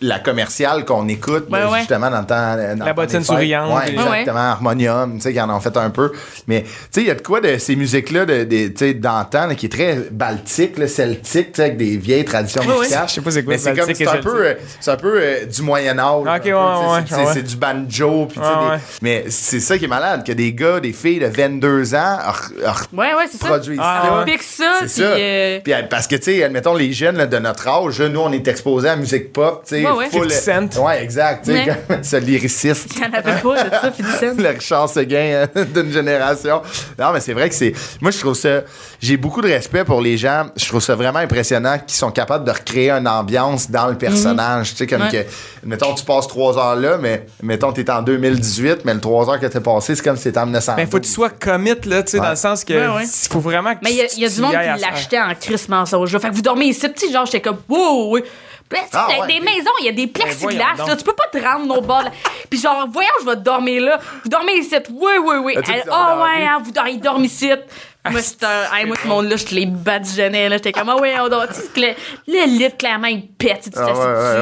Speaker 5: la commerciale qu'on écoute,
Speaker 7: Ouais,
Speaker 5: là,
Speaker 7: ouais.
Speaker 5: justement, dans le temps. euh, dans le temps
Speaker 4: bottine
Speaker 5: des fêtes.
Speaker 4: souriante. euh.
Speaker 5: Ouais,
Speaker 4: Ouais,
Speaker 5: exactement. Harmonium, tu sais, qui en ont fait un peu. Mais, tu sais, il y a de quoi de ces musiques-là, de, de- tu sais, d'antan, là, qui est très baltique, là, celtique, tu sais, avec des vieilles traditions
Speaker 4: ouais.
Speaker 5: musicales.
Speaker 4: Je sais pas c'est quoi,
Speaker 5: Mais c'est comme,
Speaker 4: baltique et
Speaker 5: c'est un peu, euh, c'est un peu euh, du Moyen-Âge. un peu, tu sais,
Speaker 4: ouais, ouais,
Speaker 5: c'est-
Speaker 4: ouais.
Speaker 5: C'est du banjo, puis tu sais,
Speaker 4: Ouais,
Speaker 5: des-
Speaker 4: ouais.
Speaker 5: Mais c'est ça qui est malade, que des gars, des filles de 22 ans, re- re-
Speaker 7: Ouais, ouais, c'est ça.
Speaker 5: produisent
Speaker 4: Ah,
Speaker 5: ça.
Speaker 4: ouais.
Speaker 7: Pique ça,
Speaker 5: C'est
Speaker 7: puis
Speaker 5: ça.
Speaker 7: euh,
Speaker 5: Puis, euh, parce que, tu sais, admettons, les jeunes là, de notre âge, nous, on est exposés à la musique pop, tu sais, euh,
Speaker 7: Ouais, ouais.
Speaker 4: 50 Cent.
Speaker 5: Ouais, exact, tu sais,
Speaker 7: Ouais.
Speaker 5: comme ce lyriciste.
Speaker 7: [laughs] il y en avait pas de ça, puis du sel.
Speaker 5: Le Richard Seguin euh, [laughs] d'une génération. Non, mais c'est vrai que c'est. Moi, je trouve ça. J'ai beaucoup de respect pour les gens. Je trouve ça vraiment impressionnant qu'ils sont capables de recréer une ambiance dans le personnage. Tu sais, comme
Speaker 7: Ouais.
Speaker 5: que. Mettons, tu passes trois heures là, mais mettons, t'es en 2018, mais le trois heures que t'es passé, c'est comme si t'étais en 1900.
Speaker 4: Ben, faut que tu sois commit, là, tu sais, dans le sens que.
Speaker 7: Ouais, ouais.
Speaker 4: s- Faut vraiment que
Speaker 7: Mais il y a, il y a
Speaker 4: tu-
Speaker 7: du monde
Speaker 4: tu y ailles à
Speaker 7: qui
Speaker 4: ça.
Speaker 7: l'achetait en Chris mensonge. Fait que vous dormez ici, petit genre, j'étais comme, wow, oui. Puis là, tu sais,
Speaker 5: Ah,
Speaker 7: t'as
Speaker 5: ouais.
Speaker 7: des maisons, il y a des
Speaker 4: Ben, voyons
Speaker 7: plexiglas,
Speaker 4: donc.
Speaker 7: là, tu peux pas te rendre nos bords. là. [laughs] Puis genre, voyons, je vais dormir là. Vous dormez ici, oui, oui, oui.
Speaker 5: Ah, tu
Speaker 7: Elle,
Speaker 5: dis, on
Speaker 7: Ah
Speaker 5: dort,
Speaker 7: ouais,
Speaker 5: oui.
Speaker 7: hein, vous dormez, ils dorment ici. Moi, c'est un- hey, moi, ce monde-là, je te les badigeonnais, là. J'étais comme, ah ouais, on dort. Tu sais, que Le, le lit, clairement, il pète. Tu sais,
Speaker 5: Ah, ouais, ouais,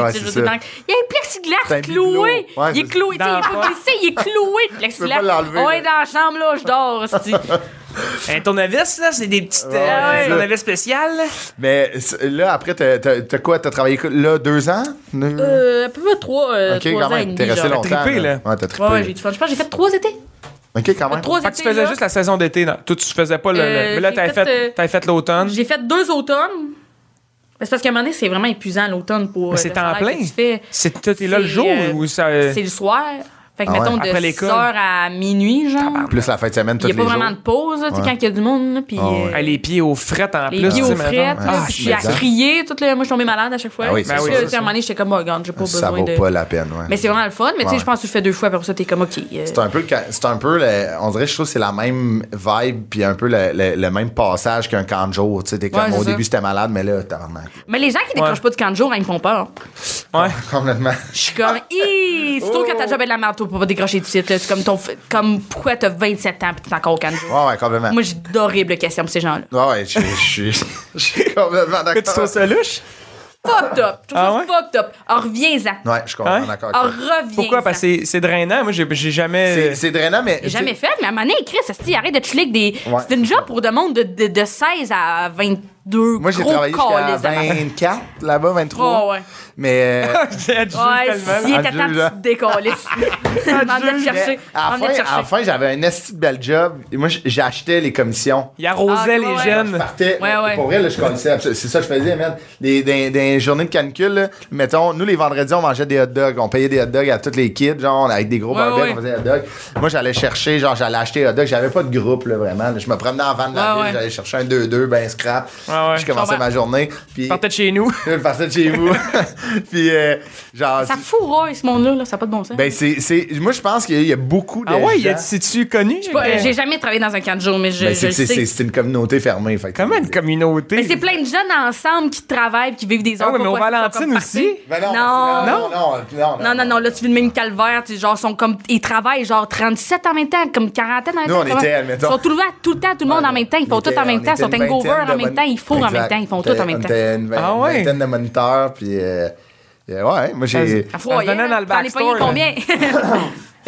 Speaker 5: ouais,
Speaker 7: tu sais, je
Speaker 5: c'est
Speaker 7: veux dire,
Speaker 5: ça.
Speaker 7: dans- Il y a un plexiglas
Speaker 5: C'est un
Speaker 7: cloué.
Speaker 5: bibelot. Ouais,
Speaker 7: il est
Speaker 5: c'est-
Speaker 7: cloué, tu sais, il
Speaker 4: Dans
Speaker 7: est
Speaker 4: la
Speaker 7: pas glissé, il est cloué. Le
Speaker 5: peux pas
Speaker 7: plexiglas.
Speaker 5: l'enlever,
Speaker 7: On
Speaker 5: là.
Speaker 7: est
Speaker 5: [laughs]
Speaker 7: dans la chambre, là, je dors. hostie.
Speaker 4: Un tournevis, là, c'est des petites. euh,
Speaker 5: Ah ouais.
Speaker 4: des tournevis spéciales.
Speaker 5: Mais c- là, après, t'as- t'as t'as quoi? T'as travaillé que- là deux ans? Deux-
Speaker 7: Euh, à peu près trois, euh,
Speaker 5: ok,
Speaker 7: trois
Speaker 5: quand
Speaker 7: ans et
Speaker 5: même.
Speaker 7: demi.
Speaker 5: T'es resté
Speaker 7: genre.
Speaker 5: longtemps.
Speaker 4: trippé, là.
Speaker 5: Ouais, t'as
Speaker 7: Ouais, ouais, j'ai
Speaker 5: trippé.
Speaker 7: eu du fun. Je pense que j'ai fait trois étés.
Speaker 5: Ok, quand même.
Speaker 7: Trois
Speaker 4: Fait que
Speaker 7: étés.
Speaker 4: tu faisais
Speaker 7: là.
Speaker 4: juste la saison d'été. là. Toi, tu faisais pas le.
Speaker 7: Euh,
Speaker 4: le- mais là,
Speaker 7: j'ai
Speaker 4: t'avais fait,
Speaker 7: fait, euh,
Speaker 4: t'avais fait l'automne.
Speaker 7: J'ai fait deux automnes. Mais C'est parce qu'à un moment donné, c'est vraiment épuisant l'automne pour.
Speaker 4: Mais
Speaker 7: euh,
Speaker 4: c'est
Speaker 7: le
Speaker 4: en
Speaker 7: travail
Speaker 4: plein.
Speaker 7: que tu fais.
Speaker 4: C'est toi, t'es là le
Speaker 7: C'est,
Speaker 4: jour
Speaker 7: euh,
Speaker 4: ou ça.
Speaker 7: C'est le soir. Fait que,
Speaker 5: Ah ouais.
Speaker 7: mettons,
Speaker 4: Après
Speaker 7: de 6
Speaker 4: l'école.
Speaker 7: heures à minuit, genre.
Speaker 5: Plus la fin de semaine,
Speaker 7: Il
Speaker 5: tous
Speaker 7: n'y a
Speaker 5: les
Speaker 7: pas
Speaker 5: jours.
Speaker 7: vraiment de pause, là, tu sais,
Speaker 5: Ouais.
Speaker 7: quand il y a du monde. là, Puis,
Speaker 5: Ah ouais.
Speaker 7: euh,
Speaker 4: Ah, les pieds aux frettes en
Speaker 7: les
Speaker 4: plus.
Speaker 7: pieds
Speaker 4: tu sais,
Speaker 7: aux
Speaker 4: mettons.
Speaker 7: frettes, là,
Speaker 4: Ah,
Speaker 7: puis je suis
Speaker 4: c'est
Speaker 7: à
Speaker 5: exact.
Speaker 7: crier. Tout, le- moi, je tombais malade à chaque fois.
Speaker 5: Ah oui,
Speaker 7: Puis
Speaker 5: c'est
Speaker 7: là,
Speaker 4: ça,
Speaker 7: tu
Speaker 4: c'est
Speaker 7: sais, à un moment donné, j'étais comme, oh, regarde, j'ai pas
Speaker 5: Ça
Speaker 7: besoin
Speaker 5: vaut
Speaker 7: de.
Speaker 5: pas la peine, ouais.
Speaker 7: Mais c'est vraiment le fun. Mais tu
Speaker 5: Ouais.
Speaker 7: sais, je pense que tu le fais deux fois, après ça, t'es comme, OK. euh,
Speaker 5: C'est un peu, le ca- c'est un peu le- on dirait, je trouve que c'est la même vibe, puis un peu le, le- le même passage qu'un camp de jour. Tu sais, t'es comme,
Speaker 7: Ouais, c'est
Speaker 5: au
Speaker 7: ça.
Speaker 5: début, c'était malade, mais là, tabarnak. [laughs]
Speaker 7: Mais les gens qui décrochent pas du camp de jour, hein, ils me font peur.
Speaker 4: Ouais.
Speaker 5: Complètement.
Speaker 7: Je
Speaker 5: [laughs]
Speaker 7: suis comme, hi, c'est trop quand
Speaker 5: Oh.
Speaker 7: t'as job est de la merde, toi, pour pas décrocher du site. là. C'est comme, ton, f- comme pourquoi t'as 27 ans pis t'es encore au camp de jour?
Speaker 5: Ouais, ouais, complètement.
Speaker 7: Moi, j'ai d'horribles questions pour ces gens-là.
Speaker 5: Ouais, ouais, je je suis [laughs] [laughs] je suis complètement
Speaker 4: [laughs] Que tu trouves
Speaker 5: d'accord.
Speaker 4: ça louche?
Speaker 7: Fucked up. Je trouve
Speaker 4: Ah
Speaker 7: ça
Speaker 4: ouais?
Speaker 7: fucked up. Alors, reviens-en.
Speaker 5: Ouais, je suis complètement
Speaker 4: Hein?
Speaker 5: d'accord. avec
Speaker 7: Alors,
Speaker 5: toi.
Speaker 7: reviens-en.
Speaker 4: Pourquoi? Parce que c'est- c'est drainant. Moi, j'ai j'ai jamais. euh,
Speaker 5: C'est c'est drainant, mais.
Speaker 7: J'ai jamais fait, mais à un moment donné, Chris, esti, arrête de chiller avec des.
Speaker 5: Ouais.
Speaker 7: C'est une job pour de monde de, de, de 16 à 22.
Speaker 5: Moi, j'ai
Speaker 7: gros
Speaker 5: travaillé jusqu'à
Speaker 7: câlisses de marde.
Speaker 5: 24, là-bas, 23.
Speaker 7: Oh, ouais. [laughs]
Speaker 5: Mais. euh,
Speaker 4: [laughs] J'ai joué
Speaker 7: Ouais,
Speaker 4: tellement.
Speaker 7: si
Speaker 5: à
Speaker 7: était temps,
Speaker 5: Dieu, là.
Speaker 7: tu
Speaker 5: [laughs]
Speaker 7: te décalisses. M'en venait te
Speaker 5: mais
Speaker 7: chercher.
Speaker 5: à la fin,
Speaker 7: M'en venait te
Speaker 5: à la
Speaker 7: chercher.
Speaker 5: fin, j'avais un esti de bel job. Et Moi, j- j'achetais les commissions.
Speaker 4: Il arrosait
Speaker 7: Ah,
Speaker 4: les
Speaker 7: ouais.
Speaker 5: Je
Speaker 4: jeunes.
Speaker 5: partais.
Speaker 7: Ouais, ouais.
Speaker 5: Pour vrai, là, je connaissais. absolu- C'est ça que je faisais, man. Les, dans, dans les journées de canicule, là, mettons, nous, les vendredis, on mangeait des hot dogs. On payait des hot dogs à tous les kids, genre, avec des gros
Speaker 7: Ouais,
Speaker 5: barbecues,
Speaker 7: ouais.
Speaker 5: on faisait des hot dogs. Moi, j'allais chercher, genre, j'allais acheter des hot dogs. J'avais pas de groupe, là, vraiment. là. Je me promenais en van de la
Speaker 7: Ouais,
Speaker 5: ville,
Speaker 7: ouais.
Speaker 5: j'allais chercher un 2-2, ben scrap.
Speaker 4: Ouais, ouais.
Speaker 5: Je commençais
Speaker 7: Genre,
Speaker 5: ma journée. Puis,
Speaker 4: Partait de chez nous.
Speaker 5: [laughs] je partais de chez vous.
Speaker 4: [laughs]
Speaker 5: puis, euh, genre.
Speaker 7: Ça fourra, ce monde-là, là, ça n'a pas de bon sens.
Speaker 5: Ben, c'est, c'est- Moi, je pense qu'il y a beaucoup de.
Speaker 4: Ah ouais, y
Speaker 5: gens-
Speaker 4: a- c'est-tu connu?
Speaker 7: Pas- euh, J'ai jamais travaillé dans un camp de jour, mais je,
Speaker 5: Ben,
Speaker 7: je
Speaker 5: c'est,
Speaker 7: le
Speaker 5: c'est-
Speaker 7: sais.
Speaker 5: c'est- c'est une communauté fermée. Fait que-
Speaker 4: Comment une communauté?
Speaker 7: Mais c'est plein de jeunes ensemble qui travaillent, qui vivent des
Speaker 4: Ah
Speaker 7: heures.
Speaker 4: ouais, mais au
Speaker 7: pourquoi ils sont
Speaker 4: Valentine
Speaker 7: comme
Speaker 4: aussi?
Speaker 7: partis.
Speaker 5: Ben non,
Speaker 7: Non.
Speaker 5: non, non, non,
Speaker 7: Non, non, non, là, tu vis le même calvaire, tu sais, genre, sont comme, ils travaillent genre 37 en même temps, comme quarantaine en même
Speaker 5: Nous,
Speaker 7: temps.
Speaker 5: on
Speaker 7: comment-
Speaker 5: était, admettons.
Speaker 7: Ils sont tout le, temps- tout le temps, tout le monde en même temps, ils font
Speaker 5: On
Speaker 7: tout
Speaker 5: était-
Speaker 7: en même
Speaker 5: on
Speaker 7: temps, ils
Speaker 5: était une
Speaker 7: sont hangover
Speaker 5: vingtaine
Speaker 7: en
Speaker 5: de
Speaker 7: même temps, ils fourrent en
Speaker 5: Exact.
Speaker 7: même temps, ils font tout
Speaker 5: T'es-
Speaker 7: en même
Speaker 5: on
Speaker 7: temps.
Speaker 5: était une
Speaker 4: Ah
Speaker 5: vingt-
Speaker 4: ouais.
Speaker 5: vingtaine de moniteurs, puis... euh, euh, ouais, moi, j'ai...
Speaker 7: À foyer,
Speaker 4: donnait dans le
Speaker 7: t'en es payé
Speaker 4: backstore,
Speaker 7: combien? [laughs]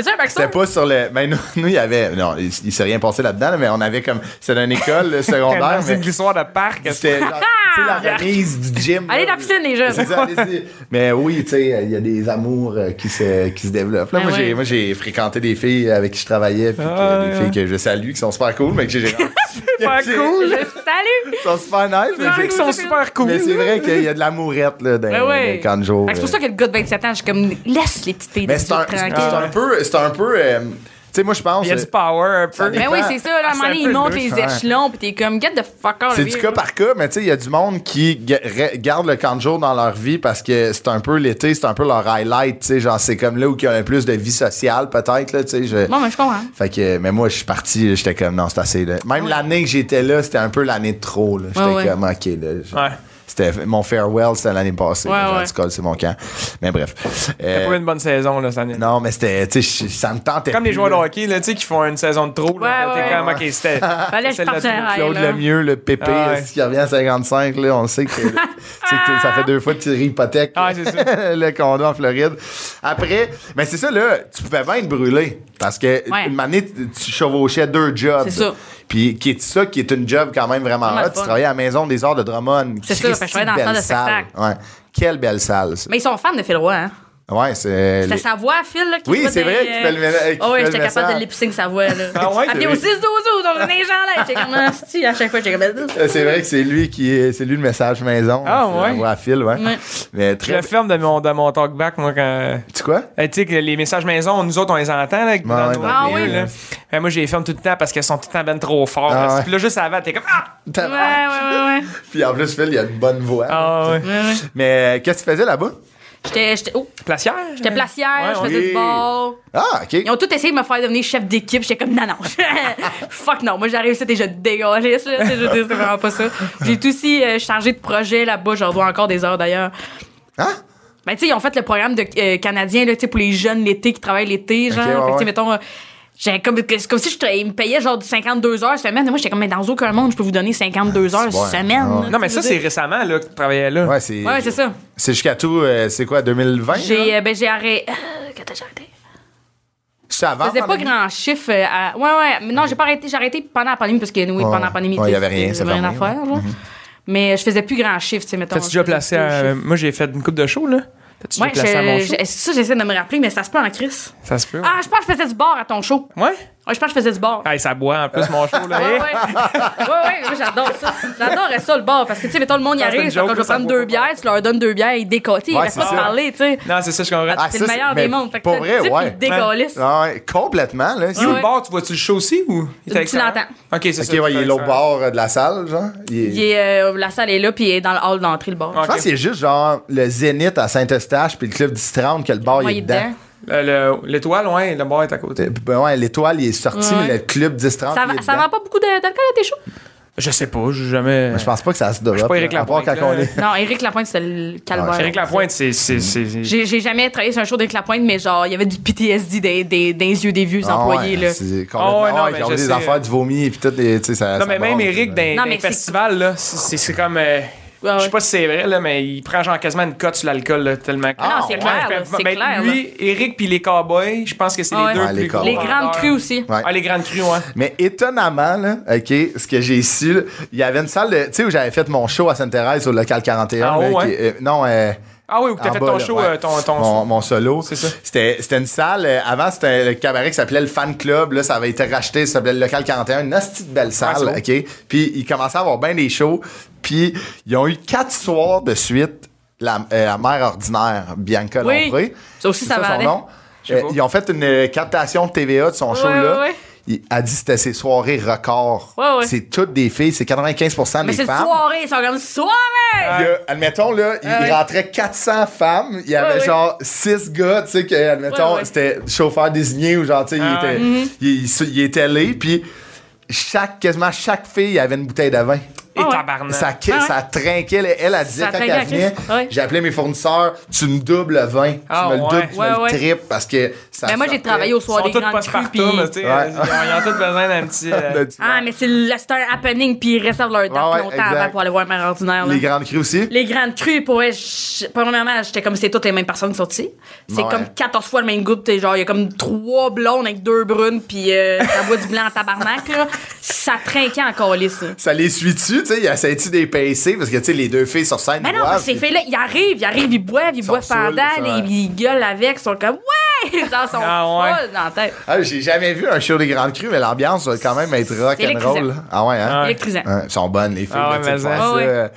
Speaker 7: C'est ça un
Speaker 5: C'était
Speaker 7: backstore?
Speaker 5: pas sur le... Ben, nous, [laughs] nous, il y avait... Non, il, il s'est rien passé là-dedans, là, mais on avait comme... C'était dans une
Speaker 4: [laughs]
Speaker 5: école là, secondaire,
Speaker 4: Dans une
Speaker 5: mais...
Speaker 4: glissoire de parc.
Speaker 5: C'était genre, tu sais, la remise du gym.
Speaker 7: Allez
Speaker 5: là.
Speaker 7: dans la piscine, les jeunes.
Speaker 5: C'est ça, allez-y. Mais oui, tu sais, il y a des amours euh, qui se, qui se développent. Là,
Speaker 7: Ah
Speaker 5: moi, j'ai-
Speaker 7: ouais.
Speaker 5: moi, j'ai fréquenté des filles avec qui je travaillais, puis que-
Speaker 4: Ah,
Speaker 5: des
Speaker 4: ouais.
Speaker 5: filles que je salue, qui sont super cool, mais que j'ai...
Speaker 4: [laughs] Super
Speaker 5: j'ai-
Speaker 4: cool.
Speaker 7: Salut!
Speaker 5: Qui sont super nice, mais
Speaker 4: Les
Speaker 5: j'ai-
Speaker 4: filles qui sont super cool.
Speaker 5: Mais c'est vrai qu'il y a de l'amourette là, dans,
Speaker 7: Ben ouais.
Speaker 5: dans le camp de jour. euh.
Speaker 7: Fait que C'est pour ça que le gars de 27 ans, je suis comme, laisse les petites filles
Speaker 5: Mais
Speaker 7: de
Speaker 5: c'est un,
Speaker 7: dix-huit
Speaker 5: c'est
Speaker 7: tranquilles.
Speaker 5: un peu. C'est un peu. euh, tu sais, moi, je pense.
Speaker 4: Il y a
Speaker 5: euh,
Speaker 4: du power un peu.
Speaker 5: dépend.
Speaker 7: Ben oui, c'est ça,
Speaker 5: Ah,
Speaker 7: là, à un
Speaker 4: C'est
Speaker 7: moment
Speaker 4: un
Speaker 7: donné,
Speaker 4: peu
Speaker 7: ils montent
Speaker 4: louche,
Speaker 7: les
Speaker 4: ouais.
Speaker 7: échelons, pis t'es comme, get the fucker.
Speaker 5: C'est du cas par cas, mais tu sais, il y a du monde qui ga- re- garde le camp de jour dans leur vie parce que c'est un peu l'été, c'est un peu leur highlight, tu sais, genre c'est comme là où il y a le plus de vie sociale peut-être, là, tu sais. je-
Speaker 7: Bon, ben, je comprends.
Speaker 5: Fait que, mais moi, je suis parti, j'étais comme, non, c'est assez, là. Même l'année que j'étais là, c'était un peu l'année de trop, là. J'étais
Speaker 7: Ouais, ouais.
Speaker 5: comme, ok, là. je-
Speaker 4: Ouais.
Speaker 5: C'était mon farewell, c'était l'année passée.
Speaker 7: Ouais,
Speaker 5: là, genre,
Speaker 7: ouais.
Speaker 5: tu colles, c'est mon camp. Mais bref.
Speaker 4: T'as
Speaker 5: Euh,
Speaker 4: pas eu une bonne saison là, cette année.
Speaker 5: Non, mais c'était, tu sais, je- ça me tentait.
Speaker 4: Comme les
Speaker 5: plus,
Speaker 4: joueurs de
Speaker 5: là.
Speaker 4: hockey, là, tu sais, qui font une saison de trop, là.
Speaker 7: Ouais,
Speaker 4: T'es
Speaker 7: ouais.
Speaker 4: comme, ok, c'était.
Speaker 7: [laughs] Fallait que
Speaker 4: c'est
Speaker 7: je
Speaker 4: le
Speaker 7: parte sur
Speaker 4: truc.
Speaker 7: un rail,
Speaker 5: Claude
Speaker 7: là.
Speaker 5: Lemieux, le pépé,
Speaker 4: Ah ouais.
Speaker 5: est-ce qui revient à 55, là, on
Speaker 7: [laughs]
Speaker 5: sait que, c'est que ça fait deux fois que tu ris hypothèque
Speaker 4: Ah, c'est ça.
Speaker 5: [laughs] le condo en Floride. Après, mais c'est ça, là, tu pouvais bien être brûlé parce que
Speaker 7: Ouais.
Speaker 5: une année, tu tu chevauchais deux jobs.
Speaker 7: C'est ça.
Speaker 5: Puis qui est ça, qui est une job quand même vraiment
Speaker 7: Vraiment
Speaker 5: hot.
Speaker 7: le
Speaker 5: Tu
Speaker 7: fun.
Speaker 5: travaillais à la maison des arts de Drummond.
Speaker 7: C'est ça, parce que je travaillais dans la salle de spectacle.
Speaker 5: Ouais. Quelle belle salle, ça.
Speaker 7: Mais ils sont fans de Phil Roy, hein.
Speaker 5: Ouais, c'est.
Speaker 7: C'était
Speaker 5: les-
Speaker 7: sa voix, Phil, là, qui
Speaker 5: Oui,
Speaker 7: fait
Speaker 5: c'est
Speaker 7: des-
Speaker 5: vrai qu'il fait le méla- qu'il
Speaker 7: Ah
Speaker 5: fait
Speaker 7: ouais,
Speaker 5: le
Speaker 7: j'étais capable
Speaker 5: message.
Speaker 7: de lip-sync sa
Speaker 5: [laughs]
Speaker 7: voix, là.
Speaker 4: Ah ouais,
Speaker 7: Appelé
Speaker 4: c'est
Speaker 7: au
Speaker 4: vrai.
Speaker 7: 6-12, on est des gens là. J'étais comme, ah, si, à chaque fois, j'étais comme,
Speaker 5: Euh, C'est vrai que c'est lui qui est, c'est lui le message maison.
Speaker 4: Ah,
Speaker 5: C'est la
Speaker 4: ouais.
Speaker 5: voix à fil, ouais.
Speaker 7: Ouais.
Speaker 5: Mais
Speaker 4: Je
Speaker 5: très.
Speaker 4: le ferme de mon, de mon talkback, moi, quand.
Speaker 5: Tu quoi?
Speaker 4: Eh, tu sais que les messages maison, nous autres, on les entend, là, dans
Speaker 5: ouais,
Speaker 4: nos
Speaker 5: dans
Speaker 7: les
Speaker 4: milieux,
Speaker 7: milieux,
Speaker 4: là. Ben, moi, je les ferme tout le temps parce qu'elles sont tout le temps ben trop fortes.
Speaker 5: Ah,
Speaker 4: là.
Speaker 5: ouais.
Speaker 4: Puis là, juste avant, t'es comme, ah!
Speaker 7: Ouais, ouais, ouais, ouais.
Speaker 5: Puis en plus, Phil, il a une bonne voix.
Speaker 4: Ah, ouais.
Speaker 7: ouais. ouais.
Speaker 5: Mais euh, qu'est-ce que tu faisais là-bas?
Speaker 7: J'étais, j'étais, oh,
Speaker 4: Placière?
Speaker 7: j'étais placière,
Speaker 4: Ouais,
Speaker 7: je
Speaker 4: on-
Speaker 7: faisais
Speaker 5: oui.
Speaker 7: du bord.
Speaker 5: Ah, OK.
Speaker 7: Ils ont tout essayé de me faire devenir chef d'équipe. J'étais comme, non, [laughs] non. Fuck non. Moi, j'arrive ici déjà dégueulasse. là. Tu sais, Je veux dire, c'est vraiment pas ça. J'ai tout aussi euh, chargé de projet là-bas. J'en dois encore des heures d'ailleurs.
Speaker 5: Hein?
Speaker 7: Ben, tu sais, ils ont fait le programme de, euh, canadien, là, tu sais, pour les jeunes l'été qui travaillent l'été, genre.
Speaker 5: ouais,
Speaker 7: Fait que, tu
Speaker 5: ouais.
Speaker 7: sais, mettons, euh, j'avais comme, que- c'est comme si je, tra- ils me payaient genre du 52 heures semaine. Et moi, j'étais comme, mais dans aucun monde, je peux vous donner 52 heures
Speaker 5: bon,
Speaker 7: semaine.
Speaker 5: hein.
Speaker 7: là,
Speaker 4: Non, mais
Speaker 7: tu
Speaker 4: ça,
Speaker 7: sais, je
Speaker 4: c'est
Speaker 7: veux dire.
Speaker 4: récemment, là, que tu travaillais là.
Speaker 5: Ouais, c'est.
Speaker 7: Ouais, c'est ça.
Speaker 5: C'est jusqu'à tout, euh, c'est quoi, 2020?
Speaker 4: Ah.
Speaker 7: J'ai,
Speaker 5: là?
Speaker 7: euh, ben, [laughs] j'ai arrêté. Euh, quand j'ai arrêté?
Speaker 5: C'est avant.
Speaker 7: faisais pas
Speaker 5: pandémie?
Speaker 7: grand chiffre. euh, à- Ouais, ouais. Mais non, j'ai pas arrêté. J'ai arrêté pendant la pandémie parce que, oui, pendant la pandémie,
Speaker 5: Ah. Ouais,
Speaker 7: tu sais,
Speaker 5: y avait rien,
Speaker 7: j'avais
Speaker 5: ça
Speaker 7: rien à
Speaker 5: fermait, Mm-hmm.
Speaker 7: faire, genre. Mais je faisais plus grand chiffre, tu sais, mettons.
Speaker 4: T'as-tu déjà
Speaker 7: je faisais
Speaker 4: placé
Speaker 7: plus
Speaker 4: à-
Speaker 7: chiffre.
Speaker 4: Moi, j'ai fait une coupe de show, là. T'as-tu
Speaker 7: Ouais,
Speaker 4: déjà placé à mon
Speaker 7: je-
Speaker 4: show?
Speaker 7: je- ça, j'essaie de me rappeler, mais ça se peut en crise.
Speaker 4: Ça se peut. ouais.
Speaker 7: Ah, je pense que je faisais du bar à ton show.
Speaker 4: Ouais?
Speaker 7: Ouais, je pense que je faisais du bar.
Speaker 4: Ah, et ça boit en plus, mon show, là.
Speaker 7: Ah!
Speaker 5: Eh.
Speaker 7: Ouais, ouais.
Speaker 4: Hey!
Speaker 7: ouais, ouais, moi, j'adore ça. J'adorerais ça, le bar. Parce que, tu sais, mettons, le monde y
Speaker 4: Ah, c'est une
Speaker 7: arrive. Quand
Speaker 4: joke,
Speaker 7: je vais
Speaker 4: ça
Speaker 7: prendre
Speaker 4: vaut
Speaker 7: deux
Speaker 4: pas.
Speaker 7: bières, tu leur donnes deux bières, ils décotent. Ils
Speaker 5: Ouais,
Speaker 7: restent
Speaker 5: c'est
Speaker 7: pas de
Speaker 5: ça.
Speaker 7: parler, tu sais.
Speaker 4: Non, c'est ça, je comprends.
Speaker 5: Ah,
Speaker 7: c'est le
Speaker 5: ça,
Speaker 7: meilleur
Speaker 5: mais
Speaker 7: des mondes. Fait que
Speaker 5: pour
Speaker 7: t'as
Speaker 5: vrai,
Speaker 7: le type,
Speaker 5: ouais.
Speaker 7: il décalisse.
Speaker 5: Ah ouais, complètement, là.
Speaker 4: Puis
Speaker 5: C'est-
Speaker 4: au
Speaker 7: ouais.
Speaker 4: bar, tu vois-tu le show aussi ou il était
Speaker 7: Tu
Speaker 4: extérieur?
Speaker 7: l'entends.
Speaker 4: Ok, c'est
Speaker 5: Ok,
Speaker 4: ça.
Speaker 5: ouais, il est l'autre bord euh, de la salle, genre. Il est-
Speaker 7: Il est, euh, la salle est là, puis il est dans le hall d'entrée, le bar.
Speaker 4: Ouais.
Speaker 5: Je pense que c'est juste genre le Zénith à Saint-Eustache puis le club du 30 que le bar
Speaker 7: Moi,
Speaker 5: il est dedans.
Speaker 4: Euh, Le- le- L'étoile, ouais, le bar est à côté.
Speaker 5: Euh, ben ouais, l'étoile il est sorti,
Speaker 7: Ouais.
Speaker 5: mais le club 10-30.
Speaker 7: Ça,
Speaker 5: Ah, il est
Speaker 7: va- ça
Speaker 5: dedans.
Speaker 7: vend pas beaucoup de- d'alcool à tes shows?
Speaker 4: Je sais pas, j'ai jamais.
Speaker 5: Mais Je pense pas que ça
Speaker 4: Je
Speaker 5: se
Speaker 4: suis
Speaker 5: développe.
Speaker 4: pas Éric
Speaker 5: là, à part
Speaker 4: Lapointe,
Speaker 5: quand on
Speaker 4: là.
Speaker 5: est-
Speaker 7: Non, Éric Lapointe, c'est le calvaire.
Speaker 4: Éric Lapointe, c'est. c'est- c'est-
Speaker 7: J'ai j'ai jamais travaillé sur un show d'Éric Lapointe, mais genre, il y avait du PTSD des, des, dans les yeux des vieux
Speaker 5: Ah ouais,
Speaker 7: employés, là.
Speaker 5: C'est
Speaker 4: Ah
Speaker 5: complètement.
Speaker 4: ouais, non,
Speaker 5: ouais,
Speaker 4: mais
Speaker 5: ils ont
Speaker 4: je
Speaker 5: des
Speaker 4: sais.
Speaker 5: affaires du vomi puis tout. et, tu sais, ça,
Speaker 4: Non,
Speaker 5: ça
Speaker 4: mais même
Speaker 5: brasse,
Speaker 4: Eric,
Speaker 5: là.
Speaker 4: dans
Speaker 7: Non,
Speaker 4: dans
Speaker 7: mais
Speaker 4: les
Speaker 7: c'est-
Speaker 4: festivals, là, c'est- c'est c'est comme. euh,
Speaker 7: Ouais, ouais.
Speaker 4: Je sais pas si c'est vrai, là, mais il prend genre quasiment une cote sur l'alcool, là, tellement. que-
Speaker 7: Ah, non, c'est clair, là, c'est
Speaker 4: Mais
Speaker 7: clair,
Speaker 4: lui, Eric puis les cowboys, je pense que c'est
Speaker 7: Ah Ouais.
Speaker 4: les deux.
Speaker 5: Ouais, les
Speaker 4: plus gros
Speaker 7: Les
Speaker 5: Ouais.
Speaker 7: grandes
Speaker 4: vendeurs.
Speaker 7: crues aussi.
Speaker 5: Ouais.
Speaker 4: Ah, les grandes crues, ouais.
Speaker 5: Mais étonnamment, là, OK, ce que j'ai su, là, il y avait une salle de. Tu sais, où j'avais fait mon show à Sainte-Thérèse au local 41.
Speaker 4: En haut,
Speaker 5: là,
Speaker 4: hein?
Speaker 5: qui- euh, non, euh,
Speaker 4: Ah oui, où t'as
Speaker 5: en
Speaker 4: fait
Speaker 5: bas,
Speaker 4: ton
Speaker 5: là,
Speaker 4: show,
Speaker 5: ouais.
Speaker 4: euh, ton. ton-
Speaker 5: mon, mon solo.
Speaker 4: C'est ça.
Speaker 5: C'était c'était une salle. euh, avant, c'était le cabaret qui s'appelait le Fan Club. Là, ça avait été racheté. Ça s'appelait le Local 41. Une hostie de belle salle.
Speaker 4: Ouais,
Speaker 5: OK? Puis, ils commençaient à avoir bien des shows. Puis, ils ont eu quatre soirs de suite la, euh, la mère ordinaire, Bianca
Speaker 7: Oui.
Speaker 5: Lombré.
Speaker 7: Ça aussi,
Speaker 5: C'est
Speaker 7: ça valait.
Speaker 5: son nom.
Speaker 4: Je sais
Speaker 5: Euh,
Speaker 4: pas.
Speaker 5: ils ont fait une euh, captation de TVA de son show-là.
Speaker 7: ouais, ouais.
Speaker 5: Il a dit que c'était ses soirées records.
Speaker 7: Ouais, ouais.
Speaker 5: C'est toutes des filles. C'est 95
Speaker 7: Mais
Speaker 5: des
Speaker 7: c'est une
Speaker 5: femmes.
Speaker 7: soirée, c'est comme soirée!
Speaker 5: Il y a, admettons, là, il il rentrait 400 femmes. Il y avait
Speaker 7: Ah Ouais, ouais.
Speaker 5: genre 6 gars, tu sais, que, admettons,
Speaker 7: Ouais, Mm-hmm. ouais.
Speaker 5: c'était chauffeur désigné ou genre, tu sais,
Speaker 4: Ah,
Speaker 5: il, était, il, il- il était allé. Puis, chaque, quasiment chaque fille avait une bouteille de vin.
Speaker 4: Et
Speaker 7: Ah ouais.
Speaker 4: tabarnak.
Speaker 5: Ça, qui-
Speaker 7: Ah ouais.
Speaker 5: ça trinquait. là. Elle, a dit
Speaker 7: Ça
Speaker 5: quand
Speaker 7: trinquait à
Speaker 5: elle venait,
Speaker 7: Christ. Ah Ouais.
Speaker 5: j'appelais mes fournisseurs, tu me doubles le vin. Tu
Speaker 4: Ah
Speaker 5: me le
Speaker 4: ouais.
Speaker 5: doubles, tu
Speaker 7: Ouais,
Speaker 5: me le
Speaker 7: ouais.
Speaker 5: tripes parce que ça.
Speaker 7: Mais moi, j'ai
Speaker 5: sortait. [laughs]
Speaker 7: travaillé au
Speaker 4: Ils sont
Speaker 7: soir des
Speaker 4: tous
Speaker 7: grandes crues,
Speaker 4: passe-partout,
Speaker 7: puis...
Speaker 4: mais tu sais, euh,
Speaker 5: Ouais.
Speaker 4: ils ont ils ont tous besoin d'un
Speaker 5: [laughs]
Speaker 4: petit. euh,
Speaker 7: Ah, mais c'est le c'est un happening, puis ils réservent leur date
Speaker 5: Ouais, ouais,
Speaker 7: longtemps
Speaker 5: exact.
Speaker 7: avant pour aller voir un maire ordinaire. là.
Speaker 5: Les grandes crues aussi.
Speaker 7: Les grandes crues, pour vrai, je- premièrement, j'étais comme c'est toutes les mêmes personnes qui sont ici. C'est
Speaker 5: Ouais.
Speaker 7: comme 14 fois le même groupe. t'es Genre, il y a comme trois blondes avec deux brunes, puis euh, ça boit du blanc en tabarnak. Là. Ça trinquait encore les ça.
Speaker 5: Ça les suit-tu, tu sais? Ils essaient-tu d'épaisser? Parce que, tu sais, les deux filles sur scène.
Speaker 7: Mais non,
Speaker 5: boivent,
Speaker 7: ces
Speaker 5: puis-
Speaker 7: filles-là, ils arrivent, ils arrivent, ils boivent, ils
Speaker 5: sont
Speaker 7: boivent pendant,
Speaker 5: saouls, ça, ouais.
Speaker 7: ils, ils gueulent avec, ils sont comme ouais! [laughs] Ils en sont
Speaker 4: Ah, ouais.
Speaker 7: folles dans la tête.
Speaker 5: Ah, j'ai jamais vu un show des grandes crues, mais l'ambiance va quand même être rock and roll.
Speaker 7: électrisant.
Speaker 5: Ah ouais, hein?
Speaker 7: Électrisant.
Speaker 5: Hein, Elles sont bonnes, les filles.
Speaker 4: Ah
Speaker 5: là,
Speaker 4: ouais,
Speaker 5: tu sais,
Speaker 4: mais
Speaker 5: de
Speaker 4: ça.
Speaker 5: faire
Speaker 7: Ah
Speaker 5: ça,
Speaker 7: ouais.
Speaker 5: euh,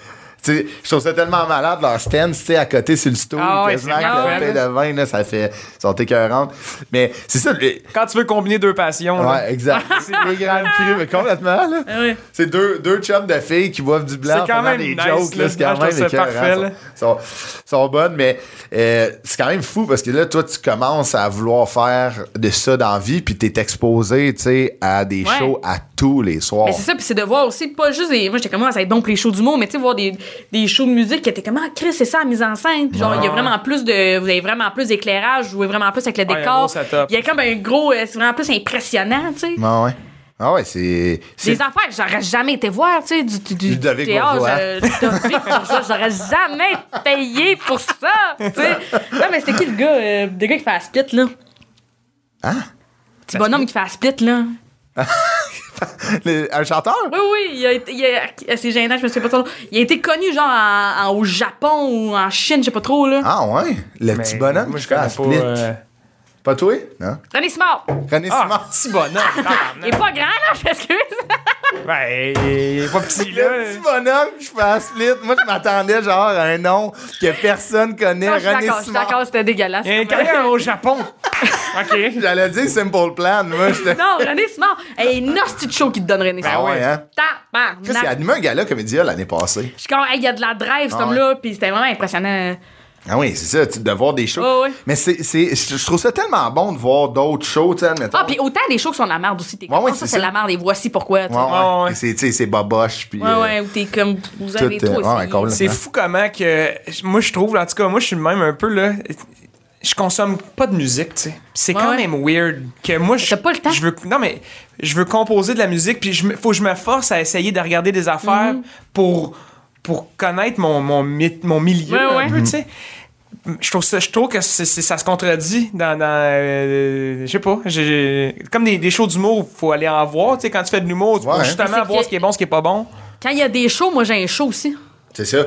Speaker 5: tu sais, je trouve ça tellement malade, leur stand, tu sais, à côté sur le stool,
Speaker 4: Ah ouais,
Speaker 5: quasiment
Speaker 4: c'est
Speaker 5: avec
Speaker 7: bien
Speaker 5: la
Speaker 7: fait,
Speaker 5: bouteille de vin, là, ça fait, ils sont écœurantes. Mais c'est ça, les-
Speaker 4: Quand tu veux combiner deux passions. là.
Speaker 5: ouais, [laughs] exact. les
Speaker 4: [laughs]
Speaker 5: grandes crues, mais complètement, là.
Speaker 7: ouais.
Speaker 5: C'est deux, deux chums de filles qui boivent du blanc.
Speaker 4: Ah C'est
Speaker 5: en
Speaker 4: quand
Speaker 5: faisant
Speaker 4: même
Speaker 5: des
Speaker 4: nice,
Speaker 5: jokes,
Speaker 4: là.
Speaker 5: là, c'est
Speaker 4: Moi,
Speaker 5: quand
Speaker 4: je
Speaker 5: même
Speaker 4: trouve ça
Speaker 5: écœurant,
Speaker 4: parfait,
Speaker 5: sont, sont bonnes, mais euh, c'est quand même fou parce que là, toi, tu commences à vouloir faire de ça dans la vie, puis t'es exposé, tu sais, à des
Speaker 7: Ouais.
Speaker 5: shows à tous les soirs.
Speaker 7: Mais c'est ça, puis c'est de voir aussi, pas juste des. Moi, j'étais comme, ah, ça va être bon pour les shows d'humour, mais tu sais, voir des, des shows de musique qui étaient comme, ah, Chris, c'est ça, la mise en scène. Puis genre, il y a vraiment plus de. Vous avez vraiment plus d'éclairage, vous jouez vraiment plus avec le
Speaker 4: Ouais, il y a un
Speaker 7: décor.
Speaker 4: gros setup.
Speaker 7: Il y a comme un gros. euh, C'est vraiment plus impressionnant, tu sais.
Speaker 5: Ah ouais. Ah ouais, c'est. c'est-
Speaker 7: Des affaires que j'aurais jamais été voir, tu sais, du, du, du
Speaker 5: Ludovic
Speaker 7: théâtre.
Speaker 5: Bourgeois.
Speaker 7: euh, Ludovic
Speaker 4: [laughs]
Speaker 7: Bourgeois, j'aurais jamais payé pour ça, tu sais. Non, mais c'était qui le gars, euh, le gars qui fait la split, là?
Speaker 4: Ah.
Speaker 5: Hein?
Speaker 7: Petit bonhomme qui fait la split, là.
Speaker 5: Le- un chanteur?
Speaker 7: Oui, oui, il a été. il a- ah, C'est gênant, je me souviens pas trop. Il a été connu, genre, en- en- au Japon ou en Chine, je sais pas trop, là.
Speaker 5: Ah ouais. Le
Speaker 4: Mais
Speaker 5: petit bonhomme.
Speaker 4: Ben, Moi, je
Speaker 5: qui fait la
Speaker 4: connais
Speaker 5: Ah, split.
Speaker 4: pas. euh,
Speaker 5: Pas toi? Non.
Speaker 7: René Simard!
Speaker 5: René
Speaker 4: Ah,
Speaker 5: Simard.
Speaker 4: petit bonhomme.
Speaker 7: Il est pas grand, là, [laughs] je m'excuse!
Speaker 4: Ben, [laughs] il est pas petit,
Speaker 5: Le
Speaker 4: là.
Speaker 5: petit bonhomme qui fait la split. Moi, je m'attendais genre à un nom que personne connaît.
Speaker 7: Non, je suis
Speaker 5: René
Speaker 7: d'accord, je suis
Speaker 5: Simard.
Speaker 7: d'accord, c'était dégueulasse.
Speaker 4: Il y a un carrière au Japon. OK.
Speaker 5: J'allais dire Simple Plan. Moi, j'étais.
Speaker 7: [laughs] Non, René Simard! Hey, une hostie de show qui te donne René
Speaker 5: Ah
Speaker 7: Simard!
Speaker 5: ouais, hein? Qu'est-ce qu'il a
Speaker 7: Tabarnak!
Speaker 5: animé un gala comédia l'année passée?
Speaker 7: Je suis comme, hey, il y a de la drive, cet
Speaker 5: Ah
Speaker 7: homme-là, puis c'était vraiment impressionnant.
Speaker 5: Ah oui, c'est ça, tu- de voir des shows.
Speaker 7: Ouais, ouais.
Speaker 5: Mais c'est, c'est- je je trouve ça tellement bon de voir d'autres shows, tu sais, admettons.
Speaker 7: Ah, puis autant des shows qui sont de la merde aussi, t'es
Speaker 5: Ouais,
Speaker 7: comme,
Speaker 5: ouais,
Speaker 7: Ah, ça,
Speaker 5: c'est
Speaker 7: c'est de
Speaker 5: ça.
Speaker 7: la merde, et voici pourquoi, tu
Speaker 5: Ouais,
Speaker 7: sais.
Speaker 5: ouais.
Speaker 4: ouais.
Speaker 5: C'est, tu sais, c'est boboche, puis...
Speaker 7: Ouais,
Speaker 5: euh,
Speaker 7: ouais, ou t'es comme, vous avez
Speaker 5: tout,
Speaker 7: tout,
Speaker 5: euh, ouais,
Speaker 7: essayé.
Speaker 5: complètement.
Speaker 4: C'est fou comment que. Moi, je trouve, en tout cas, moi, je suis le même un peu, là. Je consomme pas de musique, tu sais. C'est quand
Speaker 7: Ouais.
Speaker 4: même weird que moi, je.
Speaker 7: T'as pas le temps.
Speaker 4: Je veux, non, mais je veux composer de la musique, puis je, me- faut que je me force à essayer de regarder des
Speaker 7: Mhm.
Speaker 4: affaires pour, pour connaître mon, mon, mythe- mon milieu
Speaker 7: Ouais,
Speaker 4: un
Speaker 7: ouais.
Speaker 4: peu, tu sais. je trouve ça, je trouve que c'est- c'est- ça se contredit dans, dans, euh, je sais pas, j'ai- j'ai- comme des, des shows d'humour, faut aller en voir, tu sais, quand tu fais de l'humour, tu
Speaker 5: Ouais,
Speaker 4: peux
Speaker 5: hein.
Speaker 7: Mais
Speaker 4: justement
Speaker 7: c'est
Speaker 4: voir
Speaker 7: que-
Speaker 4: ce qui est bon, ce qui est pas bon.
Speaker 7: Quand il y a des shows, moi, j'ai un show aussi.
Speaker 5: C'est ça.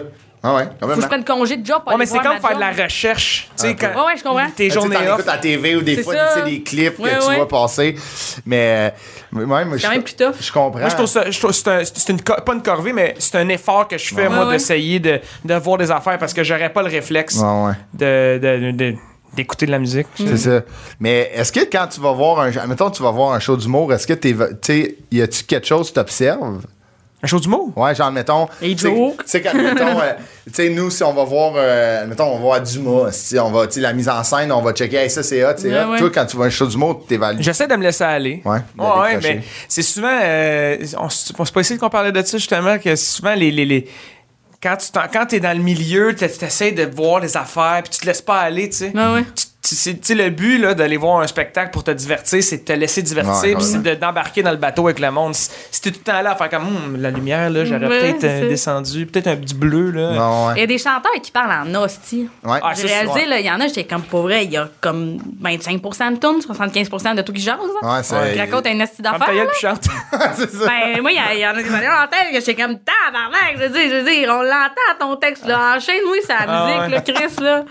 Speaker 5: Ah ouais, quand même.
Speaker 7: Faut que je
Speaker 5: hein.
Speaker 7: prenne congé de job pour
Speaker 4: Ouais, Oh, mais
Speaker 7: aller
Speaker 4: c'est
Speaker 7: voir
Speaker 4: comme
Speaker 7: ma
Speaker 4: faire de la
Speaker 7: job.
Speaker 4: recherche, tu sais,
Speaker 5: peu.
Speaker 4: quand-
Speaker 7: Ouais, ouais, je comprends.
Speaker 4: tes
Speaker 5: Tu sais,
Speaker 4: journées
Speaker 5: t'en
Speaker 4: off.
Speaker 5: écoutes à la TV ou des
Speaker 7: C'est
Speaker 5: fois,
Speaker 7: ça.
Speaker 5: tu sais, des clips que
Speaker 7: Ouais,
Speaker 5: tu
Speaker 7: ouais.
Speaker 5: vois passer. Mais, euh, ouais, moi, je-
Speaker 7: même plus tough.
Speaker 5: Je comprends.
Speaker 4: Moi, je trouve ça, je trouve- c'est, un- c'est une, co- pas une corvée, mais c'est un effort que je fais,
Speaker 5: Ouais.
Speaker 4: moi,
Speaker 7: Ouais, ouais.
Speaker 4: d'essayer de, de voir des affaires parce que j'aurais pas le réflexe
Speaker 5: Ouais, ouais.
Speaker 4: de, de- de- d'écouter de la musique.
Speaker 7: Mm.
Speaker 5: C'est ça. Mais est-ce que quand tu vas voir un. Admettons, tu vas voir un show d'humour, est-ce que t'es. Tu sais, y a-tu quelque chose que t'observes?
Speaker 4: Un show d'humour?
Speaker 5: Ouais, genre, mettons.
Speaker 7: Et
Speaker 5: tu sais-
Speaker 7: joke.
Speaker 5: Tu sais, quand, mettons, euh, tu sais, nous, si on va voir. euh, mettons, on va voir Dumas. Si on va. Tu sais, la mise en scène, on va checker. Hey, ça, c'est hot, c'est
Speaker 7: Ouais,
Speaker 5: hot.
Speaker 7: ouais.
Speaker 5: Toi, quand tu vas à un show d'humour, t'es validé.
Speaker 4: J'essaie de me laisser aller. Ah
Speaker 5: Ouais, de
Speaker 4: Ouais, ouais,
Speaker 5: décrocher.
Speaker 4: mais c'est souvent. euh, on s- on s'est pas essayé qu'on parlait de ça justement, que souvent, les. les- les- quand tu t'en- quand t'es dans le milieu, tu essaies de voir les affaires, puis tu te laisses pas aller, tu sais.
Speaker 7: Ouais, ouais.
Speaker 4: Tu- tu- c'est- tu sais, le but là, d'aller voir un spectacle pour te divertir, c'est de te laisser
Speaker 5: Ouais,
Speaker 4: divertir, puis c'est
Speaker 5: complètement.
Speaker 4: de- d'embarquer dans le bateau avec le monde. Si si t'es tout le temps là à faire comme Hum, la lumière, là, j'aurais
Speaker 7: Ouais,
Speaker 4: peut-être euh,
Speaker 7: c'est-
Speaker 4: descendu, peut-être un petit bleu. Là.
Speaker 5: Non, ouais.
Speaker 7: Il y a des chanteurs qui parlent en hostie.
Speaker 5: Ouais.
Speaker 4: Ah,
Speaker 7: J'ai
Speaker 4: ça, c'est-
Speaker 7: réalisé,
Speaker 4: ouais.
Speaker 7: là, il y en a, j'étais comme pour vrai, il y a comme 25 de tunes, 75 de tout qui jase. là.
Speaker 5: Ouais, c'est-
Speaker 7: Ils racontent un hostie
Speaker 4: Ferme ta
Speaker 7: d'affaires.
Speaker 4: gueule,
Speaker 7: là.
Speaker 4: puis chante.
Speaker 5: c'est ça.
Speaker 7: Ben, moi, il y, a- il y en a des manières en tête que j'étais comme tabarnak. Je veux dire, je veux dire, on l'entend ton texte, là. Enchaîne-moi, c'est la
Speaker 4: Ah,
Speaker 7: musique,
Speaker 4: ouais.
Speaker 7: là, Chris, là.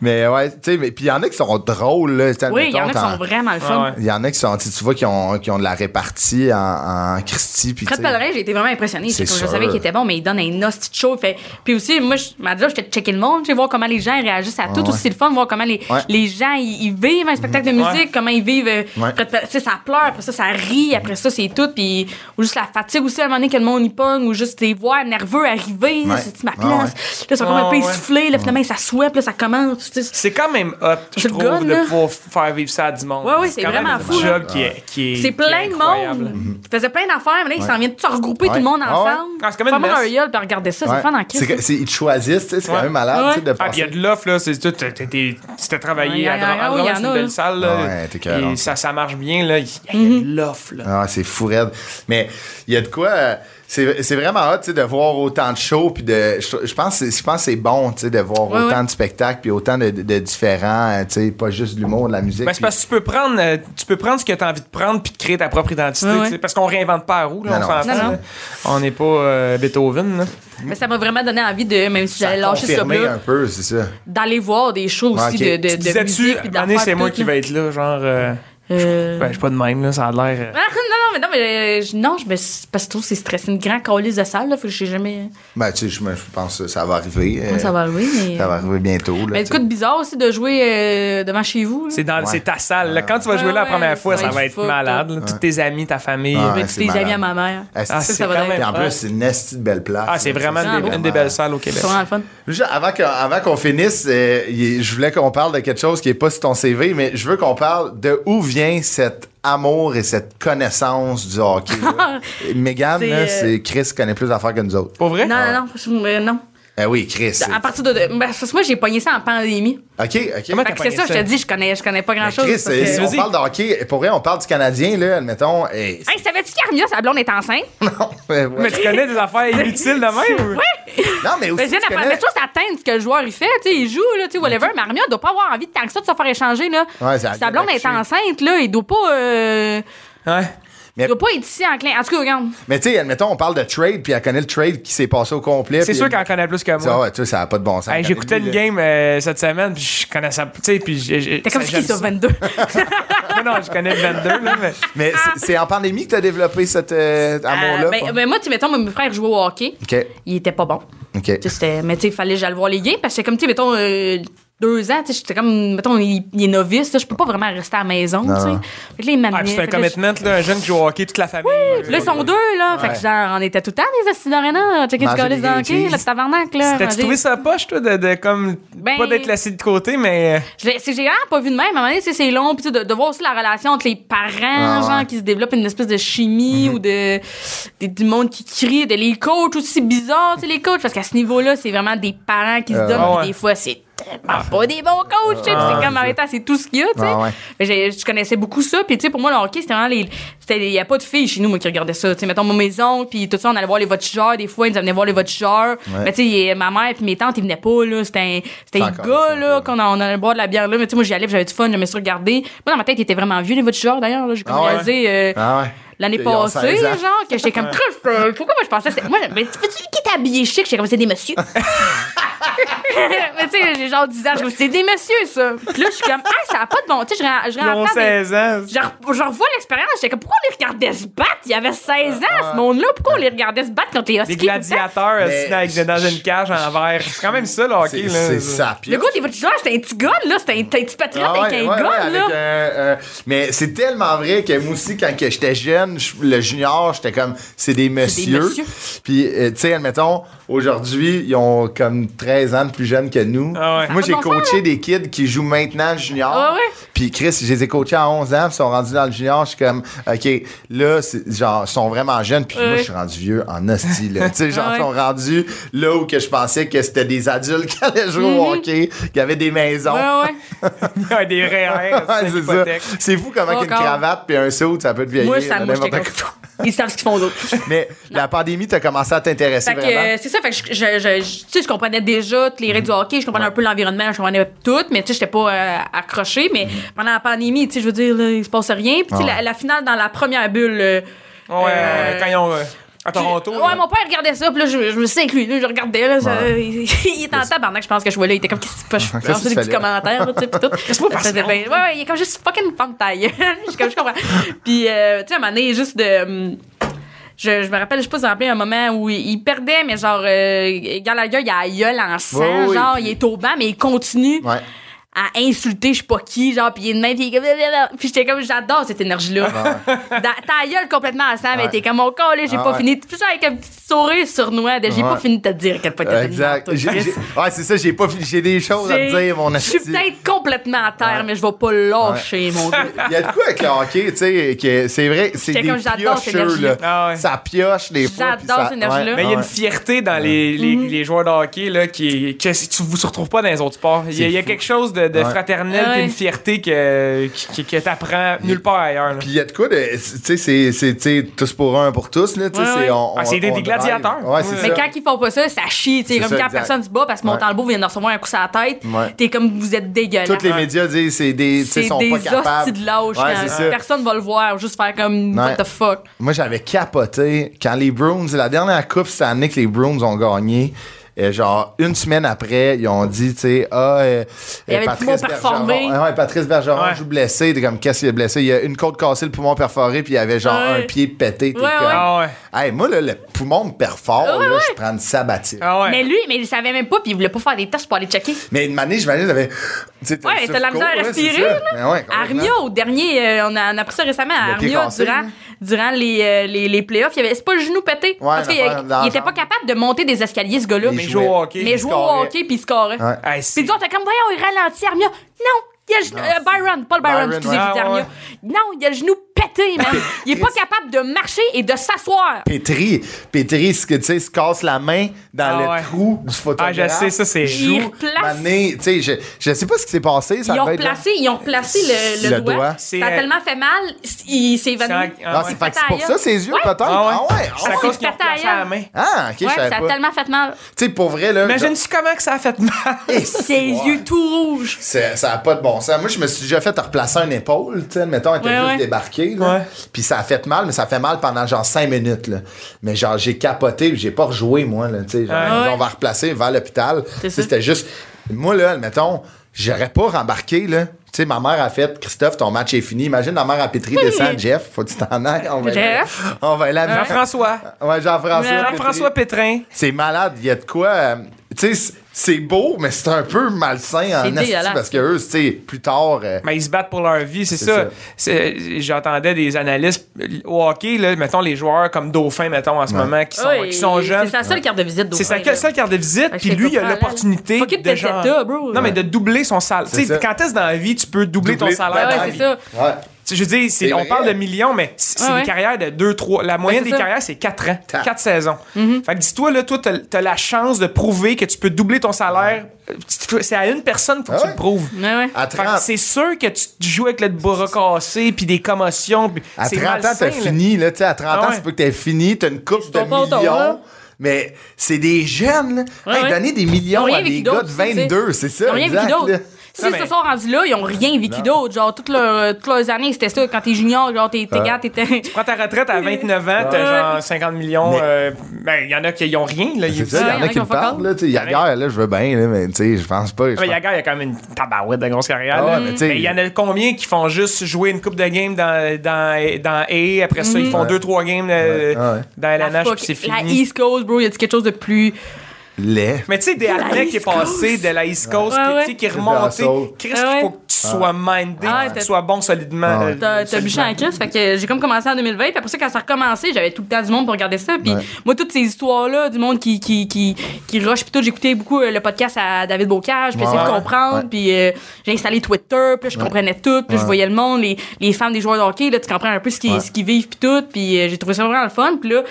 Speaker 5: Mais ouais, tu sais, mais. Puis y en a qui sont drôles, là. tu sais,
Speaker 7: Oui, il y en a qui
Speaker 5: admettons,
Speaker 7: sont vraiment le
Speaker 4: Ah,
Speaker 7: fun.
Speaker 4: ouais.
Speaker 5: Il y en a qui sont, tu vois, qui ont, qui ont de la répartie en, en Christie. puis
Speaker 7: Fred
Speaker 5: tu sais-
Speaker 7: Pellerin, j'ai été vraiment impressionné.
Speaker 5: C'est
Speaker 7: Je
Speaker 5: sûr.
Speaker 7: savais qu'il était bon, mais il donne un hostie de show. Fait- Puis aussi, moi, je, ma job, j'étais de checker le monde, tu sais, voir comment les gens réagissent à tout.
Speaker 5: ouais.
Speaker 7: Aussi c'est le fun, voir comment les,
Speaker 5: Ouais. Mhm.
Speaker 7: les gens, ils, ils vivent un spectacle de musique, comment ils vivent. euh,
Speaker 5: Ouais.
Speaker 7: Fred Pellerin. Tu sais, ça pleure, après ça, ça rit, après ça, c'est tout. Puis, ou juste la fatigue aussi, à un moment donné, que le monde y pogne, ou juste les voir nerveux arriver.
Speaker 5: Ouais.
Speaker 7: C'est ma
Speaker 5: Ah,
Speaker 7: place. Là, ils sont comme
Speaker 4: Ah,
Speaker 7: un peu
Speaker 4: ouais.
Speaker 7: essoufflés. Là, finalement, ça souhaite, là, ça commence. tu sais.
Speaker 4: C'est quand même hot, je
Speaker 7: C'est le
Speaker 4: trouve,
Speaker 7: gun,
Speaker 4: de
Speaker 7: là.
Speaker 4: pouvoir faire vivre ça à du monde.
Speaker 7: Ouais, ouais, c'est
Speaker 4: quand même
Speaker 7: vraiment
Speaker 4: un
Speaker 7: fou, là.
Speaker 4: job qui est, qui est- qui
Speaker 7: C'est
Speaker 4: est
Speaker 7: plein de
Speaker 4: incroyable.
Speaker 7: monde. Ils faisaient plein d'affaires, mais là, ils s'en viennent tous se regrouper, tout
Speaker 5: Mhm. Ouais.
Speaker 7: le monde
Speaker 5: Ah, ouais.
Speaker 7: ensemble.
Speaker 4: Ah, c'est comme une
Speaker 7: Fais-moi
Speaker 4: messe.
Speaker 7: un yole, puis regarder ça, c'est
Speaker 5: Ouais.
Speaker 7: le fun en
Speaker 5: C'est
Speaker 7: Christ.
Speaker 5: que- c'est- Ils te choisissent, tu sais, c'est quand
Speaker 4: Ouais.
Speaker 5: même malade
Speaker 7: Ouais.
Speaker 5: tu sais, de
Speaker 4: Ah, puis il y
Speaker 5: penser.
Speaker 4: a de l'offre, là. C'est tout. t'es- t'es- C'était travaillé
Speaker 7: Ouais,
Speaker 4: à
Speaker 7: y en a-
Speaker 4: Dra- à
Speaker 7: y en a,
Speaker 4: Drummond, c'est une
Speaker 7: là.
Speaker 4: belle salle, là.
Speaker 5: Ouais, t'es carré,
Speaker 4: Et
Speaker 5: hein.
Speaker 4: ça, ça marche bien, là. Il y a,
Speaker 7: Mhm.
Speaker 4: il y a de l'offre, là.
Speaker 5: Ah, c'est fou raide. Mais il y a de quoi. euh, C'est c'est vraiment hot tu sais, de voir autant de shows. Puis de, je, je pense, que c'est- je pense que c'est bon tu sais, de voir
Speaker 7: Ouais,
Speaker 5: autant
Speaker 7: ouais.
Speaker 5: de spectacles puis autant de, de- de différents. euh, tu sais, Pas juste de l'humour, de la musique.
Speaker 4: Ben, c'est
Speaker 5: puis-
Speaker 4: parce que tu peux prendre, euh, tu peux prendre ce que tu as envie de prendre puis de créer ta propre identité.
Speaker 7: Ouais, ouais.
Speaker 4: tu sais, Parce qu'on réinvente pas la roue, là,
Speaker 5: Non,
Speaker 4: on
Speaker 5: non.
Speaker 4: s'entend,
Speaker 7: Non, non.
Speaker 4: là. On n'est pas euh, Beethoven. là.
Speaker 7: Mais ça m'a vraiment donné envie de, même si j'allais
Speaker 5: ça a
Speaker 7: lâcher ce
Speaker 5: confirmé
Speaker 7: job-là,
Speaker 5: un peu, c'est ça.
Speaker 7: d'aller voir des shows
Speaker 5: Ouais,
Speaker 7: aussi
Speaker 5: ok.
Speaker 7: de, de, de
Speaker 4: Disais-tu,
Speaker 7: musique puis
Speaker 4: Mané,
Speaker 7: d'affaires
Speaker 4: c'est moi
Speaker 7: toutes,
Speaker 4: qui
Speaker 7: là.
Speaker 4: vais être là, genre. euh,
Speaker 7: Euh,
Speaker 4: Ben, je suis pas de même, là. Ça a l'air. euh,
Speaker 7: Ah, [laughs] non, non, mais non, mais euh, je- non, je me suis- parce que je trouve que c'est stressant, une grande calice de salle, là, faut que j'ai jamais.
Speaker 5: Ben, tu sais, je, me- je pense que ça va arriver. euh,
Speaker 7: Ouais, ça va arriver, mais. euh,
Speaker 5: ça va arriver bientôt. Là,
Speaker 7: Mais
Speaker 5: tu
Speaker 7: écoute, bizarre aussi de jouer euh, devant chez vous. là.
Speaker 4: C'est, dans,
Speaker 5: Ouais.
Speaker 4: c'est ta salle. là. Quand tu vas jouer là la
Speaker 7: Ah Ouais,
Speaker 4: première
Speaker 7: ouais,
Speaker 4: fois,
Speaker 7: ça
Speaker 4: ça
Speaker 7: va
Speaker 4: va
Speaker 7: être
Speaker 4: être
Speaker 7: fucked
Speaker 4: malade.
Speaker 7: up.
Speaker 4: là. Tous tes amis, ta famille.
Speaker 5: Ah,
Speaker 7: Avec
Speaker 5: ouais,
Speaker 7: tous
Speaker 5: c'est
Speaker 7: les
Speaker 5: malade.
Speaker 7: amis à ma mère.
Speaker 5: Ah, c'est-
Speaker 4: Ah,
Speaker 7: ça,
Speaker 4: c'est
Speaker 7: ça va
Speaker 4: quand
Speaker 7: être-
Speaker 4: même
Speaker 5: Puis en
Speaker 4: hot.
Speaker 5: plus, c'est une nasty de belle place.
Speaker 4: Ah, c'est
Speaker 5: là,
Speaker 4: vraiment
Speaker 5: ça,
Speaker 4: une,
Speaker 5: c'est
Speaker 4: des- une des belles salles au
Speaker 7: C'est
Speaker 4: Québec.
Speaker 7: vraiment le fun.
Speaker 5: Juste avant qu'on avant qu'on finisse, euh, y- je voulais qu'on parle de quelque chose qui n'est pas sur ton CV, mais je veux qu'on parle de où vient cet amour et cette connaissance du hockey.
Speaker 4: [laughs]
Speaker 5: là. Et Megan,
Speaker 7: C'est,
Speaker 5: là,
Speaker 7: euh,
Speaker 5: c'est Chris qui connaît plus d'affaires que nous autres.
Speaker 4: Pas vrai? Ah.
Speaker 7: Non, non, non, je- euh, non.
Speaker 5: Eh oui, Chris. c'est-
Speaker 7: À partir de. ben, parce que moi, j'ai pogné ça en pandémie.
Speaker 5: OK,
Speaker 4: Comment
Speaker 5: OK.
Speaker 7: Fait
Speaker 4: t'as
Speaker 7: que c'est
Speaker 4: pogné
Speaker 7: ça, je
Speaker 4: ça?
Speaker 7: te dis, je connais, je connais pas grand chose.
Speaker 5: Chris, c'est-
Speaker 4: que-
Speaker 5: on
Speaker 4: Vas-y.
Speaker 5: parle de hockey. Et Pour vrai, on parle du Canadien, là, admettons. Et...
Speaker 7: Hey, savais-tu qu'Armia, sa blonde, est enceinte?
Speaker 5: [laughs] non, mais, ouais.
Speaker 4: Mais tu connais des affaires inutiles de même? ou-
Speaker 5: non, mais aussi,
Speaker 7: Mais Ben, je viens
Speaker 5: tu
Speaker 7: d'apprendre.
Speaker 5: connais-
Speaker 7: Mais tu vois, c'est atteindre ce que le joueur il fait, tu sais, il joue, là, tu sais, whatever. Mais Armia doit pas avoir envie de tant que ça de se faire échanger, là.
Speaker 5: Ouais, c'est
Speaker 7: Sa blonde est
Speaker 5: accouché.
Speaker 7: enceinte, là, il doit pas. euh,
Speaker 4: Ouais.
Speaker 7: Il doit pas être ici enclin. En tout cas, regarde.
Speaker 5: mais tu sais, admettons, on parle de trade, puis elle connaît le trade qui s'est passé au complet.
Speaker 4: C'est
Speaker 5: puis-
Speaker 4: sûr qu'elle en connaît plus que
Speaker 5: Ah
Speaker 4: moi.
Speaker 5: ouais, tu sais, ça n'a pas de bon sens.
Speaker 4: Hey, J'écoutais une
Speaker 5: Là.
Speaker 4: game euh, cette semaine, puis je connaissais. Tu sais, puis. j'ai- j'ai-
Speaker 7: T'es comme
Speaker 4: ça,
Speaker 7: qui, ça,
Speaker 4: j'aime
Speaker 7: 22?
Speaker 5: [laughs]
Speaker 4: ça. Non, non, je connais 22, là,
Speaker 7: [laughs]
Speaker 4: mais.
Speaker 5: Mais c'est- c'est en pandémie que tu as développé cet euh, amour-là?
Speaker 7: Ah. Euh, ben, ben, moi, tu sais, mettons, mon frère jouait au hockey.
Speaker 5: OK.
Speaker 7: Il était pas bon.
Speaker 5: OK.
Speaker 7: Tu sais, c'était- mais tu sais, il fallait que j'aille voir les games parce que, comme, tu sais, mettons, euh, deux ans, tu sais, j'étais comme, mettons, il, il est novice, là, je peux pas vraiment rester à la maison, tu sais. Fait que là, il m'amenait,
Speaker 4: Ah, puis c'est
Speaker 7: fait
Speaker 4: un
Speaker 7: que là, je-
Speaker 4: commitment, là, un jeune qui joue au hockey, toute la famille.
Speaker 7: Là, ils sont deux, là. Fait que, genre, on était tout le temps des assis d'arena, checker du
Speaker 5: Manger
Speaker 7: colis
Speaker 5: des
Speaker 7: dans le
Speaker 5: cheese.
Speaker 7: hockey, le tabarnak, là.
Speaker 4: T'as-tu
Speaker 7: manger-
Speaker 4: trouvé ça poche, toi, de, de comme.
Speaker 7: Ben-
Speaker 4: Pas d'être laissé de côté, mais. euh,
Speaker 7: Je l'ai- C'est j'ai vraiment pas vu de même. À un moment donné, tu sais, c'est long. Puis tu sais, de, de voir aussi la relation entre les parents,
Speaker 5: Ah,
Speaker 7: genre,
Speaker 5: ouais. Mhm.
Speaker 7: qui se développe une espèce de chimie ou de, des- du monde qui crie,
Speaker 5: Euh,
Speaker 7: de les coachs aussi bizarres, tu sais, les coachs. Parce qu'à ce niveau-là, c'est vraiment des parents qui se donnent.
Speaker 4: ouais.
Speaker 7: puis Des fois, c'est tellement pas des bons coachs, tu sais. Puis c'est comme en même temps, c'est tout ce qu'il y a, tu sais.
Speaker 5: Ah ouais.
Speaker 7: Mais j'ai- je connaissais beaucoup ça. Puis, tu sais, pour moi, le hockey, c'était vraiment les. c'était- Il n'y a pas de filles chez nous, moi, qui regardaient ça. Tu sais, mettons, ma maison, puis tout ça, on allait voir les voltigeurs. Des fois, ils nous amenaient voir les voltigeurs. Mais, tu sais, ma mère puis mes tantes, ils venaient pas, là. C'était un- c'était les
Speaker 5: encore
Speaker 7: gars,
Speaker 5: ça,
Speaker 7: là,
Speaker 5: ouais.
Speaker 7: qu'on a- on allait boire de la bière, là. Mais, tu sais, moi, j'y allais, puis j'avais du fun, je me suis regardée. Moi, dans ma tête, ils étaient vraiment vieux, les voltigeurs, d'ailleurs, là. J'ai comme
Speaker 5: Ah ouais?
Speaker 7: réalisé, euh,
Speaker 5: Ah ouais.
Speaker 7: L'année
Speaker 5: Ils ont
Speaker 7: passée,
Speaker 5: 16 ans.
Speaker 7: genre, que j'étais comme, Crif, euh, pourquoi moi je pensais, que c'était- moi, mais tu tu- qui était habillé chic, j'étais comme, c'est des
Speaker 5: [laughs]
Speaker 7: messieurs. [laughs] mais tu sais, j'ai genre 10 ans, je me suis dit, c'est des messieurs, ça. Puis là, je suis comme, ah, ça a pas de bon, tu sais, je re- je
Speaker 4: Ils ont
Speaker 7: rentre
Speaker 4: 16 ans.
Speaker 7: je, re- je revois l'expérience, j'étais comme, pourquoi on les regardait se battre? Il y avait 16
Speaker 5: Ah,
Speaker 7: ans, ce monde-là, pourquoi on les regardait se battre quand les
Speaker 4: Des
Speaker 7: huskies? tout le temps?
Speaker 4: gladiateurs
Speaker 5: Mais-
Speaker 4: assis avec- dans une cage en verre. C'est quand même ça, le hockey.
Speaker 5: C'est
Speaker 4: là. [laughs]
Speaker 5: c'est ça. puis-
Speaker 7: Le gars, des voitures, c'était un petit gars, là, c'était un, un petit patriote
Speaker 5: Ah
Speaker 7: avec
Speaker 5: ouais,
Speaker 7: un
Speaker 5: ouais,
Speaker 7: gars,
Speaker 5: ouais, avec
Speaker 7: là.
Speaker 5: un- un- mais c'est tellement vrai que moi aussi, quand que j'étais jeune, je- le junior, j'étais comme, c'est des messieurs.
Speaker 7: messieurs.
Speaker 5: Puis, euh, tu sais, admettons, aujourd'hui, ils ont comme 13 ans de plus jeunes que nous.
Speaker 4: Ah ouais.
Speaker 5: Moi, j'ai
Speaker 7: Ça a pas de bon
Speaker 5: coaché des kids qui jouent maintenant le junior.
Speaker 7: Ah ouais?
Speaker 5: Puis, Chris, je les ai coachés à 11 ans, puis ils sont rendus dans le junior. Je suis comme, OK, là, c'est- genre, ils sont vraiment jeunes, puis moi,
Speaker 7: Ouais.
Speaker 5: je suis rendu vieux en hostie, là. [laughs] tu sais, genre,
Speaker 7: Ah ouais.
Speaker 5: ils sont rendus là où que je pensais que c'était des adultes [laughs] qui allaient jouer au hockey, qui avaient des maisons.
Speaker 7: Mhm. Ouais,
Speaker 5: [laughs]
Speaker 7: ouais.
Speaker 4: Ouais, des REER, [laughs]
Speaker 5: Ouais,
Speaker 4: c'est
Speaker 5: Ah, c'est ça.
Speaker 4: l'hypothèque.
Speaker 5: C'est fou comment
Speaker 7: Encore.
Speaker 5: qu'une cravate puis un saut, ça peut te vieillir.
Speaker 7: Oh, Moi, ça,
Speaker 5: là,
Speaker 7: moi, j'étais
Speaker 5: n'importe
Speaker 7: comme-
Speaker 5: quoi.
Speaker 7: [laughs] Ils savent ce qu'ils
Speaker 5: [laughs]
Speaker 7: font d'autre.
Speaker 5: Mais la pandémie, t'as commencé à t'intéresser
Speaker 7: Fait que euh,
Speaker 5: vraiment.
Speaker 7: c'est ça, fait que je, je, je- je- tu sais, je comprenais déjà toutes les règles du hockey, je comprenais un peu l'environnement, je comprenais tout, mais tu sais, j'étais pas euh, accrochée. Mais pendant la pandémie, tu sais, je veux dire, là, il se passe rien. Puis tu sais,
Speaker 5: Mm-hmm. Ah.
Speaker 7: la, la finale dans la première bulle. euh,
Speaker 4: Ouais,
Speaker 7: euh,
Speaker 4: quand ils ont. euh, à Toronto.
Speaker 7: Ouais,
Speaker 4: là.
Speaker 7: mon père regardait ça, puis là, je, je me suis inclus, là, je regardais, là, ça-
Speaker 5: Ouais.
Speaker 7: il, il était en tabarnak, je pense que je vois là, il était comme, qu'est-ce que tu fais? Je
Speaker 5: Qu'est-ce que
Speaker 7: faisais
Speaker 5: tu
Speaker 7: des
Speaker 5: fais
Speaker 7: petits
Speaker 5: là?
Speaker 7: commentaires, là, tu sais,
Speaker 4: [laughs]
Speaker 7: puis tout. Qu'est-ce que tu Ouais, ouais, il est comme juste fucking fan taille. [laughs] je suis comme, je comprends. Puis, euh, tu sais, à un moment donné, juste de. hum, Je, je me rappelle, je sais pas si vous vous rappelez, un moment où il, il perdait, mais genre, euh, Gallagher, il a la gueule en sang,
Speaker 5: Ouais, ouais,
Speaker 7: genre,
Speaker 5: puis-
Speaker 7: il est au banc, mais il continue
Speaker 5: Ouais.
Speaker 7: à insulter, je sais pas qui, genre, pis il est de même, pis il est comme, blablabla. Puis j'étais comme, j'adore cette énergie-là. Dans- Ta gueule complètement à ça, mais
Speaker 5: Ah, Ouais.
Speaker 7: t'es comme, mon corps, là, j'ai
Speaker 5: Ah
Speaker 7: pas
Speaker 5: ouais.
Speaker 7: fini. Puis ça, avec un petit sourire sournois de, j'ai
Speaker 5: Ouais.
Speaker 7: pas fini de te dire à quel point
Speaker 5: Euh,
Speaker 7: t'étais
Speaker 5: Exact.
Speaker 7: une merde,
Speaker 5: J'ai-
Speaker 7: toi,
Speaker 5: j'ai-
Speaker 7: Chris.
Speaker 5: Ouais, c'est ça, j'ai pas fini- j'ai des choses à te
Speaker 7: J'ai-
Speaker 5: dire, mon
Speaker 7: Je suis
Speaker 5: asti.
Speaker 7: peut-être complètement à terre,
Speaker 5: Ouais.
Speaker 7: mais je vais pas lâcher, mon
Speaker 5: [laughs]
Speaker 7: gars.
Speaker 5: Il y a de quoi avec le hockey, tu sais, que c'est vrai, c'est
Speaker 7: J'étais
Speaker 5: des
Speaker 7: comme, j'adore cette
Speaker 5: piocheux,
Speaker 7: énergie-là.
Speaker 5: là.
Speaker 4: Ah ouais.
Speaker 5: Ça pioche les fois. puis
Speaker 7: J'adore
Speaker 5: ça-
Speaker 7: cette énergie-là.
Speaker 5: ouais,
Speaker 4: Mais il y a une
Speaker 5: ouais. Mm-hmm.
Speaker 4: fierté dans les, les, les joueurs de hockey là, qui, que si tu ne vous retrouves pas dans les autres sports. Il y a, il y a quelque chose de, de
Speaker 5: Ouais.
Speaker 4: fraternel
Speaker 7: Ouais.
Speaker 4: puis une fierté que, que, que tu apprends nulle part ailleurs. là.
Speaker 5: Puis il y a de quoi de. Tu sais, c'est- c'est tu sais, tous pour un, pour tous, là. tu sais,
Speaker 7: Ouais, ouais.
Speaker 5: c'est- on-
Speaker 4: Ah, c'est
Speaker 5: on-
Speaker 4: des-
Speaker 5: on
Speaker 4: des
Speaker 5: drive.
Speaker 4: gladiateurs.
Speaker 5: Ouais, c'est
Speaker 4: Ouais.
Speaker 5: ça.
Speaker 7: Mais quand ils font pas ça, ça chie, tu sais,
Speaker 5: C'est
Speaker 7: comme
Speaker 5: ça,
Speaker 7: quand
Speaker 5: exact.
Speaker 7: personne se bat parce que mon
Speaker 5: Ouais.
Speaker 7: Montalbeau vient de recevoir un coup sur la tête,
Speaker 5: Ouais.
Speaker 7: t'es comme, vous êtes dégueulasse.
Speaker 5: Tous les médias disent c'est des. tu sais,
Speaker 7: c'est
Speaker 5: sont
Speaker 7: des
Speaker 5: pas
Speaker 7: hosties
Speaker 5: capables.
Speaker 7: de lâche.
Speaker 5: Ouais,
Speaker 7: quand
Speaker 5: c'est ça.
Speaker 7: personne va le voir, juste faire comme, what
Speaker 5: Ouais.
Speaker 7: the fuck.
Speaker 5: Moi, j'avais capoté quand les Bruins, la dernière coupe cette année que les Bruins ont gagné. euh, genre, une semaine après, ils ont dit, tu sais, ah, euh,
Speaker 7: Il y avait
Speaker 5: euh,
Speaker 7: le
Speaker 5: Patrice
Speaker 7: poumon
Speaker 5: Bergeron.
Speaker 7: perforé.
Speaker 5: Ah ouais, Patrice Bergeron
Speaker 4: Ouais.
Speaker 5: joue blessé. T'es comme, qu'est-ce qu'il a blessé? Il a une côte cassée, le poumon perforé, puis il avait genre
Speaker 7: Ouais.
Speaker 5: un pied pété. T'es
Speaker 7: Ouais,
Speaker 5: comme,
Speaker 7: ouais.
Speaker 4: Ah ouais.
Speaker 5: hey, moi, là, le poumon me perfore,
Speaker 7: Ouais,
Speaker 5: là,
Speaker 7: ouais.
Speaker 5: je prends une sabatine.
Speaker 4: Ah ouais.
Speaker 7: Mais lui, mais il savait même pas, puis il voulait pas faire des tests pour aller checker.
Speaker 5: Mais une manée, j'imagine, j'avais. Ouais,
Speaker 7: Ouais, t'as de la misère à respirer, là.
Speaker 5: Ouais, complètement.
Speaker 7: Armia, au dernier, euh, on, a, on a appris ça récemment, à
Speaker 5: Le pied
Speaker 7: Armia,
Speaker 5: cassé,
Speaker 7: durant,
Speaker 5: là.
Speaker 7: durant les, euh, les, les playoffs, il y avait- c'est pas le genou pété. parce
Speaker 5: une
Speaker 7: qu'il
Speaker 5: affaire dans la
Speaker 7: il était pas
Speaker 5: jambe.
Speaker 7: capable de monter des escaliers, ce gars-là.
Speaker 5: Il
Speaker 4: Il
Speaker 7: Mais,
Speaker 4: joue au hockey.
Speaker 7: mais
Speaker 4: Il
Speaker 7: jouait au
Speaker 4: scorait.
Speaker 7: hockey, puis il scorait.
Speaker 5: Ouais.
Speaker 4: Hey,
Speaker 7: Puis
Speaker 4: c'est-
Speaker 7: nous autres, t'es comme, voyons, il ralentit, Armia. Non! Il y a le genou- euh, Byron, pas le Byron,
Speaker 5: Byron,
Speaker 7: excusez,
Speaker 5: ouais.
Speaker 7: j'ai dit
Speaker 4: Ah,
Speaker 7: Armia. Non, il a le genou
Speaker 5: [laughs]
Speaker 7: pété, man. Il est pas capable de marcher et de s'asseoir.
Speaker 5: Pétri, Pétri, ce que tu sais, se casse la main dans
Speaker 4: Ah
Speaker 5: le
Speaker 4: ouais.
Speaker 5: trou du photographe.
Speaker 4: Ah, je sais, ça, c'est-
Speaker 5: Joue,
Speaker 7: Il replace.
Speaker 5: mané, tu sais, je, je sais pas ce qui s'est passé. Ça
Speaker 7: Ils ont
Speaker 5: devait être-
Speaker 7: replacé, ils ont replacé le, le
Speaker 5: Le
Speaker 7: doigt.
Speaker 5: doigt.
Speaker 7: Ça
Speaker 4: C'est,
Speaker 7: a
Speaker 4: euh,
Speaker 7: tellement fait mal, il s'est évanoui.
Speaker 4: C'est en-
Speaker 5: Ah,
Speaker 4: Ah, ouais.
Speaker 5: c'est fait que c'est
Speaker 7: hein.
Speaker 5: pour ça ses yeux, peut-être.
Speaker 4: Ah ouais.
Speaker 5: ah
Speaker 4: C'est à
Speaker 5: ouais.
Speaker 4: cause qu'ils ont
Speaker 7: Pataya.
Speaker 4: replacé la main.
Speaker 5: Ah, ok, je
Speaker 7: Ouais,
Speaker 5: savais
Speaker 7: ça a
Speaker 5: pas.
Speaker 7: tellement fait mal.
Speaker 5: Tu sais, pour vrai, là.
Speaker 4: Imagine-tu comment que ça a fait mal?
Speaker 7: Ses
Speaker 5: Ouais.
Speaker 7: yeux tout rouges.
Speaker 5: C'est- ça a pas de bon sens. Moi, je me suis déjà fait replacer une épaule, tu sais, mettons, elle était
Speaker 7: Ouais,
Speaker 5: juste
Speaker 7: ouais.
Speaker 5: débarquée, là.
Speaker 4: Ouais.
Speaker 5: Puis ça a fait mal, mais ça fait mal pendant genre 5 minutes, là. Mais genre, j'ai capoté, puis j'ai pas rejoué, moi, là, tu sais. Genre,
Speaker 4: Ouais.
Speaker 5: on va replacer vers l'hôpital. Tu sais,
Speaker 7: ça.
Speaker 5: C'était juste. Moi, là, mettons, j'aurais pas rembarqué, là. Tu sais, ma mère a fait, Christophe, ton match est fini. Imagine la mère à
Speaker 7: [laughs]
Speaker 5: Pétri descend, Jeff, faut que tu t'en ailles. On va
Speaker 7: Jeff? Euh,
Speaker 5: On va aller à
Speaker 4: Jean-François.
Speaker 5: Ouais, Jean-François. Pétri.
Speaker 4: Jean-François Pétrin.
Speaker 5: C'est malade, il y a de quoi. euh, tu sais, c'est- c'est beau, mais c'est un peu malsain en esti,
Speaker 7: dégueulasse.
Speaker 5: parce que eux, tu sais, plus tard. euh,
Speaker 4: Mais ils se battent pour leur vie, c'est
Speaker 5: C'est
Speaker 4: ça.
Speaker 5: ça.
Speaker 4: C'est- J'entendais des analystes euh, au hockey, là, mettons les joueurs comme Dauphin, mettons en ce moment, qui sont,
Speaker 7: Ouais,
Speaker 4: qui sont jeunes.
Speaker 7: C'est sa seule carte de visite
Speaker 4: C'est sa
Speaker 7: d'Auvray,
Speaker 4: seule-
Speaker 7: là.
Speaker 4: seule carte de visite,
Speaker 7: Fait que
Speaker 4: puis
Speaker 7: c'est
Speaker 4: lui, il
Speaker 7: pas
Speaker 4: a
Speaker 7: mal,
Speaker 4: l'opportunité
Speaker 7: là. Faut qu'il
Speaker 4: de
Speaker 7: te
Speaker 4: genre...
Speaker 7: pète ça, bro.
Speaker 4: Non, mais de doubler son salaire. Tu sais,
Speaker 5: ça.
Speaker 4: quand est-ce dans la vie, tu peux doubler ton
Speaker 5: Doubler-
Speaker 4: salaire?
Speaker 7: Ouais,
Speaker 5: dans
Speaker 7: c'est
Speaker 5: la
Speaker 7: ça.
Speaker 5: vie. Ouais.
Speaker 4: Tu sais, Je veux dire, c'est-
Speaker 5: C'est
Speaker 4: on
Speaker 5: vrai.
Speaker 4: parle de millions, mais c- c'est
Speaker 7: Ouais, ouais.
Speaker 4: des carrières de 2, 3. La moyenne des
Speaker 7: c'est ça. Mm-hmm.
Speaker 4: carrières, c'est 4 ans,
Speaker 5: Ta-
Speaker 4: 4 saisons. Fait que dis-toi, là, toi, t'as t'as la chance de prouver que tu peux doubler ton salaire. C'est à une personne faut que
Speaker 5: Ah
Speaker 4: tu
Speaker 5: ouais?
Speaker 4: le prouves.
Speaker 7: Ouais, ouais.
Speaker 5: À
Speaker 4: Fait que
Speaker 5: 30,
Speaker 4: c'est sûr que tu te joues avec le bras cassé, puis des commotions. puis
Speaker 5: à
Speaker 4: c'est
Speaker 5: 30 ans,
Speaker 4: malsain,
Speaker 5: t'as
Speaker 4: là.
Speaker 5: fini. Là, tu sais, à 30
Speaker 4: Ah
Speaker 5: ans,
Speaker 4: ouais.
Speaker 5: c'est pas que t'as fini. T'as une coupe de
Speaker 7: dois pas autant, hein?
Speaker 5: millions. Mais c'est des jeunes. Là.
Speaker 7: Ouais,
Speaker 5: Hey,
Speaker 7: ouais.
Speaker 5: Donner des
Speaker 7: Ils ont
Speaker 5: millions
Speaker 7: rien
Speaker 5: à des
Speaker 7: vécu
Speaker 5: gars
Speaker 7: d'autre,
Speaker 5: de
Speaker 7: tu sais.
Speaker 5: 22, c'est ça.
Speaker 7: Ils ont rien vécu
Speaker 5: exact, là.
Speaker 7: d'autre. Si
Speaker 4: Non,
Speaker 7: ils
Speaker 4: mais-
Speaker 7: se sont rendus là, ils ont rien vécu d'autre. Genre, toutes leurs, euh, toutes leurs années, c'était ça. Quand t'es junior, genre, t'es t'es gars, t'étais.
Speaker 4: Prends ta retraite à 29 ans, t'as genre 50 millions. euh, ben, il y en a qui ont rien. Là.
Speaker 5: Ben, C'est ça, il y en a qui me
Speaker 7: ont fuck
Speaker 5: parlent.
Speaker 7: all.
Speaker 5: là, tu sais, Il y a guerre, là, je veux bien, là, mais tu sais, je pense pas. je
Speaker 4: Ouais,
Speaker 5: pense-
Speaker 4: Yaga, il Ben, y a quand même une tabarouette de grosse carrière.
Speaker 5: Ah
Speaker 4: là.
Speaker 5: ouais, mais
Speaker 4: mais
Speaker 5: t'sais-
Speaker 4: il y en a combien qui font juste jouer une coupe de game dans, dans, dans A, après ça, ils font deux, trois games euh,
Speaker 5: Mm-hmm. Ouais, Ah, ouais.
Speaker 4: dans la
Speaker 7: La,
Speaker 4: nage,
Speaker 7: fuck-
Speaker 4: puis c'est
Speaker 7: la
Speaker 4: fini.
Speaker 7: East Coast, bro, y a-tu quelque chose de plus.
Speaker 5: Laid.
Speaker 4: Mais tu sais, des Harnais qui est
Speaker 7: East Coast.
Speaker 4: passé de la East Coast,
Speaker 7: Ouais,
Speaker 4: qui-
Speaker 7: ouais.
Speaker 4: tu sais, qui est
Speaker 5: C'est
Speaker 4: remonté.
Speaker 5: dans la soul.
Speaker 4: Chris,
Speaker 7: Ah
Speaker 4: il
Speaker 7: ouais.
Speaker 4: faut que tu sois mindé,
Speaker 7: Ah ouais,
Speaker 4: que tu
Speaker 7: t'as-
Speaker 4: sois bon solidement.
Speaker 5: Ah ouais.
Speaker 4: euh,
Speaker 7: T'as t'as bûché
Speaker 4: solidement.
Speaker 7: en crise. Fait que j'ai comme commencé en 2020. Puis après ça, quand ça a recommencé, j'avais tout le temps du monde pour regarder ça. Puis moi, toutes ces histoires-là, du monde qui, qui, qui, qui rush. Puis tout, j'écoutais beaucoup euh, le podcast à David Bocage. Puis
Speaker 5: Ouais.
Speaker 7: essayé de comprendre.
Speaker 5: Ouais.
Speaker 7: Puis euh, j'ai installé Twitter. Puis là, je comprenais tout. Puis là, je voyais le monde, les, les femmes des joueurs de hockey. Là, tu comprends un peu ce qu'ils
Speaker 5: Ouais.
Speaker 7: ce qu'ils vivent. Puis tout. Puis euh, j'ai trouvé ça vraiment le fun. Puis là,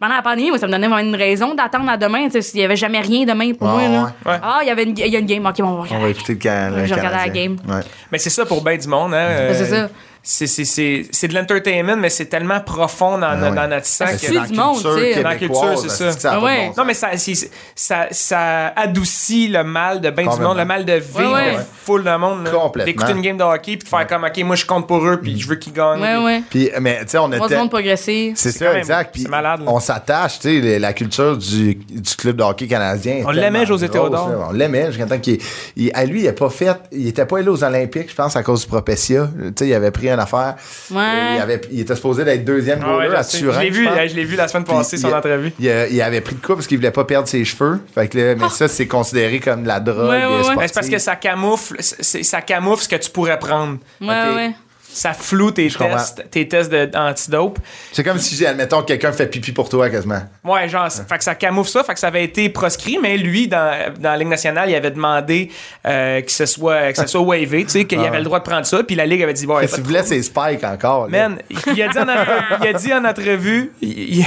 Speaker 7: pendant la pandémie, moi, ça me donnait vraiment une raison d'attendre à demain. Tu sais, Il y avait jamais rien demain pour
Speaker 5: Ouais,
Speaker 7: moi. là.
Speaker 5: ouais.
Speaker 4: Ouais.
Speaker 7: Ah, il y avait une, il y a une game. OK, bon, on va regarder.
Speaker 5: On va écouter le can- le
Speaker 7: Je vais regarder la
Speaker 5: Canadien.
Speaker 7: game.
Speaker 5: Ouais.
Speaker 4: Mais c'est ça pour bien du monde. Hein, euh,
Speaker 7: Ben, c'est ça.
Speaker 4: c'est- c'est- C'est c'est de l'entertainment, mais c'est tellement profond dans,
Speaker 5: ouais.
Speaker 4: dans notre sang
Speaker 7: Ça
Speaker 4: que
Speaker 7: suit
Speaker 5: Ben Dans
Speaker 7: du monde,
Speaker 5: culture
Speaker 7: tu sais.
Speaker 4: Dans la culture,
Speaker 5: québécoise,
Speaker 4: c'est
Speaker 5: c'est
Speaker 4: ça.
Speaker 5: que ça a
Speaker 7: Ah
Speaker 5: pas de
Speaker 7: ouais.
Speaker 5: bon sens.
Speaker 4: Non, mais ça, c'est- ça, ça adoucit le mal de ben du
Speaker 5: Complètement.
Speaker 4: monde, le mal de vivre
Speaker 7: Ouais, ouais.
Speaker 4: de foule de monde. là.
Speaker 5: Complètement.
Speaker 4: D'écouter une game de hockey puis de faire comme, OK, moi je compte pour eux puis je veux qu'ils gagnent.
Speaker 7: Ouais, ouais.
Speaker 5: Puis, mais tu sais, on
Speaker 7: Voir du
Speaker 5: était.
Speaker 7: monde progresser.
Speaker 5: C'est
Speaker 4: quand
Speaker 5: ça,
Speaker 4: même-
Speaker 5: exact. Puis
Speaker 4: c'est malade, là.
Speaker 5: on s'attache, tu sais, le- la culture du, du club de hockey canadien. est
Speaker 4: On l'aimait,
Speaker 5: tellement
Speaker 4: José
Speaker 5: grosse,
Speaker 4: Théodore.
Speaker 5: là. On l'aimait jusqu'à temps qu'il. il- à lui, il n'a pas fait. Il était pas allé aux Olympiques, je pense, à cause du Propecia. Tu sais, il avait pris une affaire.
Speaker 7: Ouais.
Speaker 5: Il, avait, il était supposé d'être deuxième
Speaker 4: Ah ouais,
Speaker 5: goaler
Speaker 4: je
Speaker 5: à
Speaker 4: sais.
Speaker 5: Turin.
Speaker 4: Je l'ai vu, hein,
Speaker 5: pense.
Speaker 4: je l'ai vu la semaine passée,
Speaker 5: Puis
Speaker 4: son
Speaker 5: il-
Speaker 4: entrevue.
Speaker 5: Il, a- il avait pris de coup parce qu'il voulait pas perdre ses cheveux. Fait que là, mais ça, c'est considéré comme de la drogue.
Speaker 7: Ah. Ouais, ouais, ouais.
Speaker 5: sportive.
Speaker 4: Mais Ben, c'est parce que ça camoufle, c'est- ça camoufle ce que tu pourrais prendre.
Speaker 7: Ouais,
Speaker 5: Ok.
Speaker 7: ouais.
Speaker 4: Ça floue tes
Speaker 5: Je
Speaker 4: tests, tes tests de- d'antidope.
Speaker 5: C'est comme si, admettons, quelqu'un fait pipi pour toi quasiment.
Speaker 4: Ouais, genre, c'est- fait que ça camoufle ça, fait que ça avait été proscrit, mais lui, dans, dans la Ligue nationale, il avait demandé euh, que ce soit, que ce soit wavé, tu sais,
Speaker 5: Ah
Speaker 4: qu'il avait le droit de prendre ça, puis la Ligue avait dit, bon, il y a pas de
Speaker 5: Si vous voulez, c'est Spike encore. là.
Speaker 4: Man, il a dit en,
Speaker 5: [laughs]
Speaker 4: entre- il a dit en entrevue, il, il-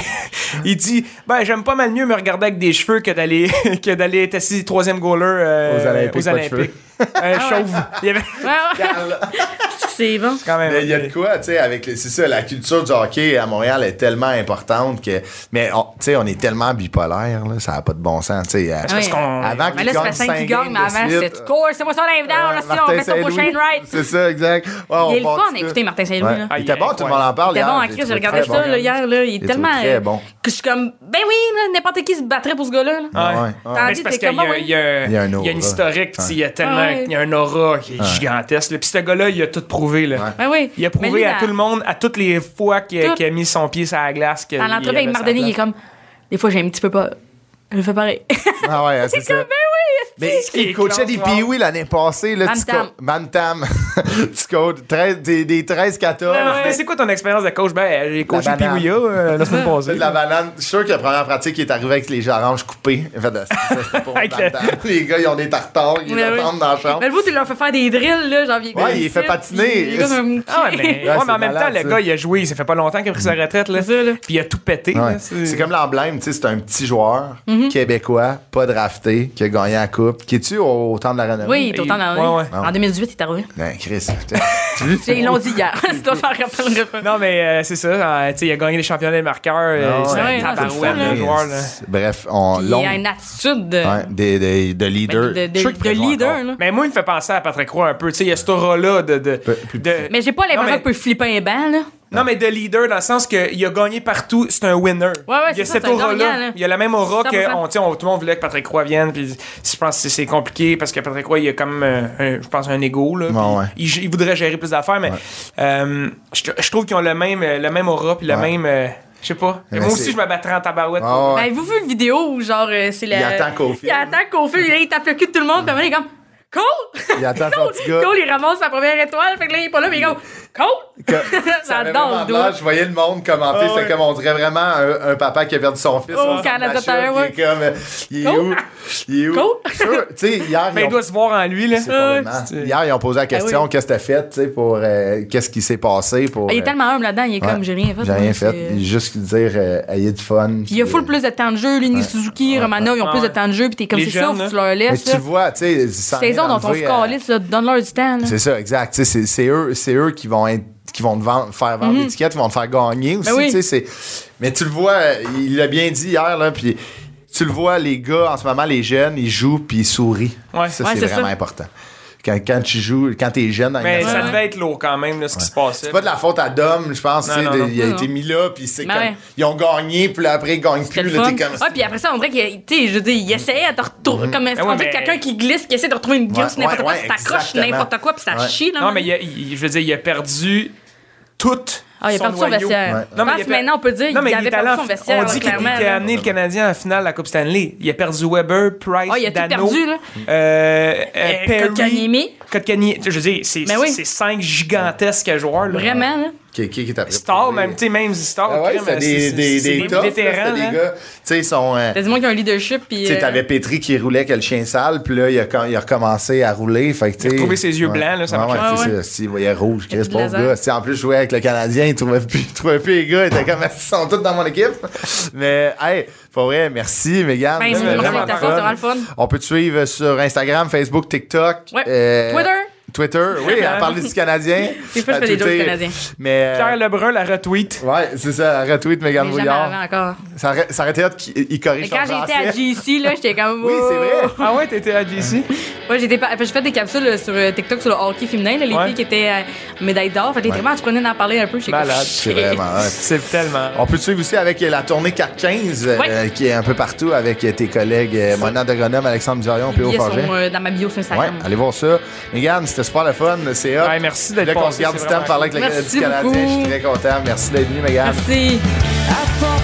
Speaker 4: il dit Ben, j'aime pas mal mieux me regarder avec des cheveux que d'aller [laughs] que d'aller être assis troisième goaler euh,
Speaker 5: Aux Olympiques,
Speaker 4: aux
Speaker 5: pas de
Speaker 4: Olympiques. Un chauve. Il y avait
Speaker 7: Ouais,
Speaker 5: [laughs]
Speaker 7: ouais. C'est bon.
Speaker 4: quand même.
Speaker 5: Mais il y a de quoi, tu sais, avec les- c'est ça, la culture du hockey à Montréal est tellement importante que, mais on- tu sais, on est tellement bipolaire, là, ça n'a pas de bon sens, tu sais.
Speaker 7: Ouais.
Speaker 4: Parce qu'on-
Speaker 5: Avant
Speaker 7: Mais
Speaker 5: qu'il
Speaker 7: là, ça
Speaker 5: gagne
Speaker 7: fait 5
Speaker 5: cinq
Speaker 7: qui gagnent,
Speaker 5: games
Speaker 7: mais
Speaker 5: de
Speaker 7: avant,
Speaker 5: suite,
Speaker 7: c'était cool. C'est moi ça live down, là,
Speaker 5: euh,
Speaker 7: si on
Speaker 5: Martin
Speaker 7: fait ça pour
Speaker 5: Saint-Louis.
Speaker 7: Shane Wright.
Speaker 5: C'est ça, exact. Ouais, on
Speaker 7: Il est le
Speaker 5: part
Speaker 7: fun,
Speaker 5: de ça.
Speaker 7: écoutez, Martin Saint-Louis,
Speaker 5: Ouais.
Speaker 7: là.
Speaker 4: Ah, il
Speaker 5: Il
Speaker 4: est
Speaker 5: était bon, tout le monde en parle.
Speaker 7: C'était
Speaker 5: hier,
Speaker 7: bon en
Speaker 5: j'ai
Speaker 7: Chris, j'ai
Speaker 5: trouvé
Speaker 7: regardé
Speaker 5: très
Speaker 7: ça,
Speaker 5: bon.
Speaker 7: là, hier, là. Il
Speaker 5: Il
Speaker 7: est
Speaker 5: est
Speaker 7: tellement.
Speaker 5: très
Speaker 7: euh,
Speaker 5: bon.
Speaker 7: Que je suis comme, ben oui, là, n'importe qui se battrait pour ce gars-là. là.
Speaker 4: Ah Ouais.
Speaker 5: Ouais, ouais.
Speaker 4: Mais c'est parce
Speaker 7: T'es
Speaker 4: qu'il y,
Speaker 7: comme,
Speaker 4: a-
Speaker 7: ouais.
Speaker 4: il y a-
Speaker 5: Il y a
Speaker 4: il y a
Speaker 5: un
Speaker 4: une
Speaker 5: aura.
Speaker 4: historique, puis il y a tellement
Speaker 7: Ouais.
Speaker 4: il y a un aura qui est gigantesque. là. Puis ce gars-là, il a tout prouvé. Là.
Speaker 5: Ouais.
Speaker 7: Ben oui.
Speaker 4: Il a
Speaker 7: Mais
Speaker 4: prouvé
Speaker 7: lui,
Speaker 4: à
Speaker 7: dans-
Speaker 4: tout le monde, à toutes les fois qu'il a,
Speaker 7: Tout.
Speaker 4: qu'il a mis son pied sur la glace. que
Speaker 7: Dans
Speaker 4: il
Speaker 7: l'entrevue
Speaker 4: avait
Speaker 7: avec
Speaker 4: sa
Speaker 7: Mardini, il est
Speaker 4: place.
Speaker 7: comme, des fois, j'ai un petit peu pas. Je le fais pareil. [laughs]
Speaker 5: Ah ouais, c'est ça.
Speaker 7: ben
Speaker 5: Mais
Speaker 4: c'est-
Speaker 5: il coachait des
Speaker 4: Claude,
Speaker 5: Pee-Wee l'année passée. Là, tu
Speaker 7: Bantam.
Speaker 5: co- Bantam. [laughs] tu codes 13, des, des 13-14.
Speaker 4: Ah Mais c'est quoi ton expérience de coach? Ben, j'ai coaché
Speaker 5: banane.
Speaker 4: Piouya euh, la
Speaker 7: [laughs]
Speaker 4: semaine
Speaker 5: C'est
Speaker 4: passée.
Speaker 5: de la banane. Je suis sûr que la première pratique il est arrivé avec les oranges coupées. En fait, ça,
Speaker 7: [laughs]
Speaker 5: c'était pas
Speaker 4: Avec
Speaker 5: dans le
Speaker 4: le-
Speaker 5: temps. Les gars, ils ont des tartares, ils
Speaker 7: Mais Ben oui.
Speaker 5: attendent dans la chambre.
Speaker 7: Mais le bout, tu leur fais faire des drills, là, genre, il est
Speaker 5: Ouais,
Speaker 7: comme
Speaker 5: il
Speaker 7: ici,
Speaker 5: fait patiner.
Speaker 7: puis il est comme,
Speaker 4: Ah
Speaker 7: [laughs]
Speaker 4: ouais, mais, ouais,
Speaker 5: c'est
Speaker 4: mais en même
Speaker 5: malade,
Speaker 4: temps, le
Speaker 5: ça. Mm.
Speaker 4: gars, il a joué, ça fait pas longtemps qu'il a pris sa retraite, là.
Speaker 7: C'est ça, là.
Speaker 4: Puis il a tout pété.
Speaker 5: Ouais.
Speaker 4: là,
Speaker 5: C'est comme l'emblème, tu sais, c'est un petit joueur
Speaker 7: Mhm.
Speaker 5: québécois, pas drafté, qui a gagné la coupe, qui est-tu au, au temps de la renommée?
Speaker 7: Oui, il est autant dans la
Speaker 4: Ouais,
Speaker 7: rue.
Speaker 4: ouais.
Speaker 5: Ah
Speaker 7: En 2018, il est arrivé.
Speaker 5: Ben, Chris,
Speaker 7: [laughs]
Speaker 5: putain. tu veux-
Speaker 7: Ils l'ont dit hier. [laughs] Si toi, je m'en rappellerai pas.
Speaker 4: Non, mais euh, c'est ça, euh, tu sais, il a gagné les championnats des marqueurs. euh,
Speaker 5: Non,
Speaker 4: c'est
Speaker 7: ouais,
Speaker 4: un
Speaker 7: non, c'est
Speaker 4: tabarouette,
Speaker 7: fou, là.
Speaker 4: le joueur, là.
Speaker 5: Bref, on
Speaker 7: Il y a
Speaker 5: l'ombre.
Speaker 7: une attitude de. ben,
Speaker 5: Ouais, des- des- de leader.
Speaker 7: de, de-
Speaker 5: Je suis sûr qu'il
Speaker 7: de
Speaker 5: pourrait jouer
Speaker 7: leader,
Speaker 5: encore.
Speaker 7: là.
Speaker 4: Mais moi, il me fait penser à Patrick Roy un peu. Tu sais, il y a cette aura-là de. de,
Speaker 5: plus
Speaker 4: de-
Speaker 7: Mais j'ai pas
Speaker 4: Non,
Speaker 7: l'impression
Speaker 4: mais-
Speaker 7: qu'il peut flipper un banc, là.
Speaker 4: Non, mais de leader, dans le sens qu'il a gagné partout, c'est un winner.
Speaker 7: Ouais, ouais,
Speaker 4: il y a
Speaker 7: c'est ça,
Speaker 4: cette
Speaker 7: c'est un gagnant,
Speaker 4: aura-là.
Speaker 7: là.
Speaker 4: Il y a la même aura que
Speaker 7: 100%.
Speaker 4: on, tu sais, on- tout le monde voulait que Patrick Roy vienne. Puis je pense que c'est compliqué parce que Patrick Roy, il a comme, euh, un- je pense, un ego. Là, puis
Speaker 5: Ouais, ouais.
Speaker 4: Il, il voudrait gérer plus d'affaires, mais euh, je, je trouve qu'ils ont le même, euh, le même aura, puis le
Speaker 5: Ouais.
Speaker 4: même. euh, je sais pas.
Speaker 5: Mais
Speaker 4: moi
Speaker 5: c'est-
Speaker 4: aussi, je me battrais en tabarouette.
Speaker 5: Ah ouais.
Speaker 7: Avez-vous vu une vidéo où, genre, euh, c'est la.
Speaker 5: Il attend Kofi.
Speaker 7: Il attend Kofi, là, il tape le cul de tout le monde, puis après, il est comme. Cole!
Speaker 5: Il attend son petit gars.
Speaker 7: Cole, il ramasse sa première étoile, fait que là, il est pas là, mais il est comme. Cool!
Speaker 5: Que-
Speaker 7: [laughs] Ça
Speaker 5: avait
Speaker 7: donne
Speaker 5: vraiment
Speaker 7: le
Speaker 5: de
Speaker 7: doigt.
Speaker 5: l'âge, Je voyais le monde commenter.
Speaker 4: Ah
Speaker 5: c'est
Speaker 4: ouais.
Speaker 5: comme on dirait vraiment un, un papa qui a perdu son fils.
Speaker 7: Oh,
Speaker 5: On s'en
Speaker 7: Canada
Speaker 5: achète,
Speaker 7: Tire, ouais.
Speaker 5: Il est comme. euh, Il est
Speaker 7: Cool.
Speaker 5: où? Il est où? [laughs]
Speaker 7: Cool.
Speaker 5: Sure. Tu sais, hier,
Speaker 4: Mais
Speaker 5: ils
Speaker 4: Ben, il
Speaker 5: ont-
Speaker 4: doit se voir en lui, là.
Speaker 5: c'est complètement-
Speaker 4: c'est-
Speaker 5: Hier, ils ont posé la
Speaker 7: Ah
Speaker 5: question qu'est-ce que t'as fait, tu sais, pour. euh, qu'est-ce qui s'est passé pour.
Speaker 7: Ah, Il est
Speaker 5: euh,
Speaker 7: tellement humble là-dedans, il est
Speaker 5: ouais,
Speaker 7: comme j'ai rien fait.
Speaker 5: J'ai
Speaker 7: moi,
Speaker 5: rien
Speaker 7: c'est-
Speaker 5: fait. Juste dire, euh, ayez du fun.
Speaker 7: Puis il y a full
Speaker 5: Euh,
Speaker 7: plus de temps de jeu, Lini Suzuki, Romano, ils ont plus de
Speaker 4: ouais.
Speaker 7: temps de jeu, puis t'es comme
Speaker 4: Les
Speaker 7: c'est ça,
Speaker 4: jeunes,
Speaker 7: faut que tu
Speaker 4: là.
Speaker 7: leur
Speaker 5: Mais
Speaker 7: laisses.
Speaker 5: tu
Speaker 7: là.
Speaker 5: vois, tu sais. sans
Speaker 7: Saison
Speaker 5: rien
Speaker 7: dont on se
Speaker 5: enlever, euh,
Speaker 7: calisse, là, donne-leur du temps. là.
Speaker 5: C'est ça, exact. Tu sais, C'est c'est eux, c'est eux qui vont être qui vont te vendre- faire vendre l'étiquette, qui vont te faire gagner aussi.
Speaker 7: Ben oui.
Speaker 5: tu sais, c'est- Mais tu le vois, euh, il l'a bien dit hier, là, puis tu le vois, les gars, en ce moment, les jeunes, ils jouent puis ils sourient.
Speaker 4: Ouais.
Speaker 5: Ça,
Speaker 7: Ouais,
Speaker 5: c'est
Speaker 7: c'est
Speaker 5: vraiment
Speaker 7: ça.
Speaker 5: important. Quand, quand tu joues, quand t'es jeune dans
Speaker 4: Mais
Speaker 5: le
Speaker 4: Ben, ça devait être lourd quand même, là, ce qui se passait.
Speaker 5: c'est pas de la faute à Dom, je pense. tu sais,
Speaker 4: non,
Speaker 5: de-
Speaker 4: non.
Speaker 5: Il a
Speaker 7: Non,
Speaker 5: été
Speaker 7: non.
Speaker 5: mis là, puis c'est
Speaker 7: Ben
Speaker 5: comme.
Speaker 7: ouais.
Speaker 5: Ils ont gagné, puis là, après, ils gagnent
Speaker 7: C'était
Speaker 5: plus.
Speaker 7: le
Speaker 5: Là,
Speaker 7: fun.
Speaker 5: t'es comme. Mm. Mm-hmm.
Speaker 7: Ah, puis après ça, on dirait qu'il tu sais, je veux dire, il essayait à te retourner. Comme, on
Speaker 4: ouais,
Speaker 7: dirait
Speaker 4: mais-
Speaker 7: quelqu'un qui glisse, qui essaie de retrouver une glisse,
Speaker 5: Ouais,
Speaker 7: n'importe
Speaker 5: ouais,
Speaker 7: quoi,
Speaker 5: ouais,
Speaker 7: puis t'accroches
Speaker 5: exactement.
Speaker 7: n'importe quoi, puis ça
Speaker 5: Ouais.
Speaker 7: chie, là.
Speaker 4: Non, mais il a- il- je veux dire, il a perdu tout.
Speaker 7: Ah, il a
Speaker 4: son
Speaker 7: perdu son
Speaker 4: noyau.
Speaker 7: vestiaire.
Speaker 5: Ouais.
Speaker 7: Je pense
Speaker 4: il a per-
Speaker 7: maintenant, on peut dire
Speaker 4: Non, mais
Speaker 7: qu'il avait
Speaker 4: est allé
Speaker 7: perdu son
Speaker 4: en-
Speaker 7: vestiaire,
Speaker 4: On dit qu'il qu'il
Speaker 7: clairement,
Speaker 4: a
Speaker 7: là.
Speaker 4: amené le Canadien en finale à la Coupe Stanley. Il a perdu Weber, Price,
Speaker 7: Ah, il a tout
Speaker 4: Dano,
Speaker 7: perdu, là.
Speaker 4: euh, euh,
Speaker 7: Euh,
Speaker 4: Perry,
Speaker 7: Kotkaniemi.
Speaker 4: Kotkaniemi. Je veux dire, c'est
Speaker 7: Ben oui.
Speaker 4: c'est cinq gigantesques joueurs. Là.
Speaker 7: Vraiment, là.
Speaker 5: Qui, qui, qui t'a pris
Speaker 4: Stars,
Speaker 5: pour-
Speaker 4: même, tu sais, même Stars.
Speaker 5: Ah ouais,
Speaker 4: crème,
Speaker 5: c'était des,
Speaker 4: c'est-
Speaker 5: des,
Speaker 4: c'est
Speaker 5: des, toughs, là, c'était
Speaker 4: vétérans. hein. là.
Speaker 5: des gars. Tu sais, ils sont. euh,
Speaker 7: T'as du monde qui a un leadership, puis.
Speaker 5: Tu sais,
Speaker 7: euh,
Speaker 5: t'avais Petri qui roulait que le chien sale, puis là, il a, quand- il a recommencé à rouler. Fait que, tu sais,
Speaker 4: Il a retrouvé ses yeux blancs, là, ça
Speaker 5: ouais,
Speaker 4: marche.
Speaker 5: ouais,
Speaker 7: Ah
Speaker 5: c'est
Speaker 7: ouais.
Speaker 5: ça, si, il voyait rouge,
Speaker 7: Il y a
Speaker 5: Chris,
Speaker 7: plus de
Speaker 5: pauvre
Speaker 7: laser.
Speaker 5: gars. Tu sais, en plus, je jouais avec le Canadien, il trouvait plus, il trouvait plus les gars, il était comme, [laughs] ils sont tous dans mon équipe. Mais, hey, pour vrai, merci, Mégane.
Speaker 7: Ben,
Speaker 5: C'était
Speaker 4: merci,
Speaker 5: vraiment
Speaker 4: merci, t'as
Speaker 5: le
Speaker 4: fait,
Speaker 5: fun.
Speaker 7: t'as vraiment le fun.
Speaker 5: On peut te suivre sur Instagram, Facebook, TikTok.
Speaker 7: Ouais.
Speaker 5: euh,
Speaker 7: Twitter.
Speaker 5: Twitter, oui, à parler du Canadien.
Speaker 7: Des fois, je
Speaker 5: À
Speaker 7: fais des jokes
Speaker 5: tweeter.
Speaker 7: canadiens.
Speaker 5: Mais, euh,
Speaker 4: Pierre Lebrun la retweet.
Speaker 5: ouais, c'est ça, retweet Mégane
Speaker 7: mais jamais avant
Speaker 5: Bouillard.
Speaker 7: encore.
Speaker 5: Ça aurait- ça aurait été hot qu'il il corrige
Speaker 7: Mais
Speaker 5: son
Speaker 7: quand j'étais
Speaker 5: français.
Speaker 7: à GC, là, j'étais comme.
Speaker 5: Oui, c'est vrai.
Speaker 7: wow.
Speaker 4: Ah ouais, t'étais à JC?
Speaker 7: Ouais, j'étais pas. J'ai fait des capsules euh, sur euh, TikTok sur le hockey féminin, là, les
Speaker 4: Ouais.
Speaker 7: filles qui étaient euh, médailles d'or. Fait que les vraiment, tu prenais d'en parler un peu. j'étais comme,
Speaker 4: Malade.
Speaker 5: C'est vraiment hot.
Speaker 4: C'est tellement.
Speaker 5: On peut te suivre aussi avec euh, la tournée 415 euh,
Speaker 7: Ouais.
Speaker 5: qui est un peu partout avec euh, tes collègues euh, Mona de Grenoble, Alexandre Duvarion,
Speaker 7: Les
Speaker 5: P.O.
Speaker 7: billets
Speaker 5: Forget.
Speaker 7: sont euh, dans ma bio sur
Speaker 5: Ouais,
Speaker 7: Instagram.
Speaker 5: allez voir ça. Megan, c'était super le fun, c'est hot.
Speaker 4: Ouais, merci d'être
Speaker 5: Là qu'on
Speaker 4: passé,
Speaker 5: se garde
Speaker 4: c'est
Speaker 5: du temps
Speaker 4: vraiment
Speaker 5: pour parler avec le
Speaker 7: cool.
Speaker 5: du
Speaker 7: Merci
Speaker 5: Canadien, je suis
Speaker 7: beaucoup.
Speaker 5: très content. Merci d'être venu, Megan.
Speaker 7: Merci.
Speaker 6: I thought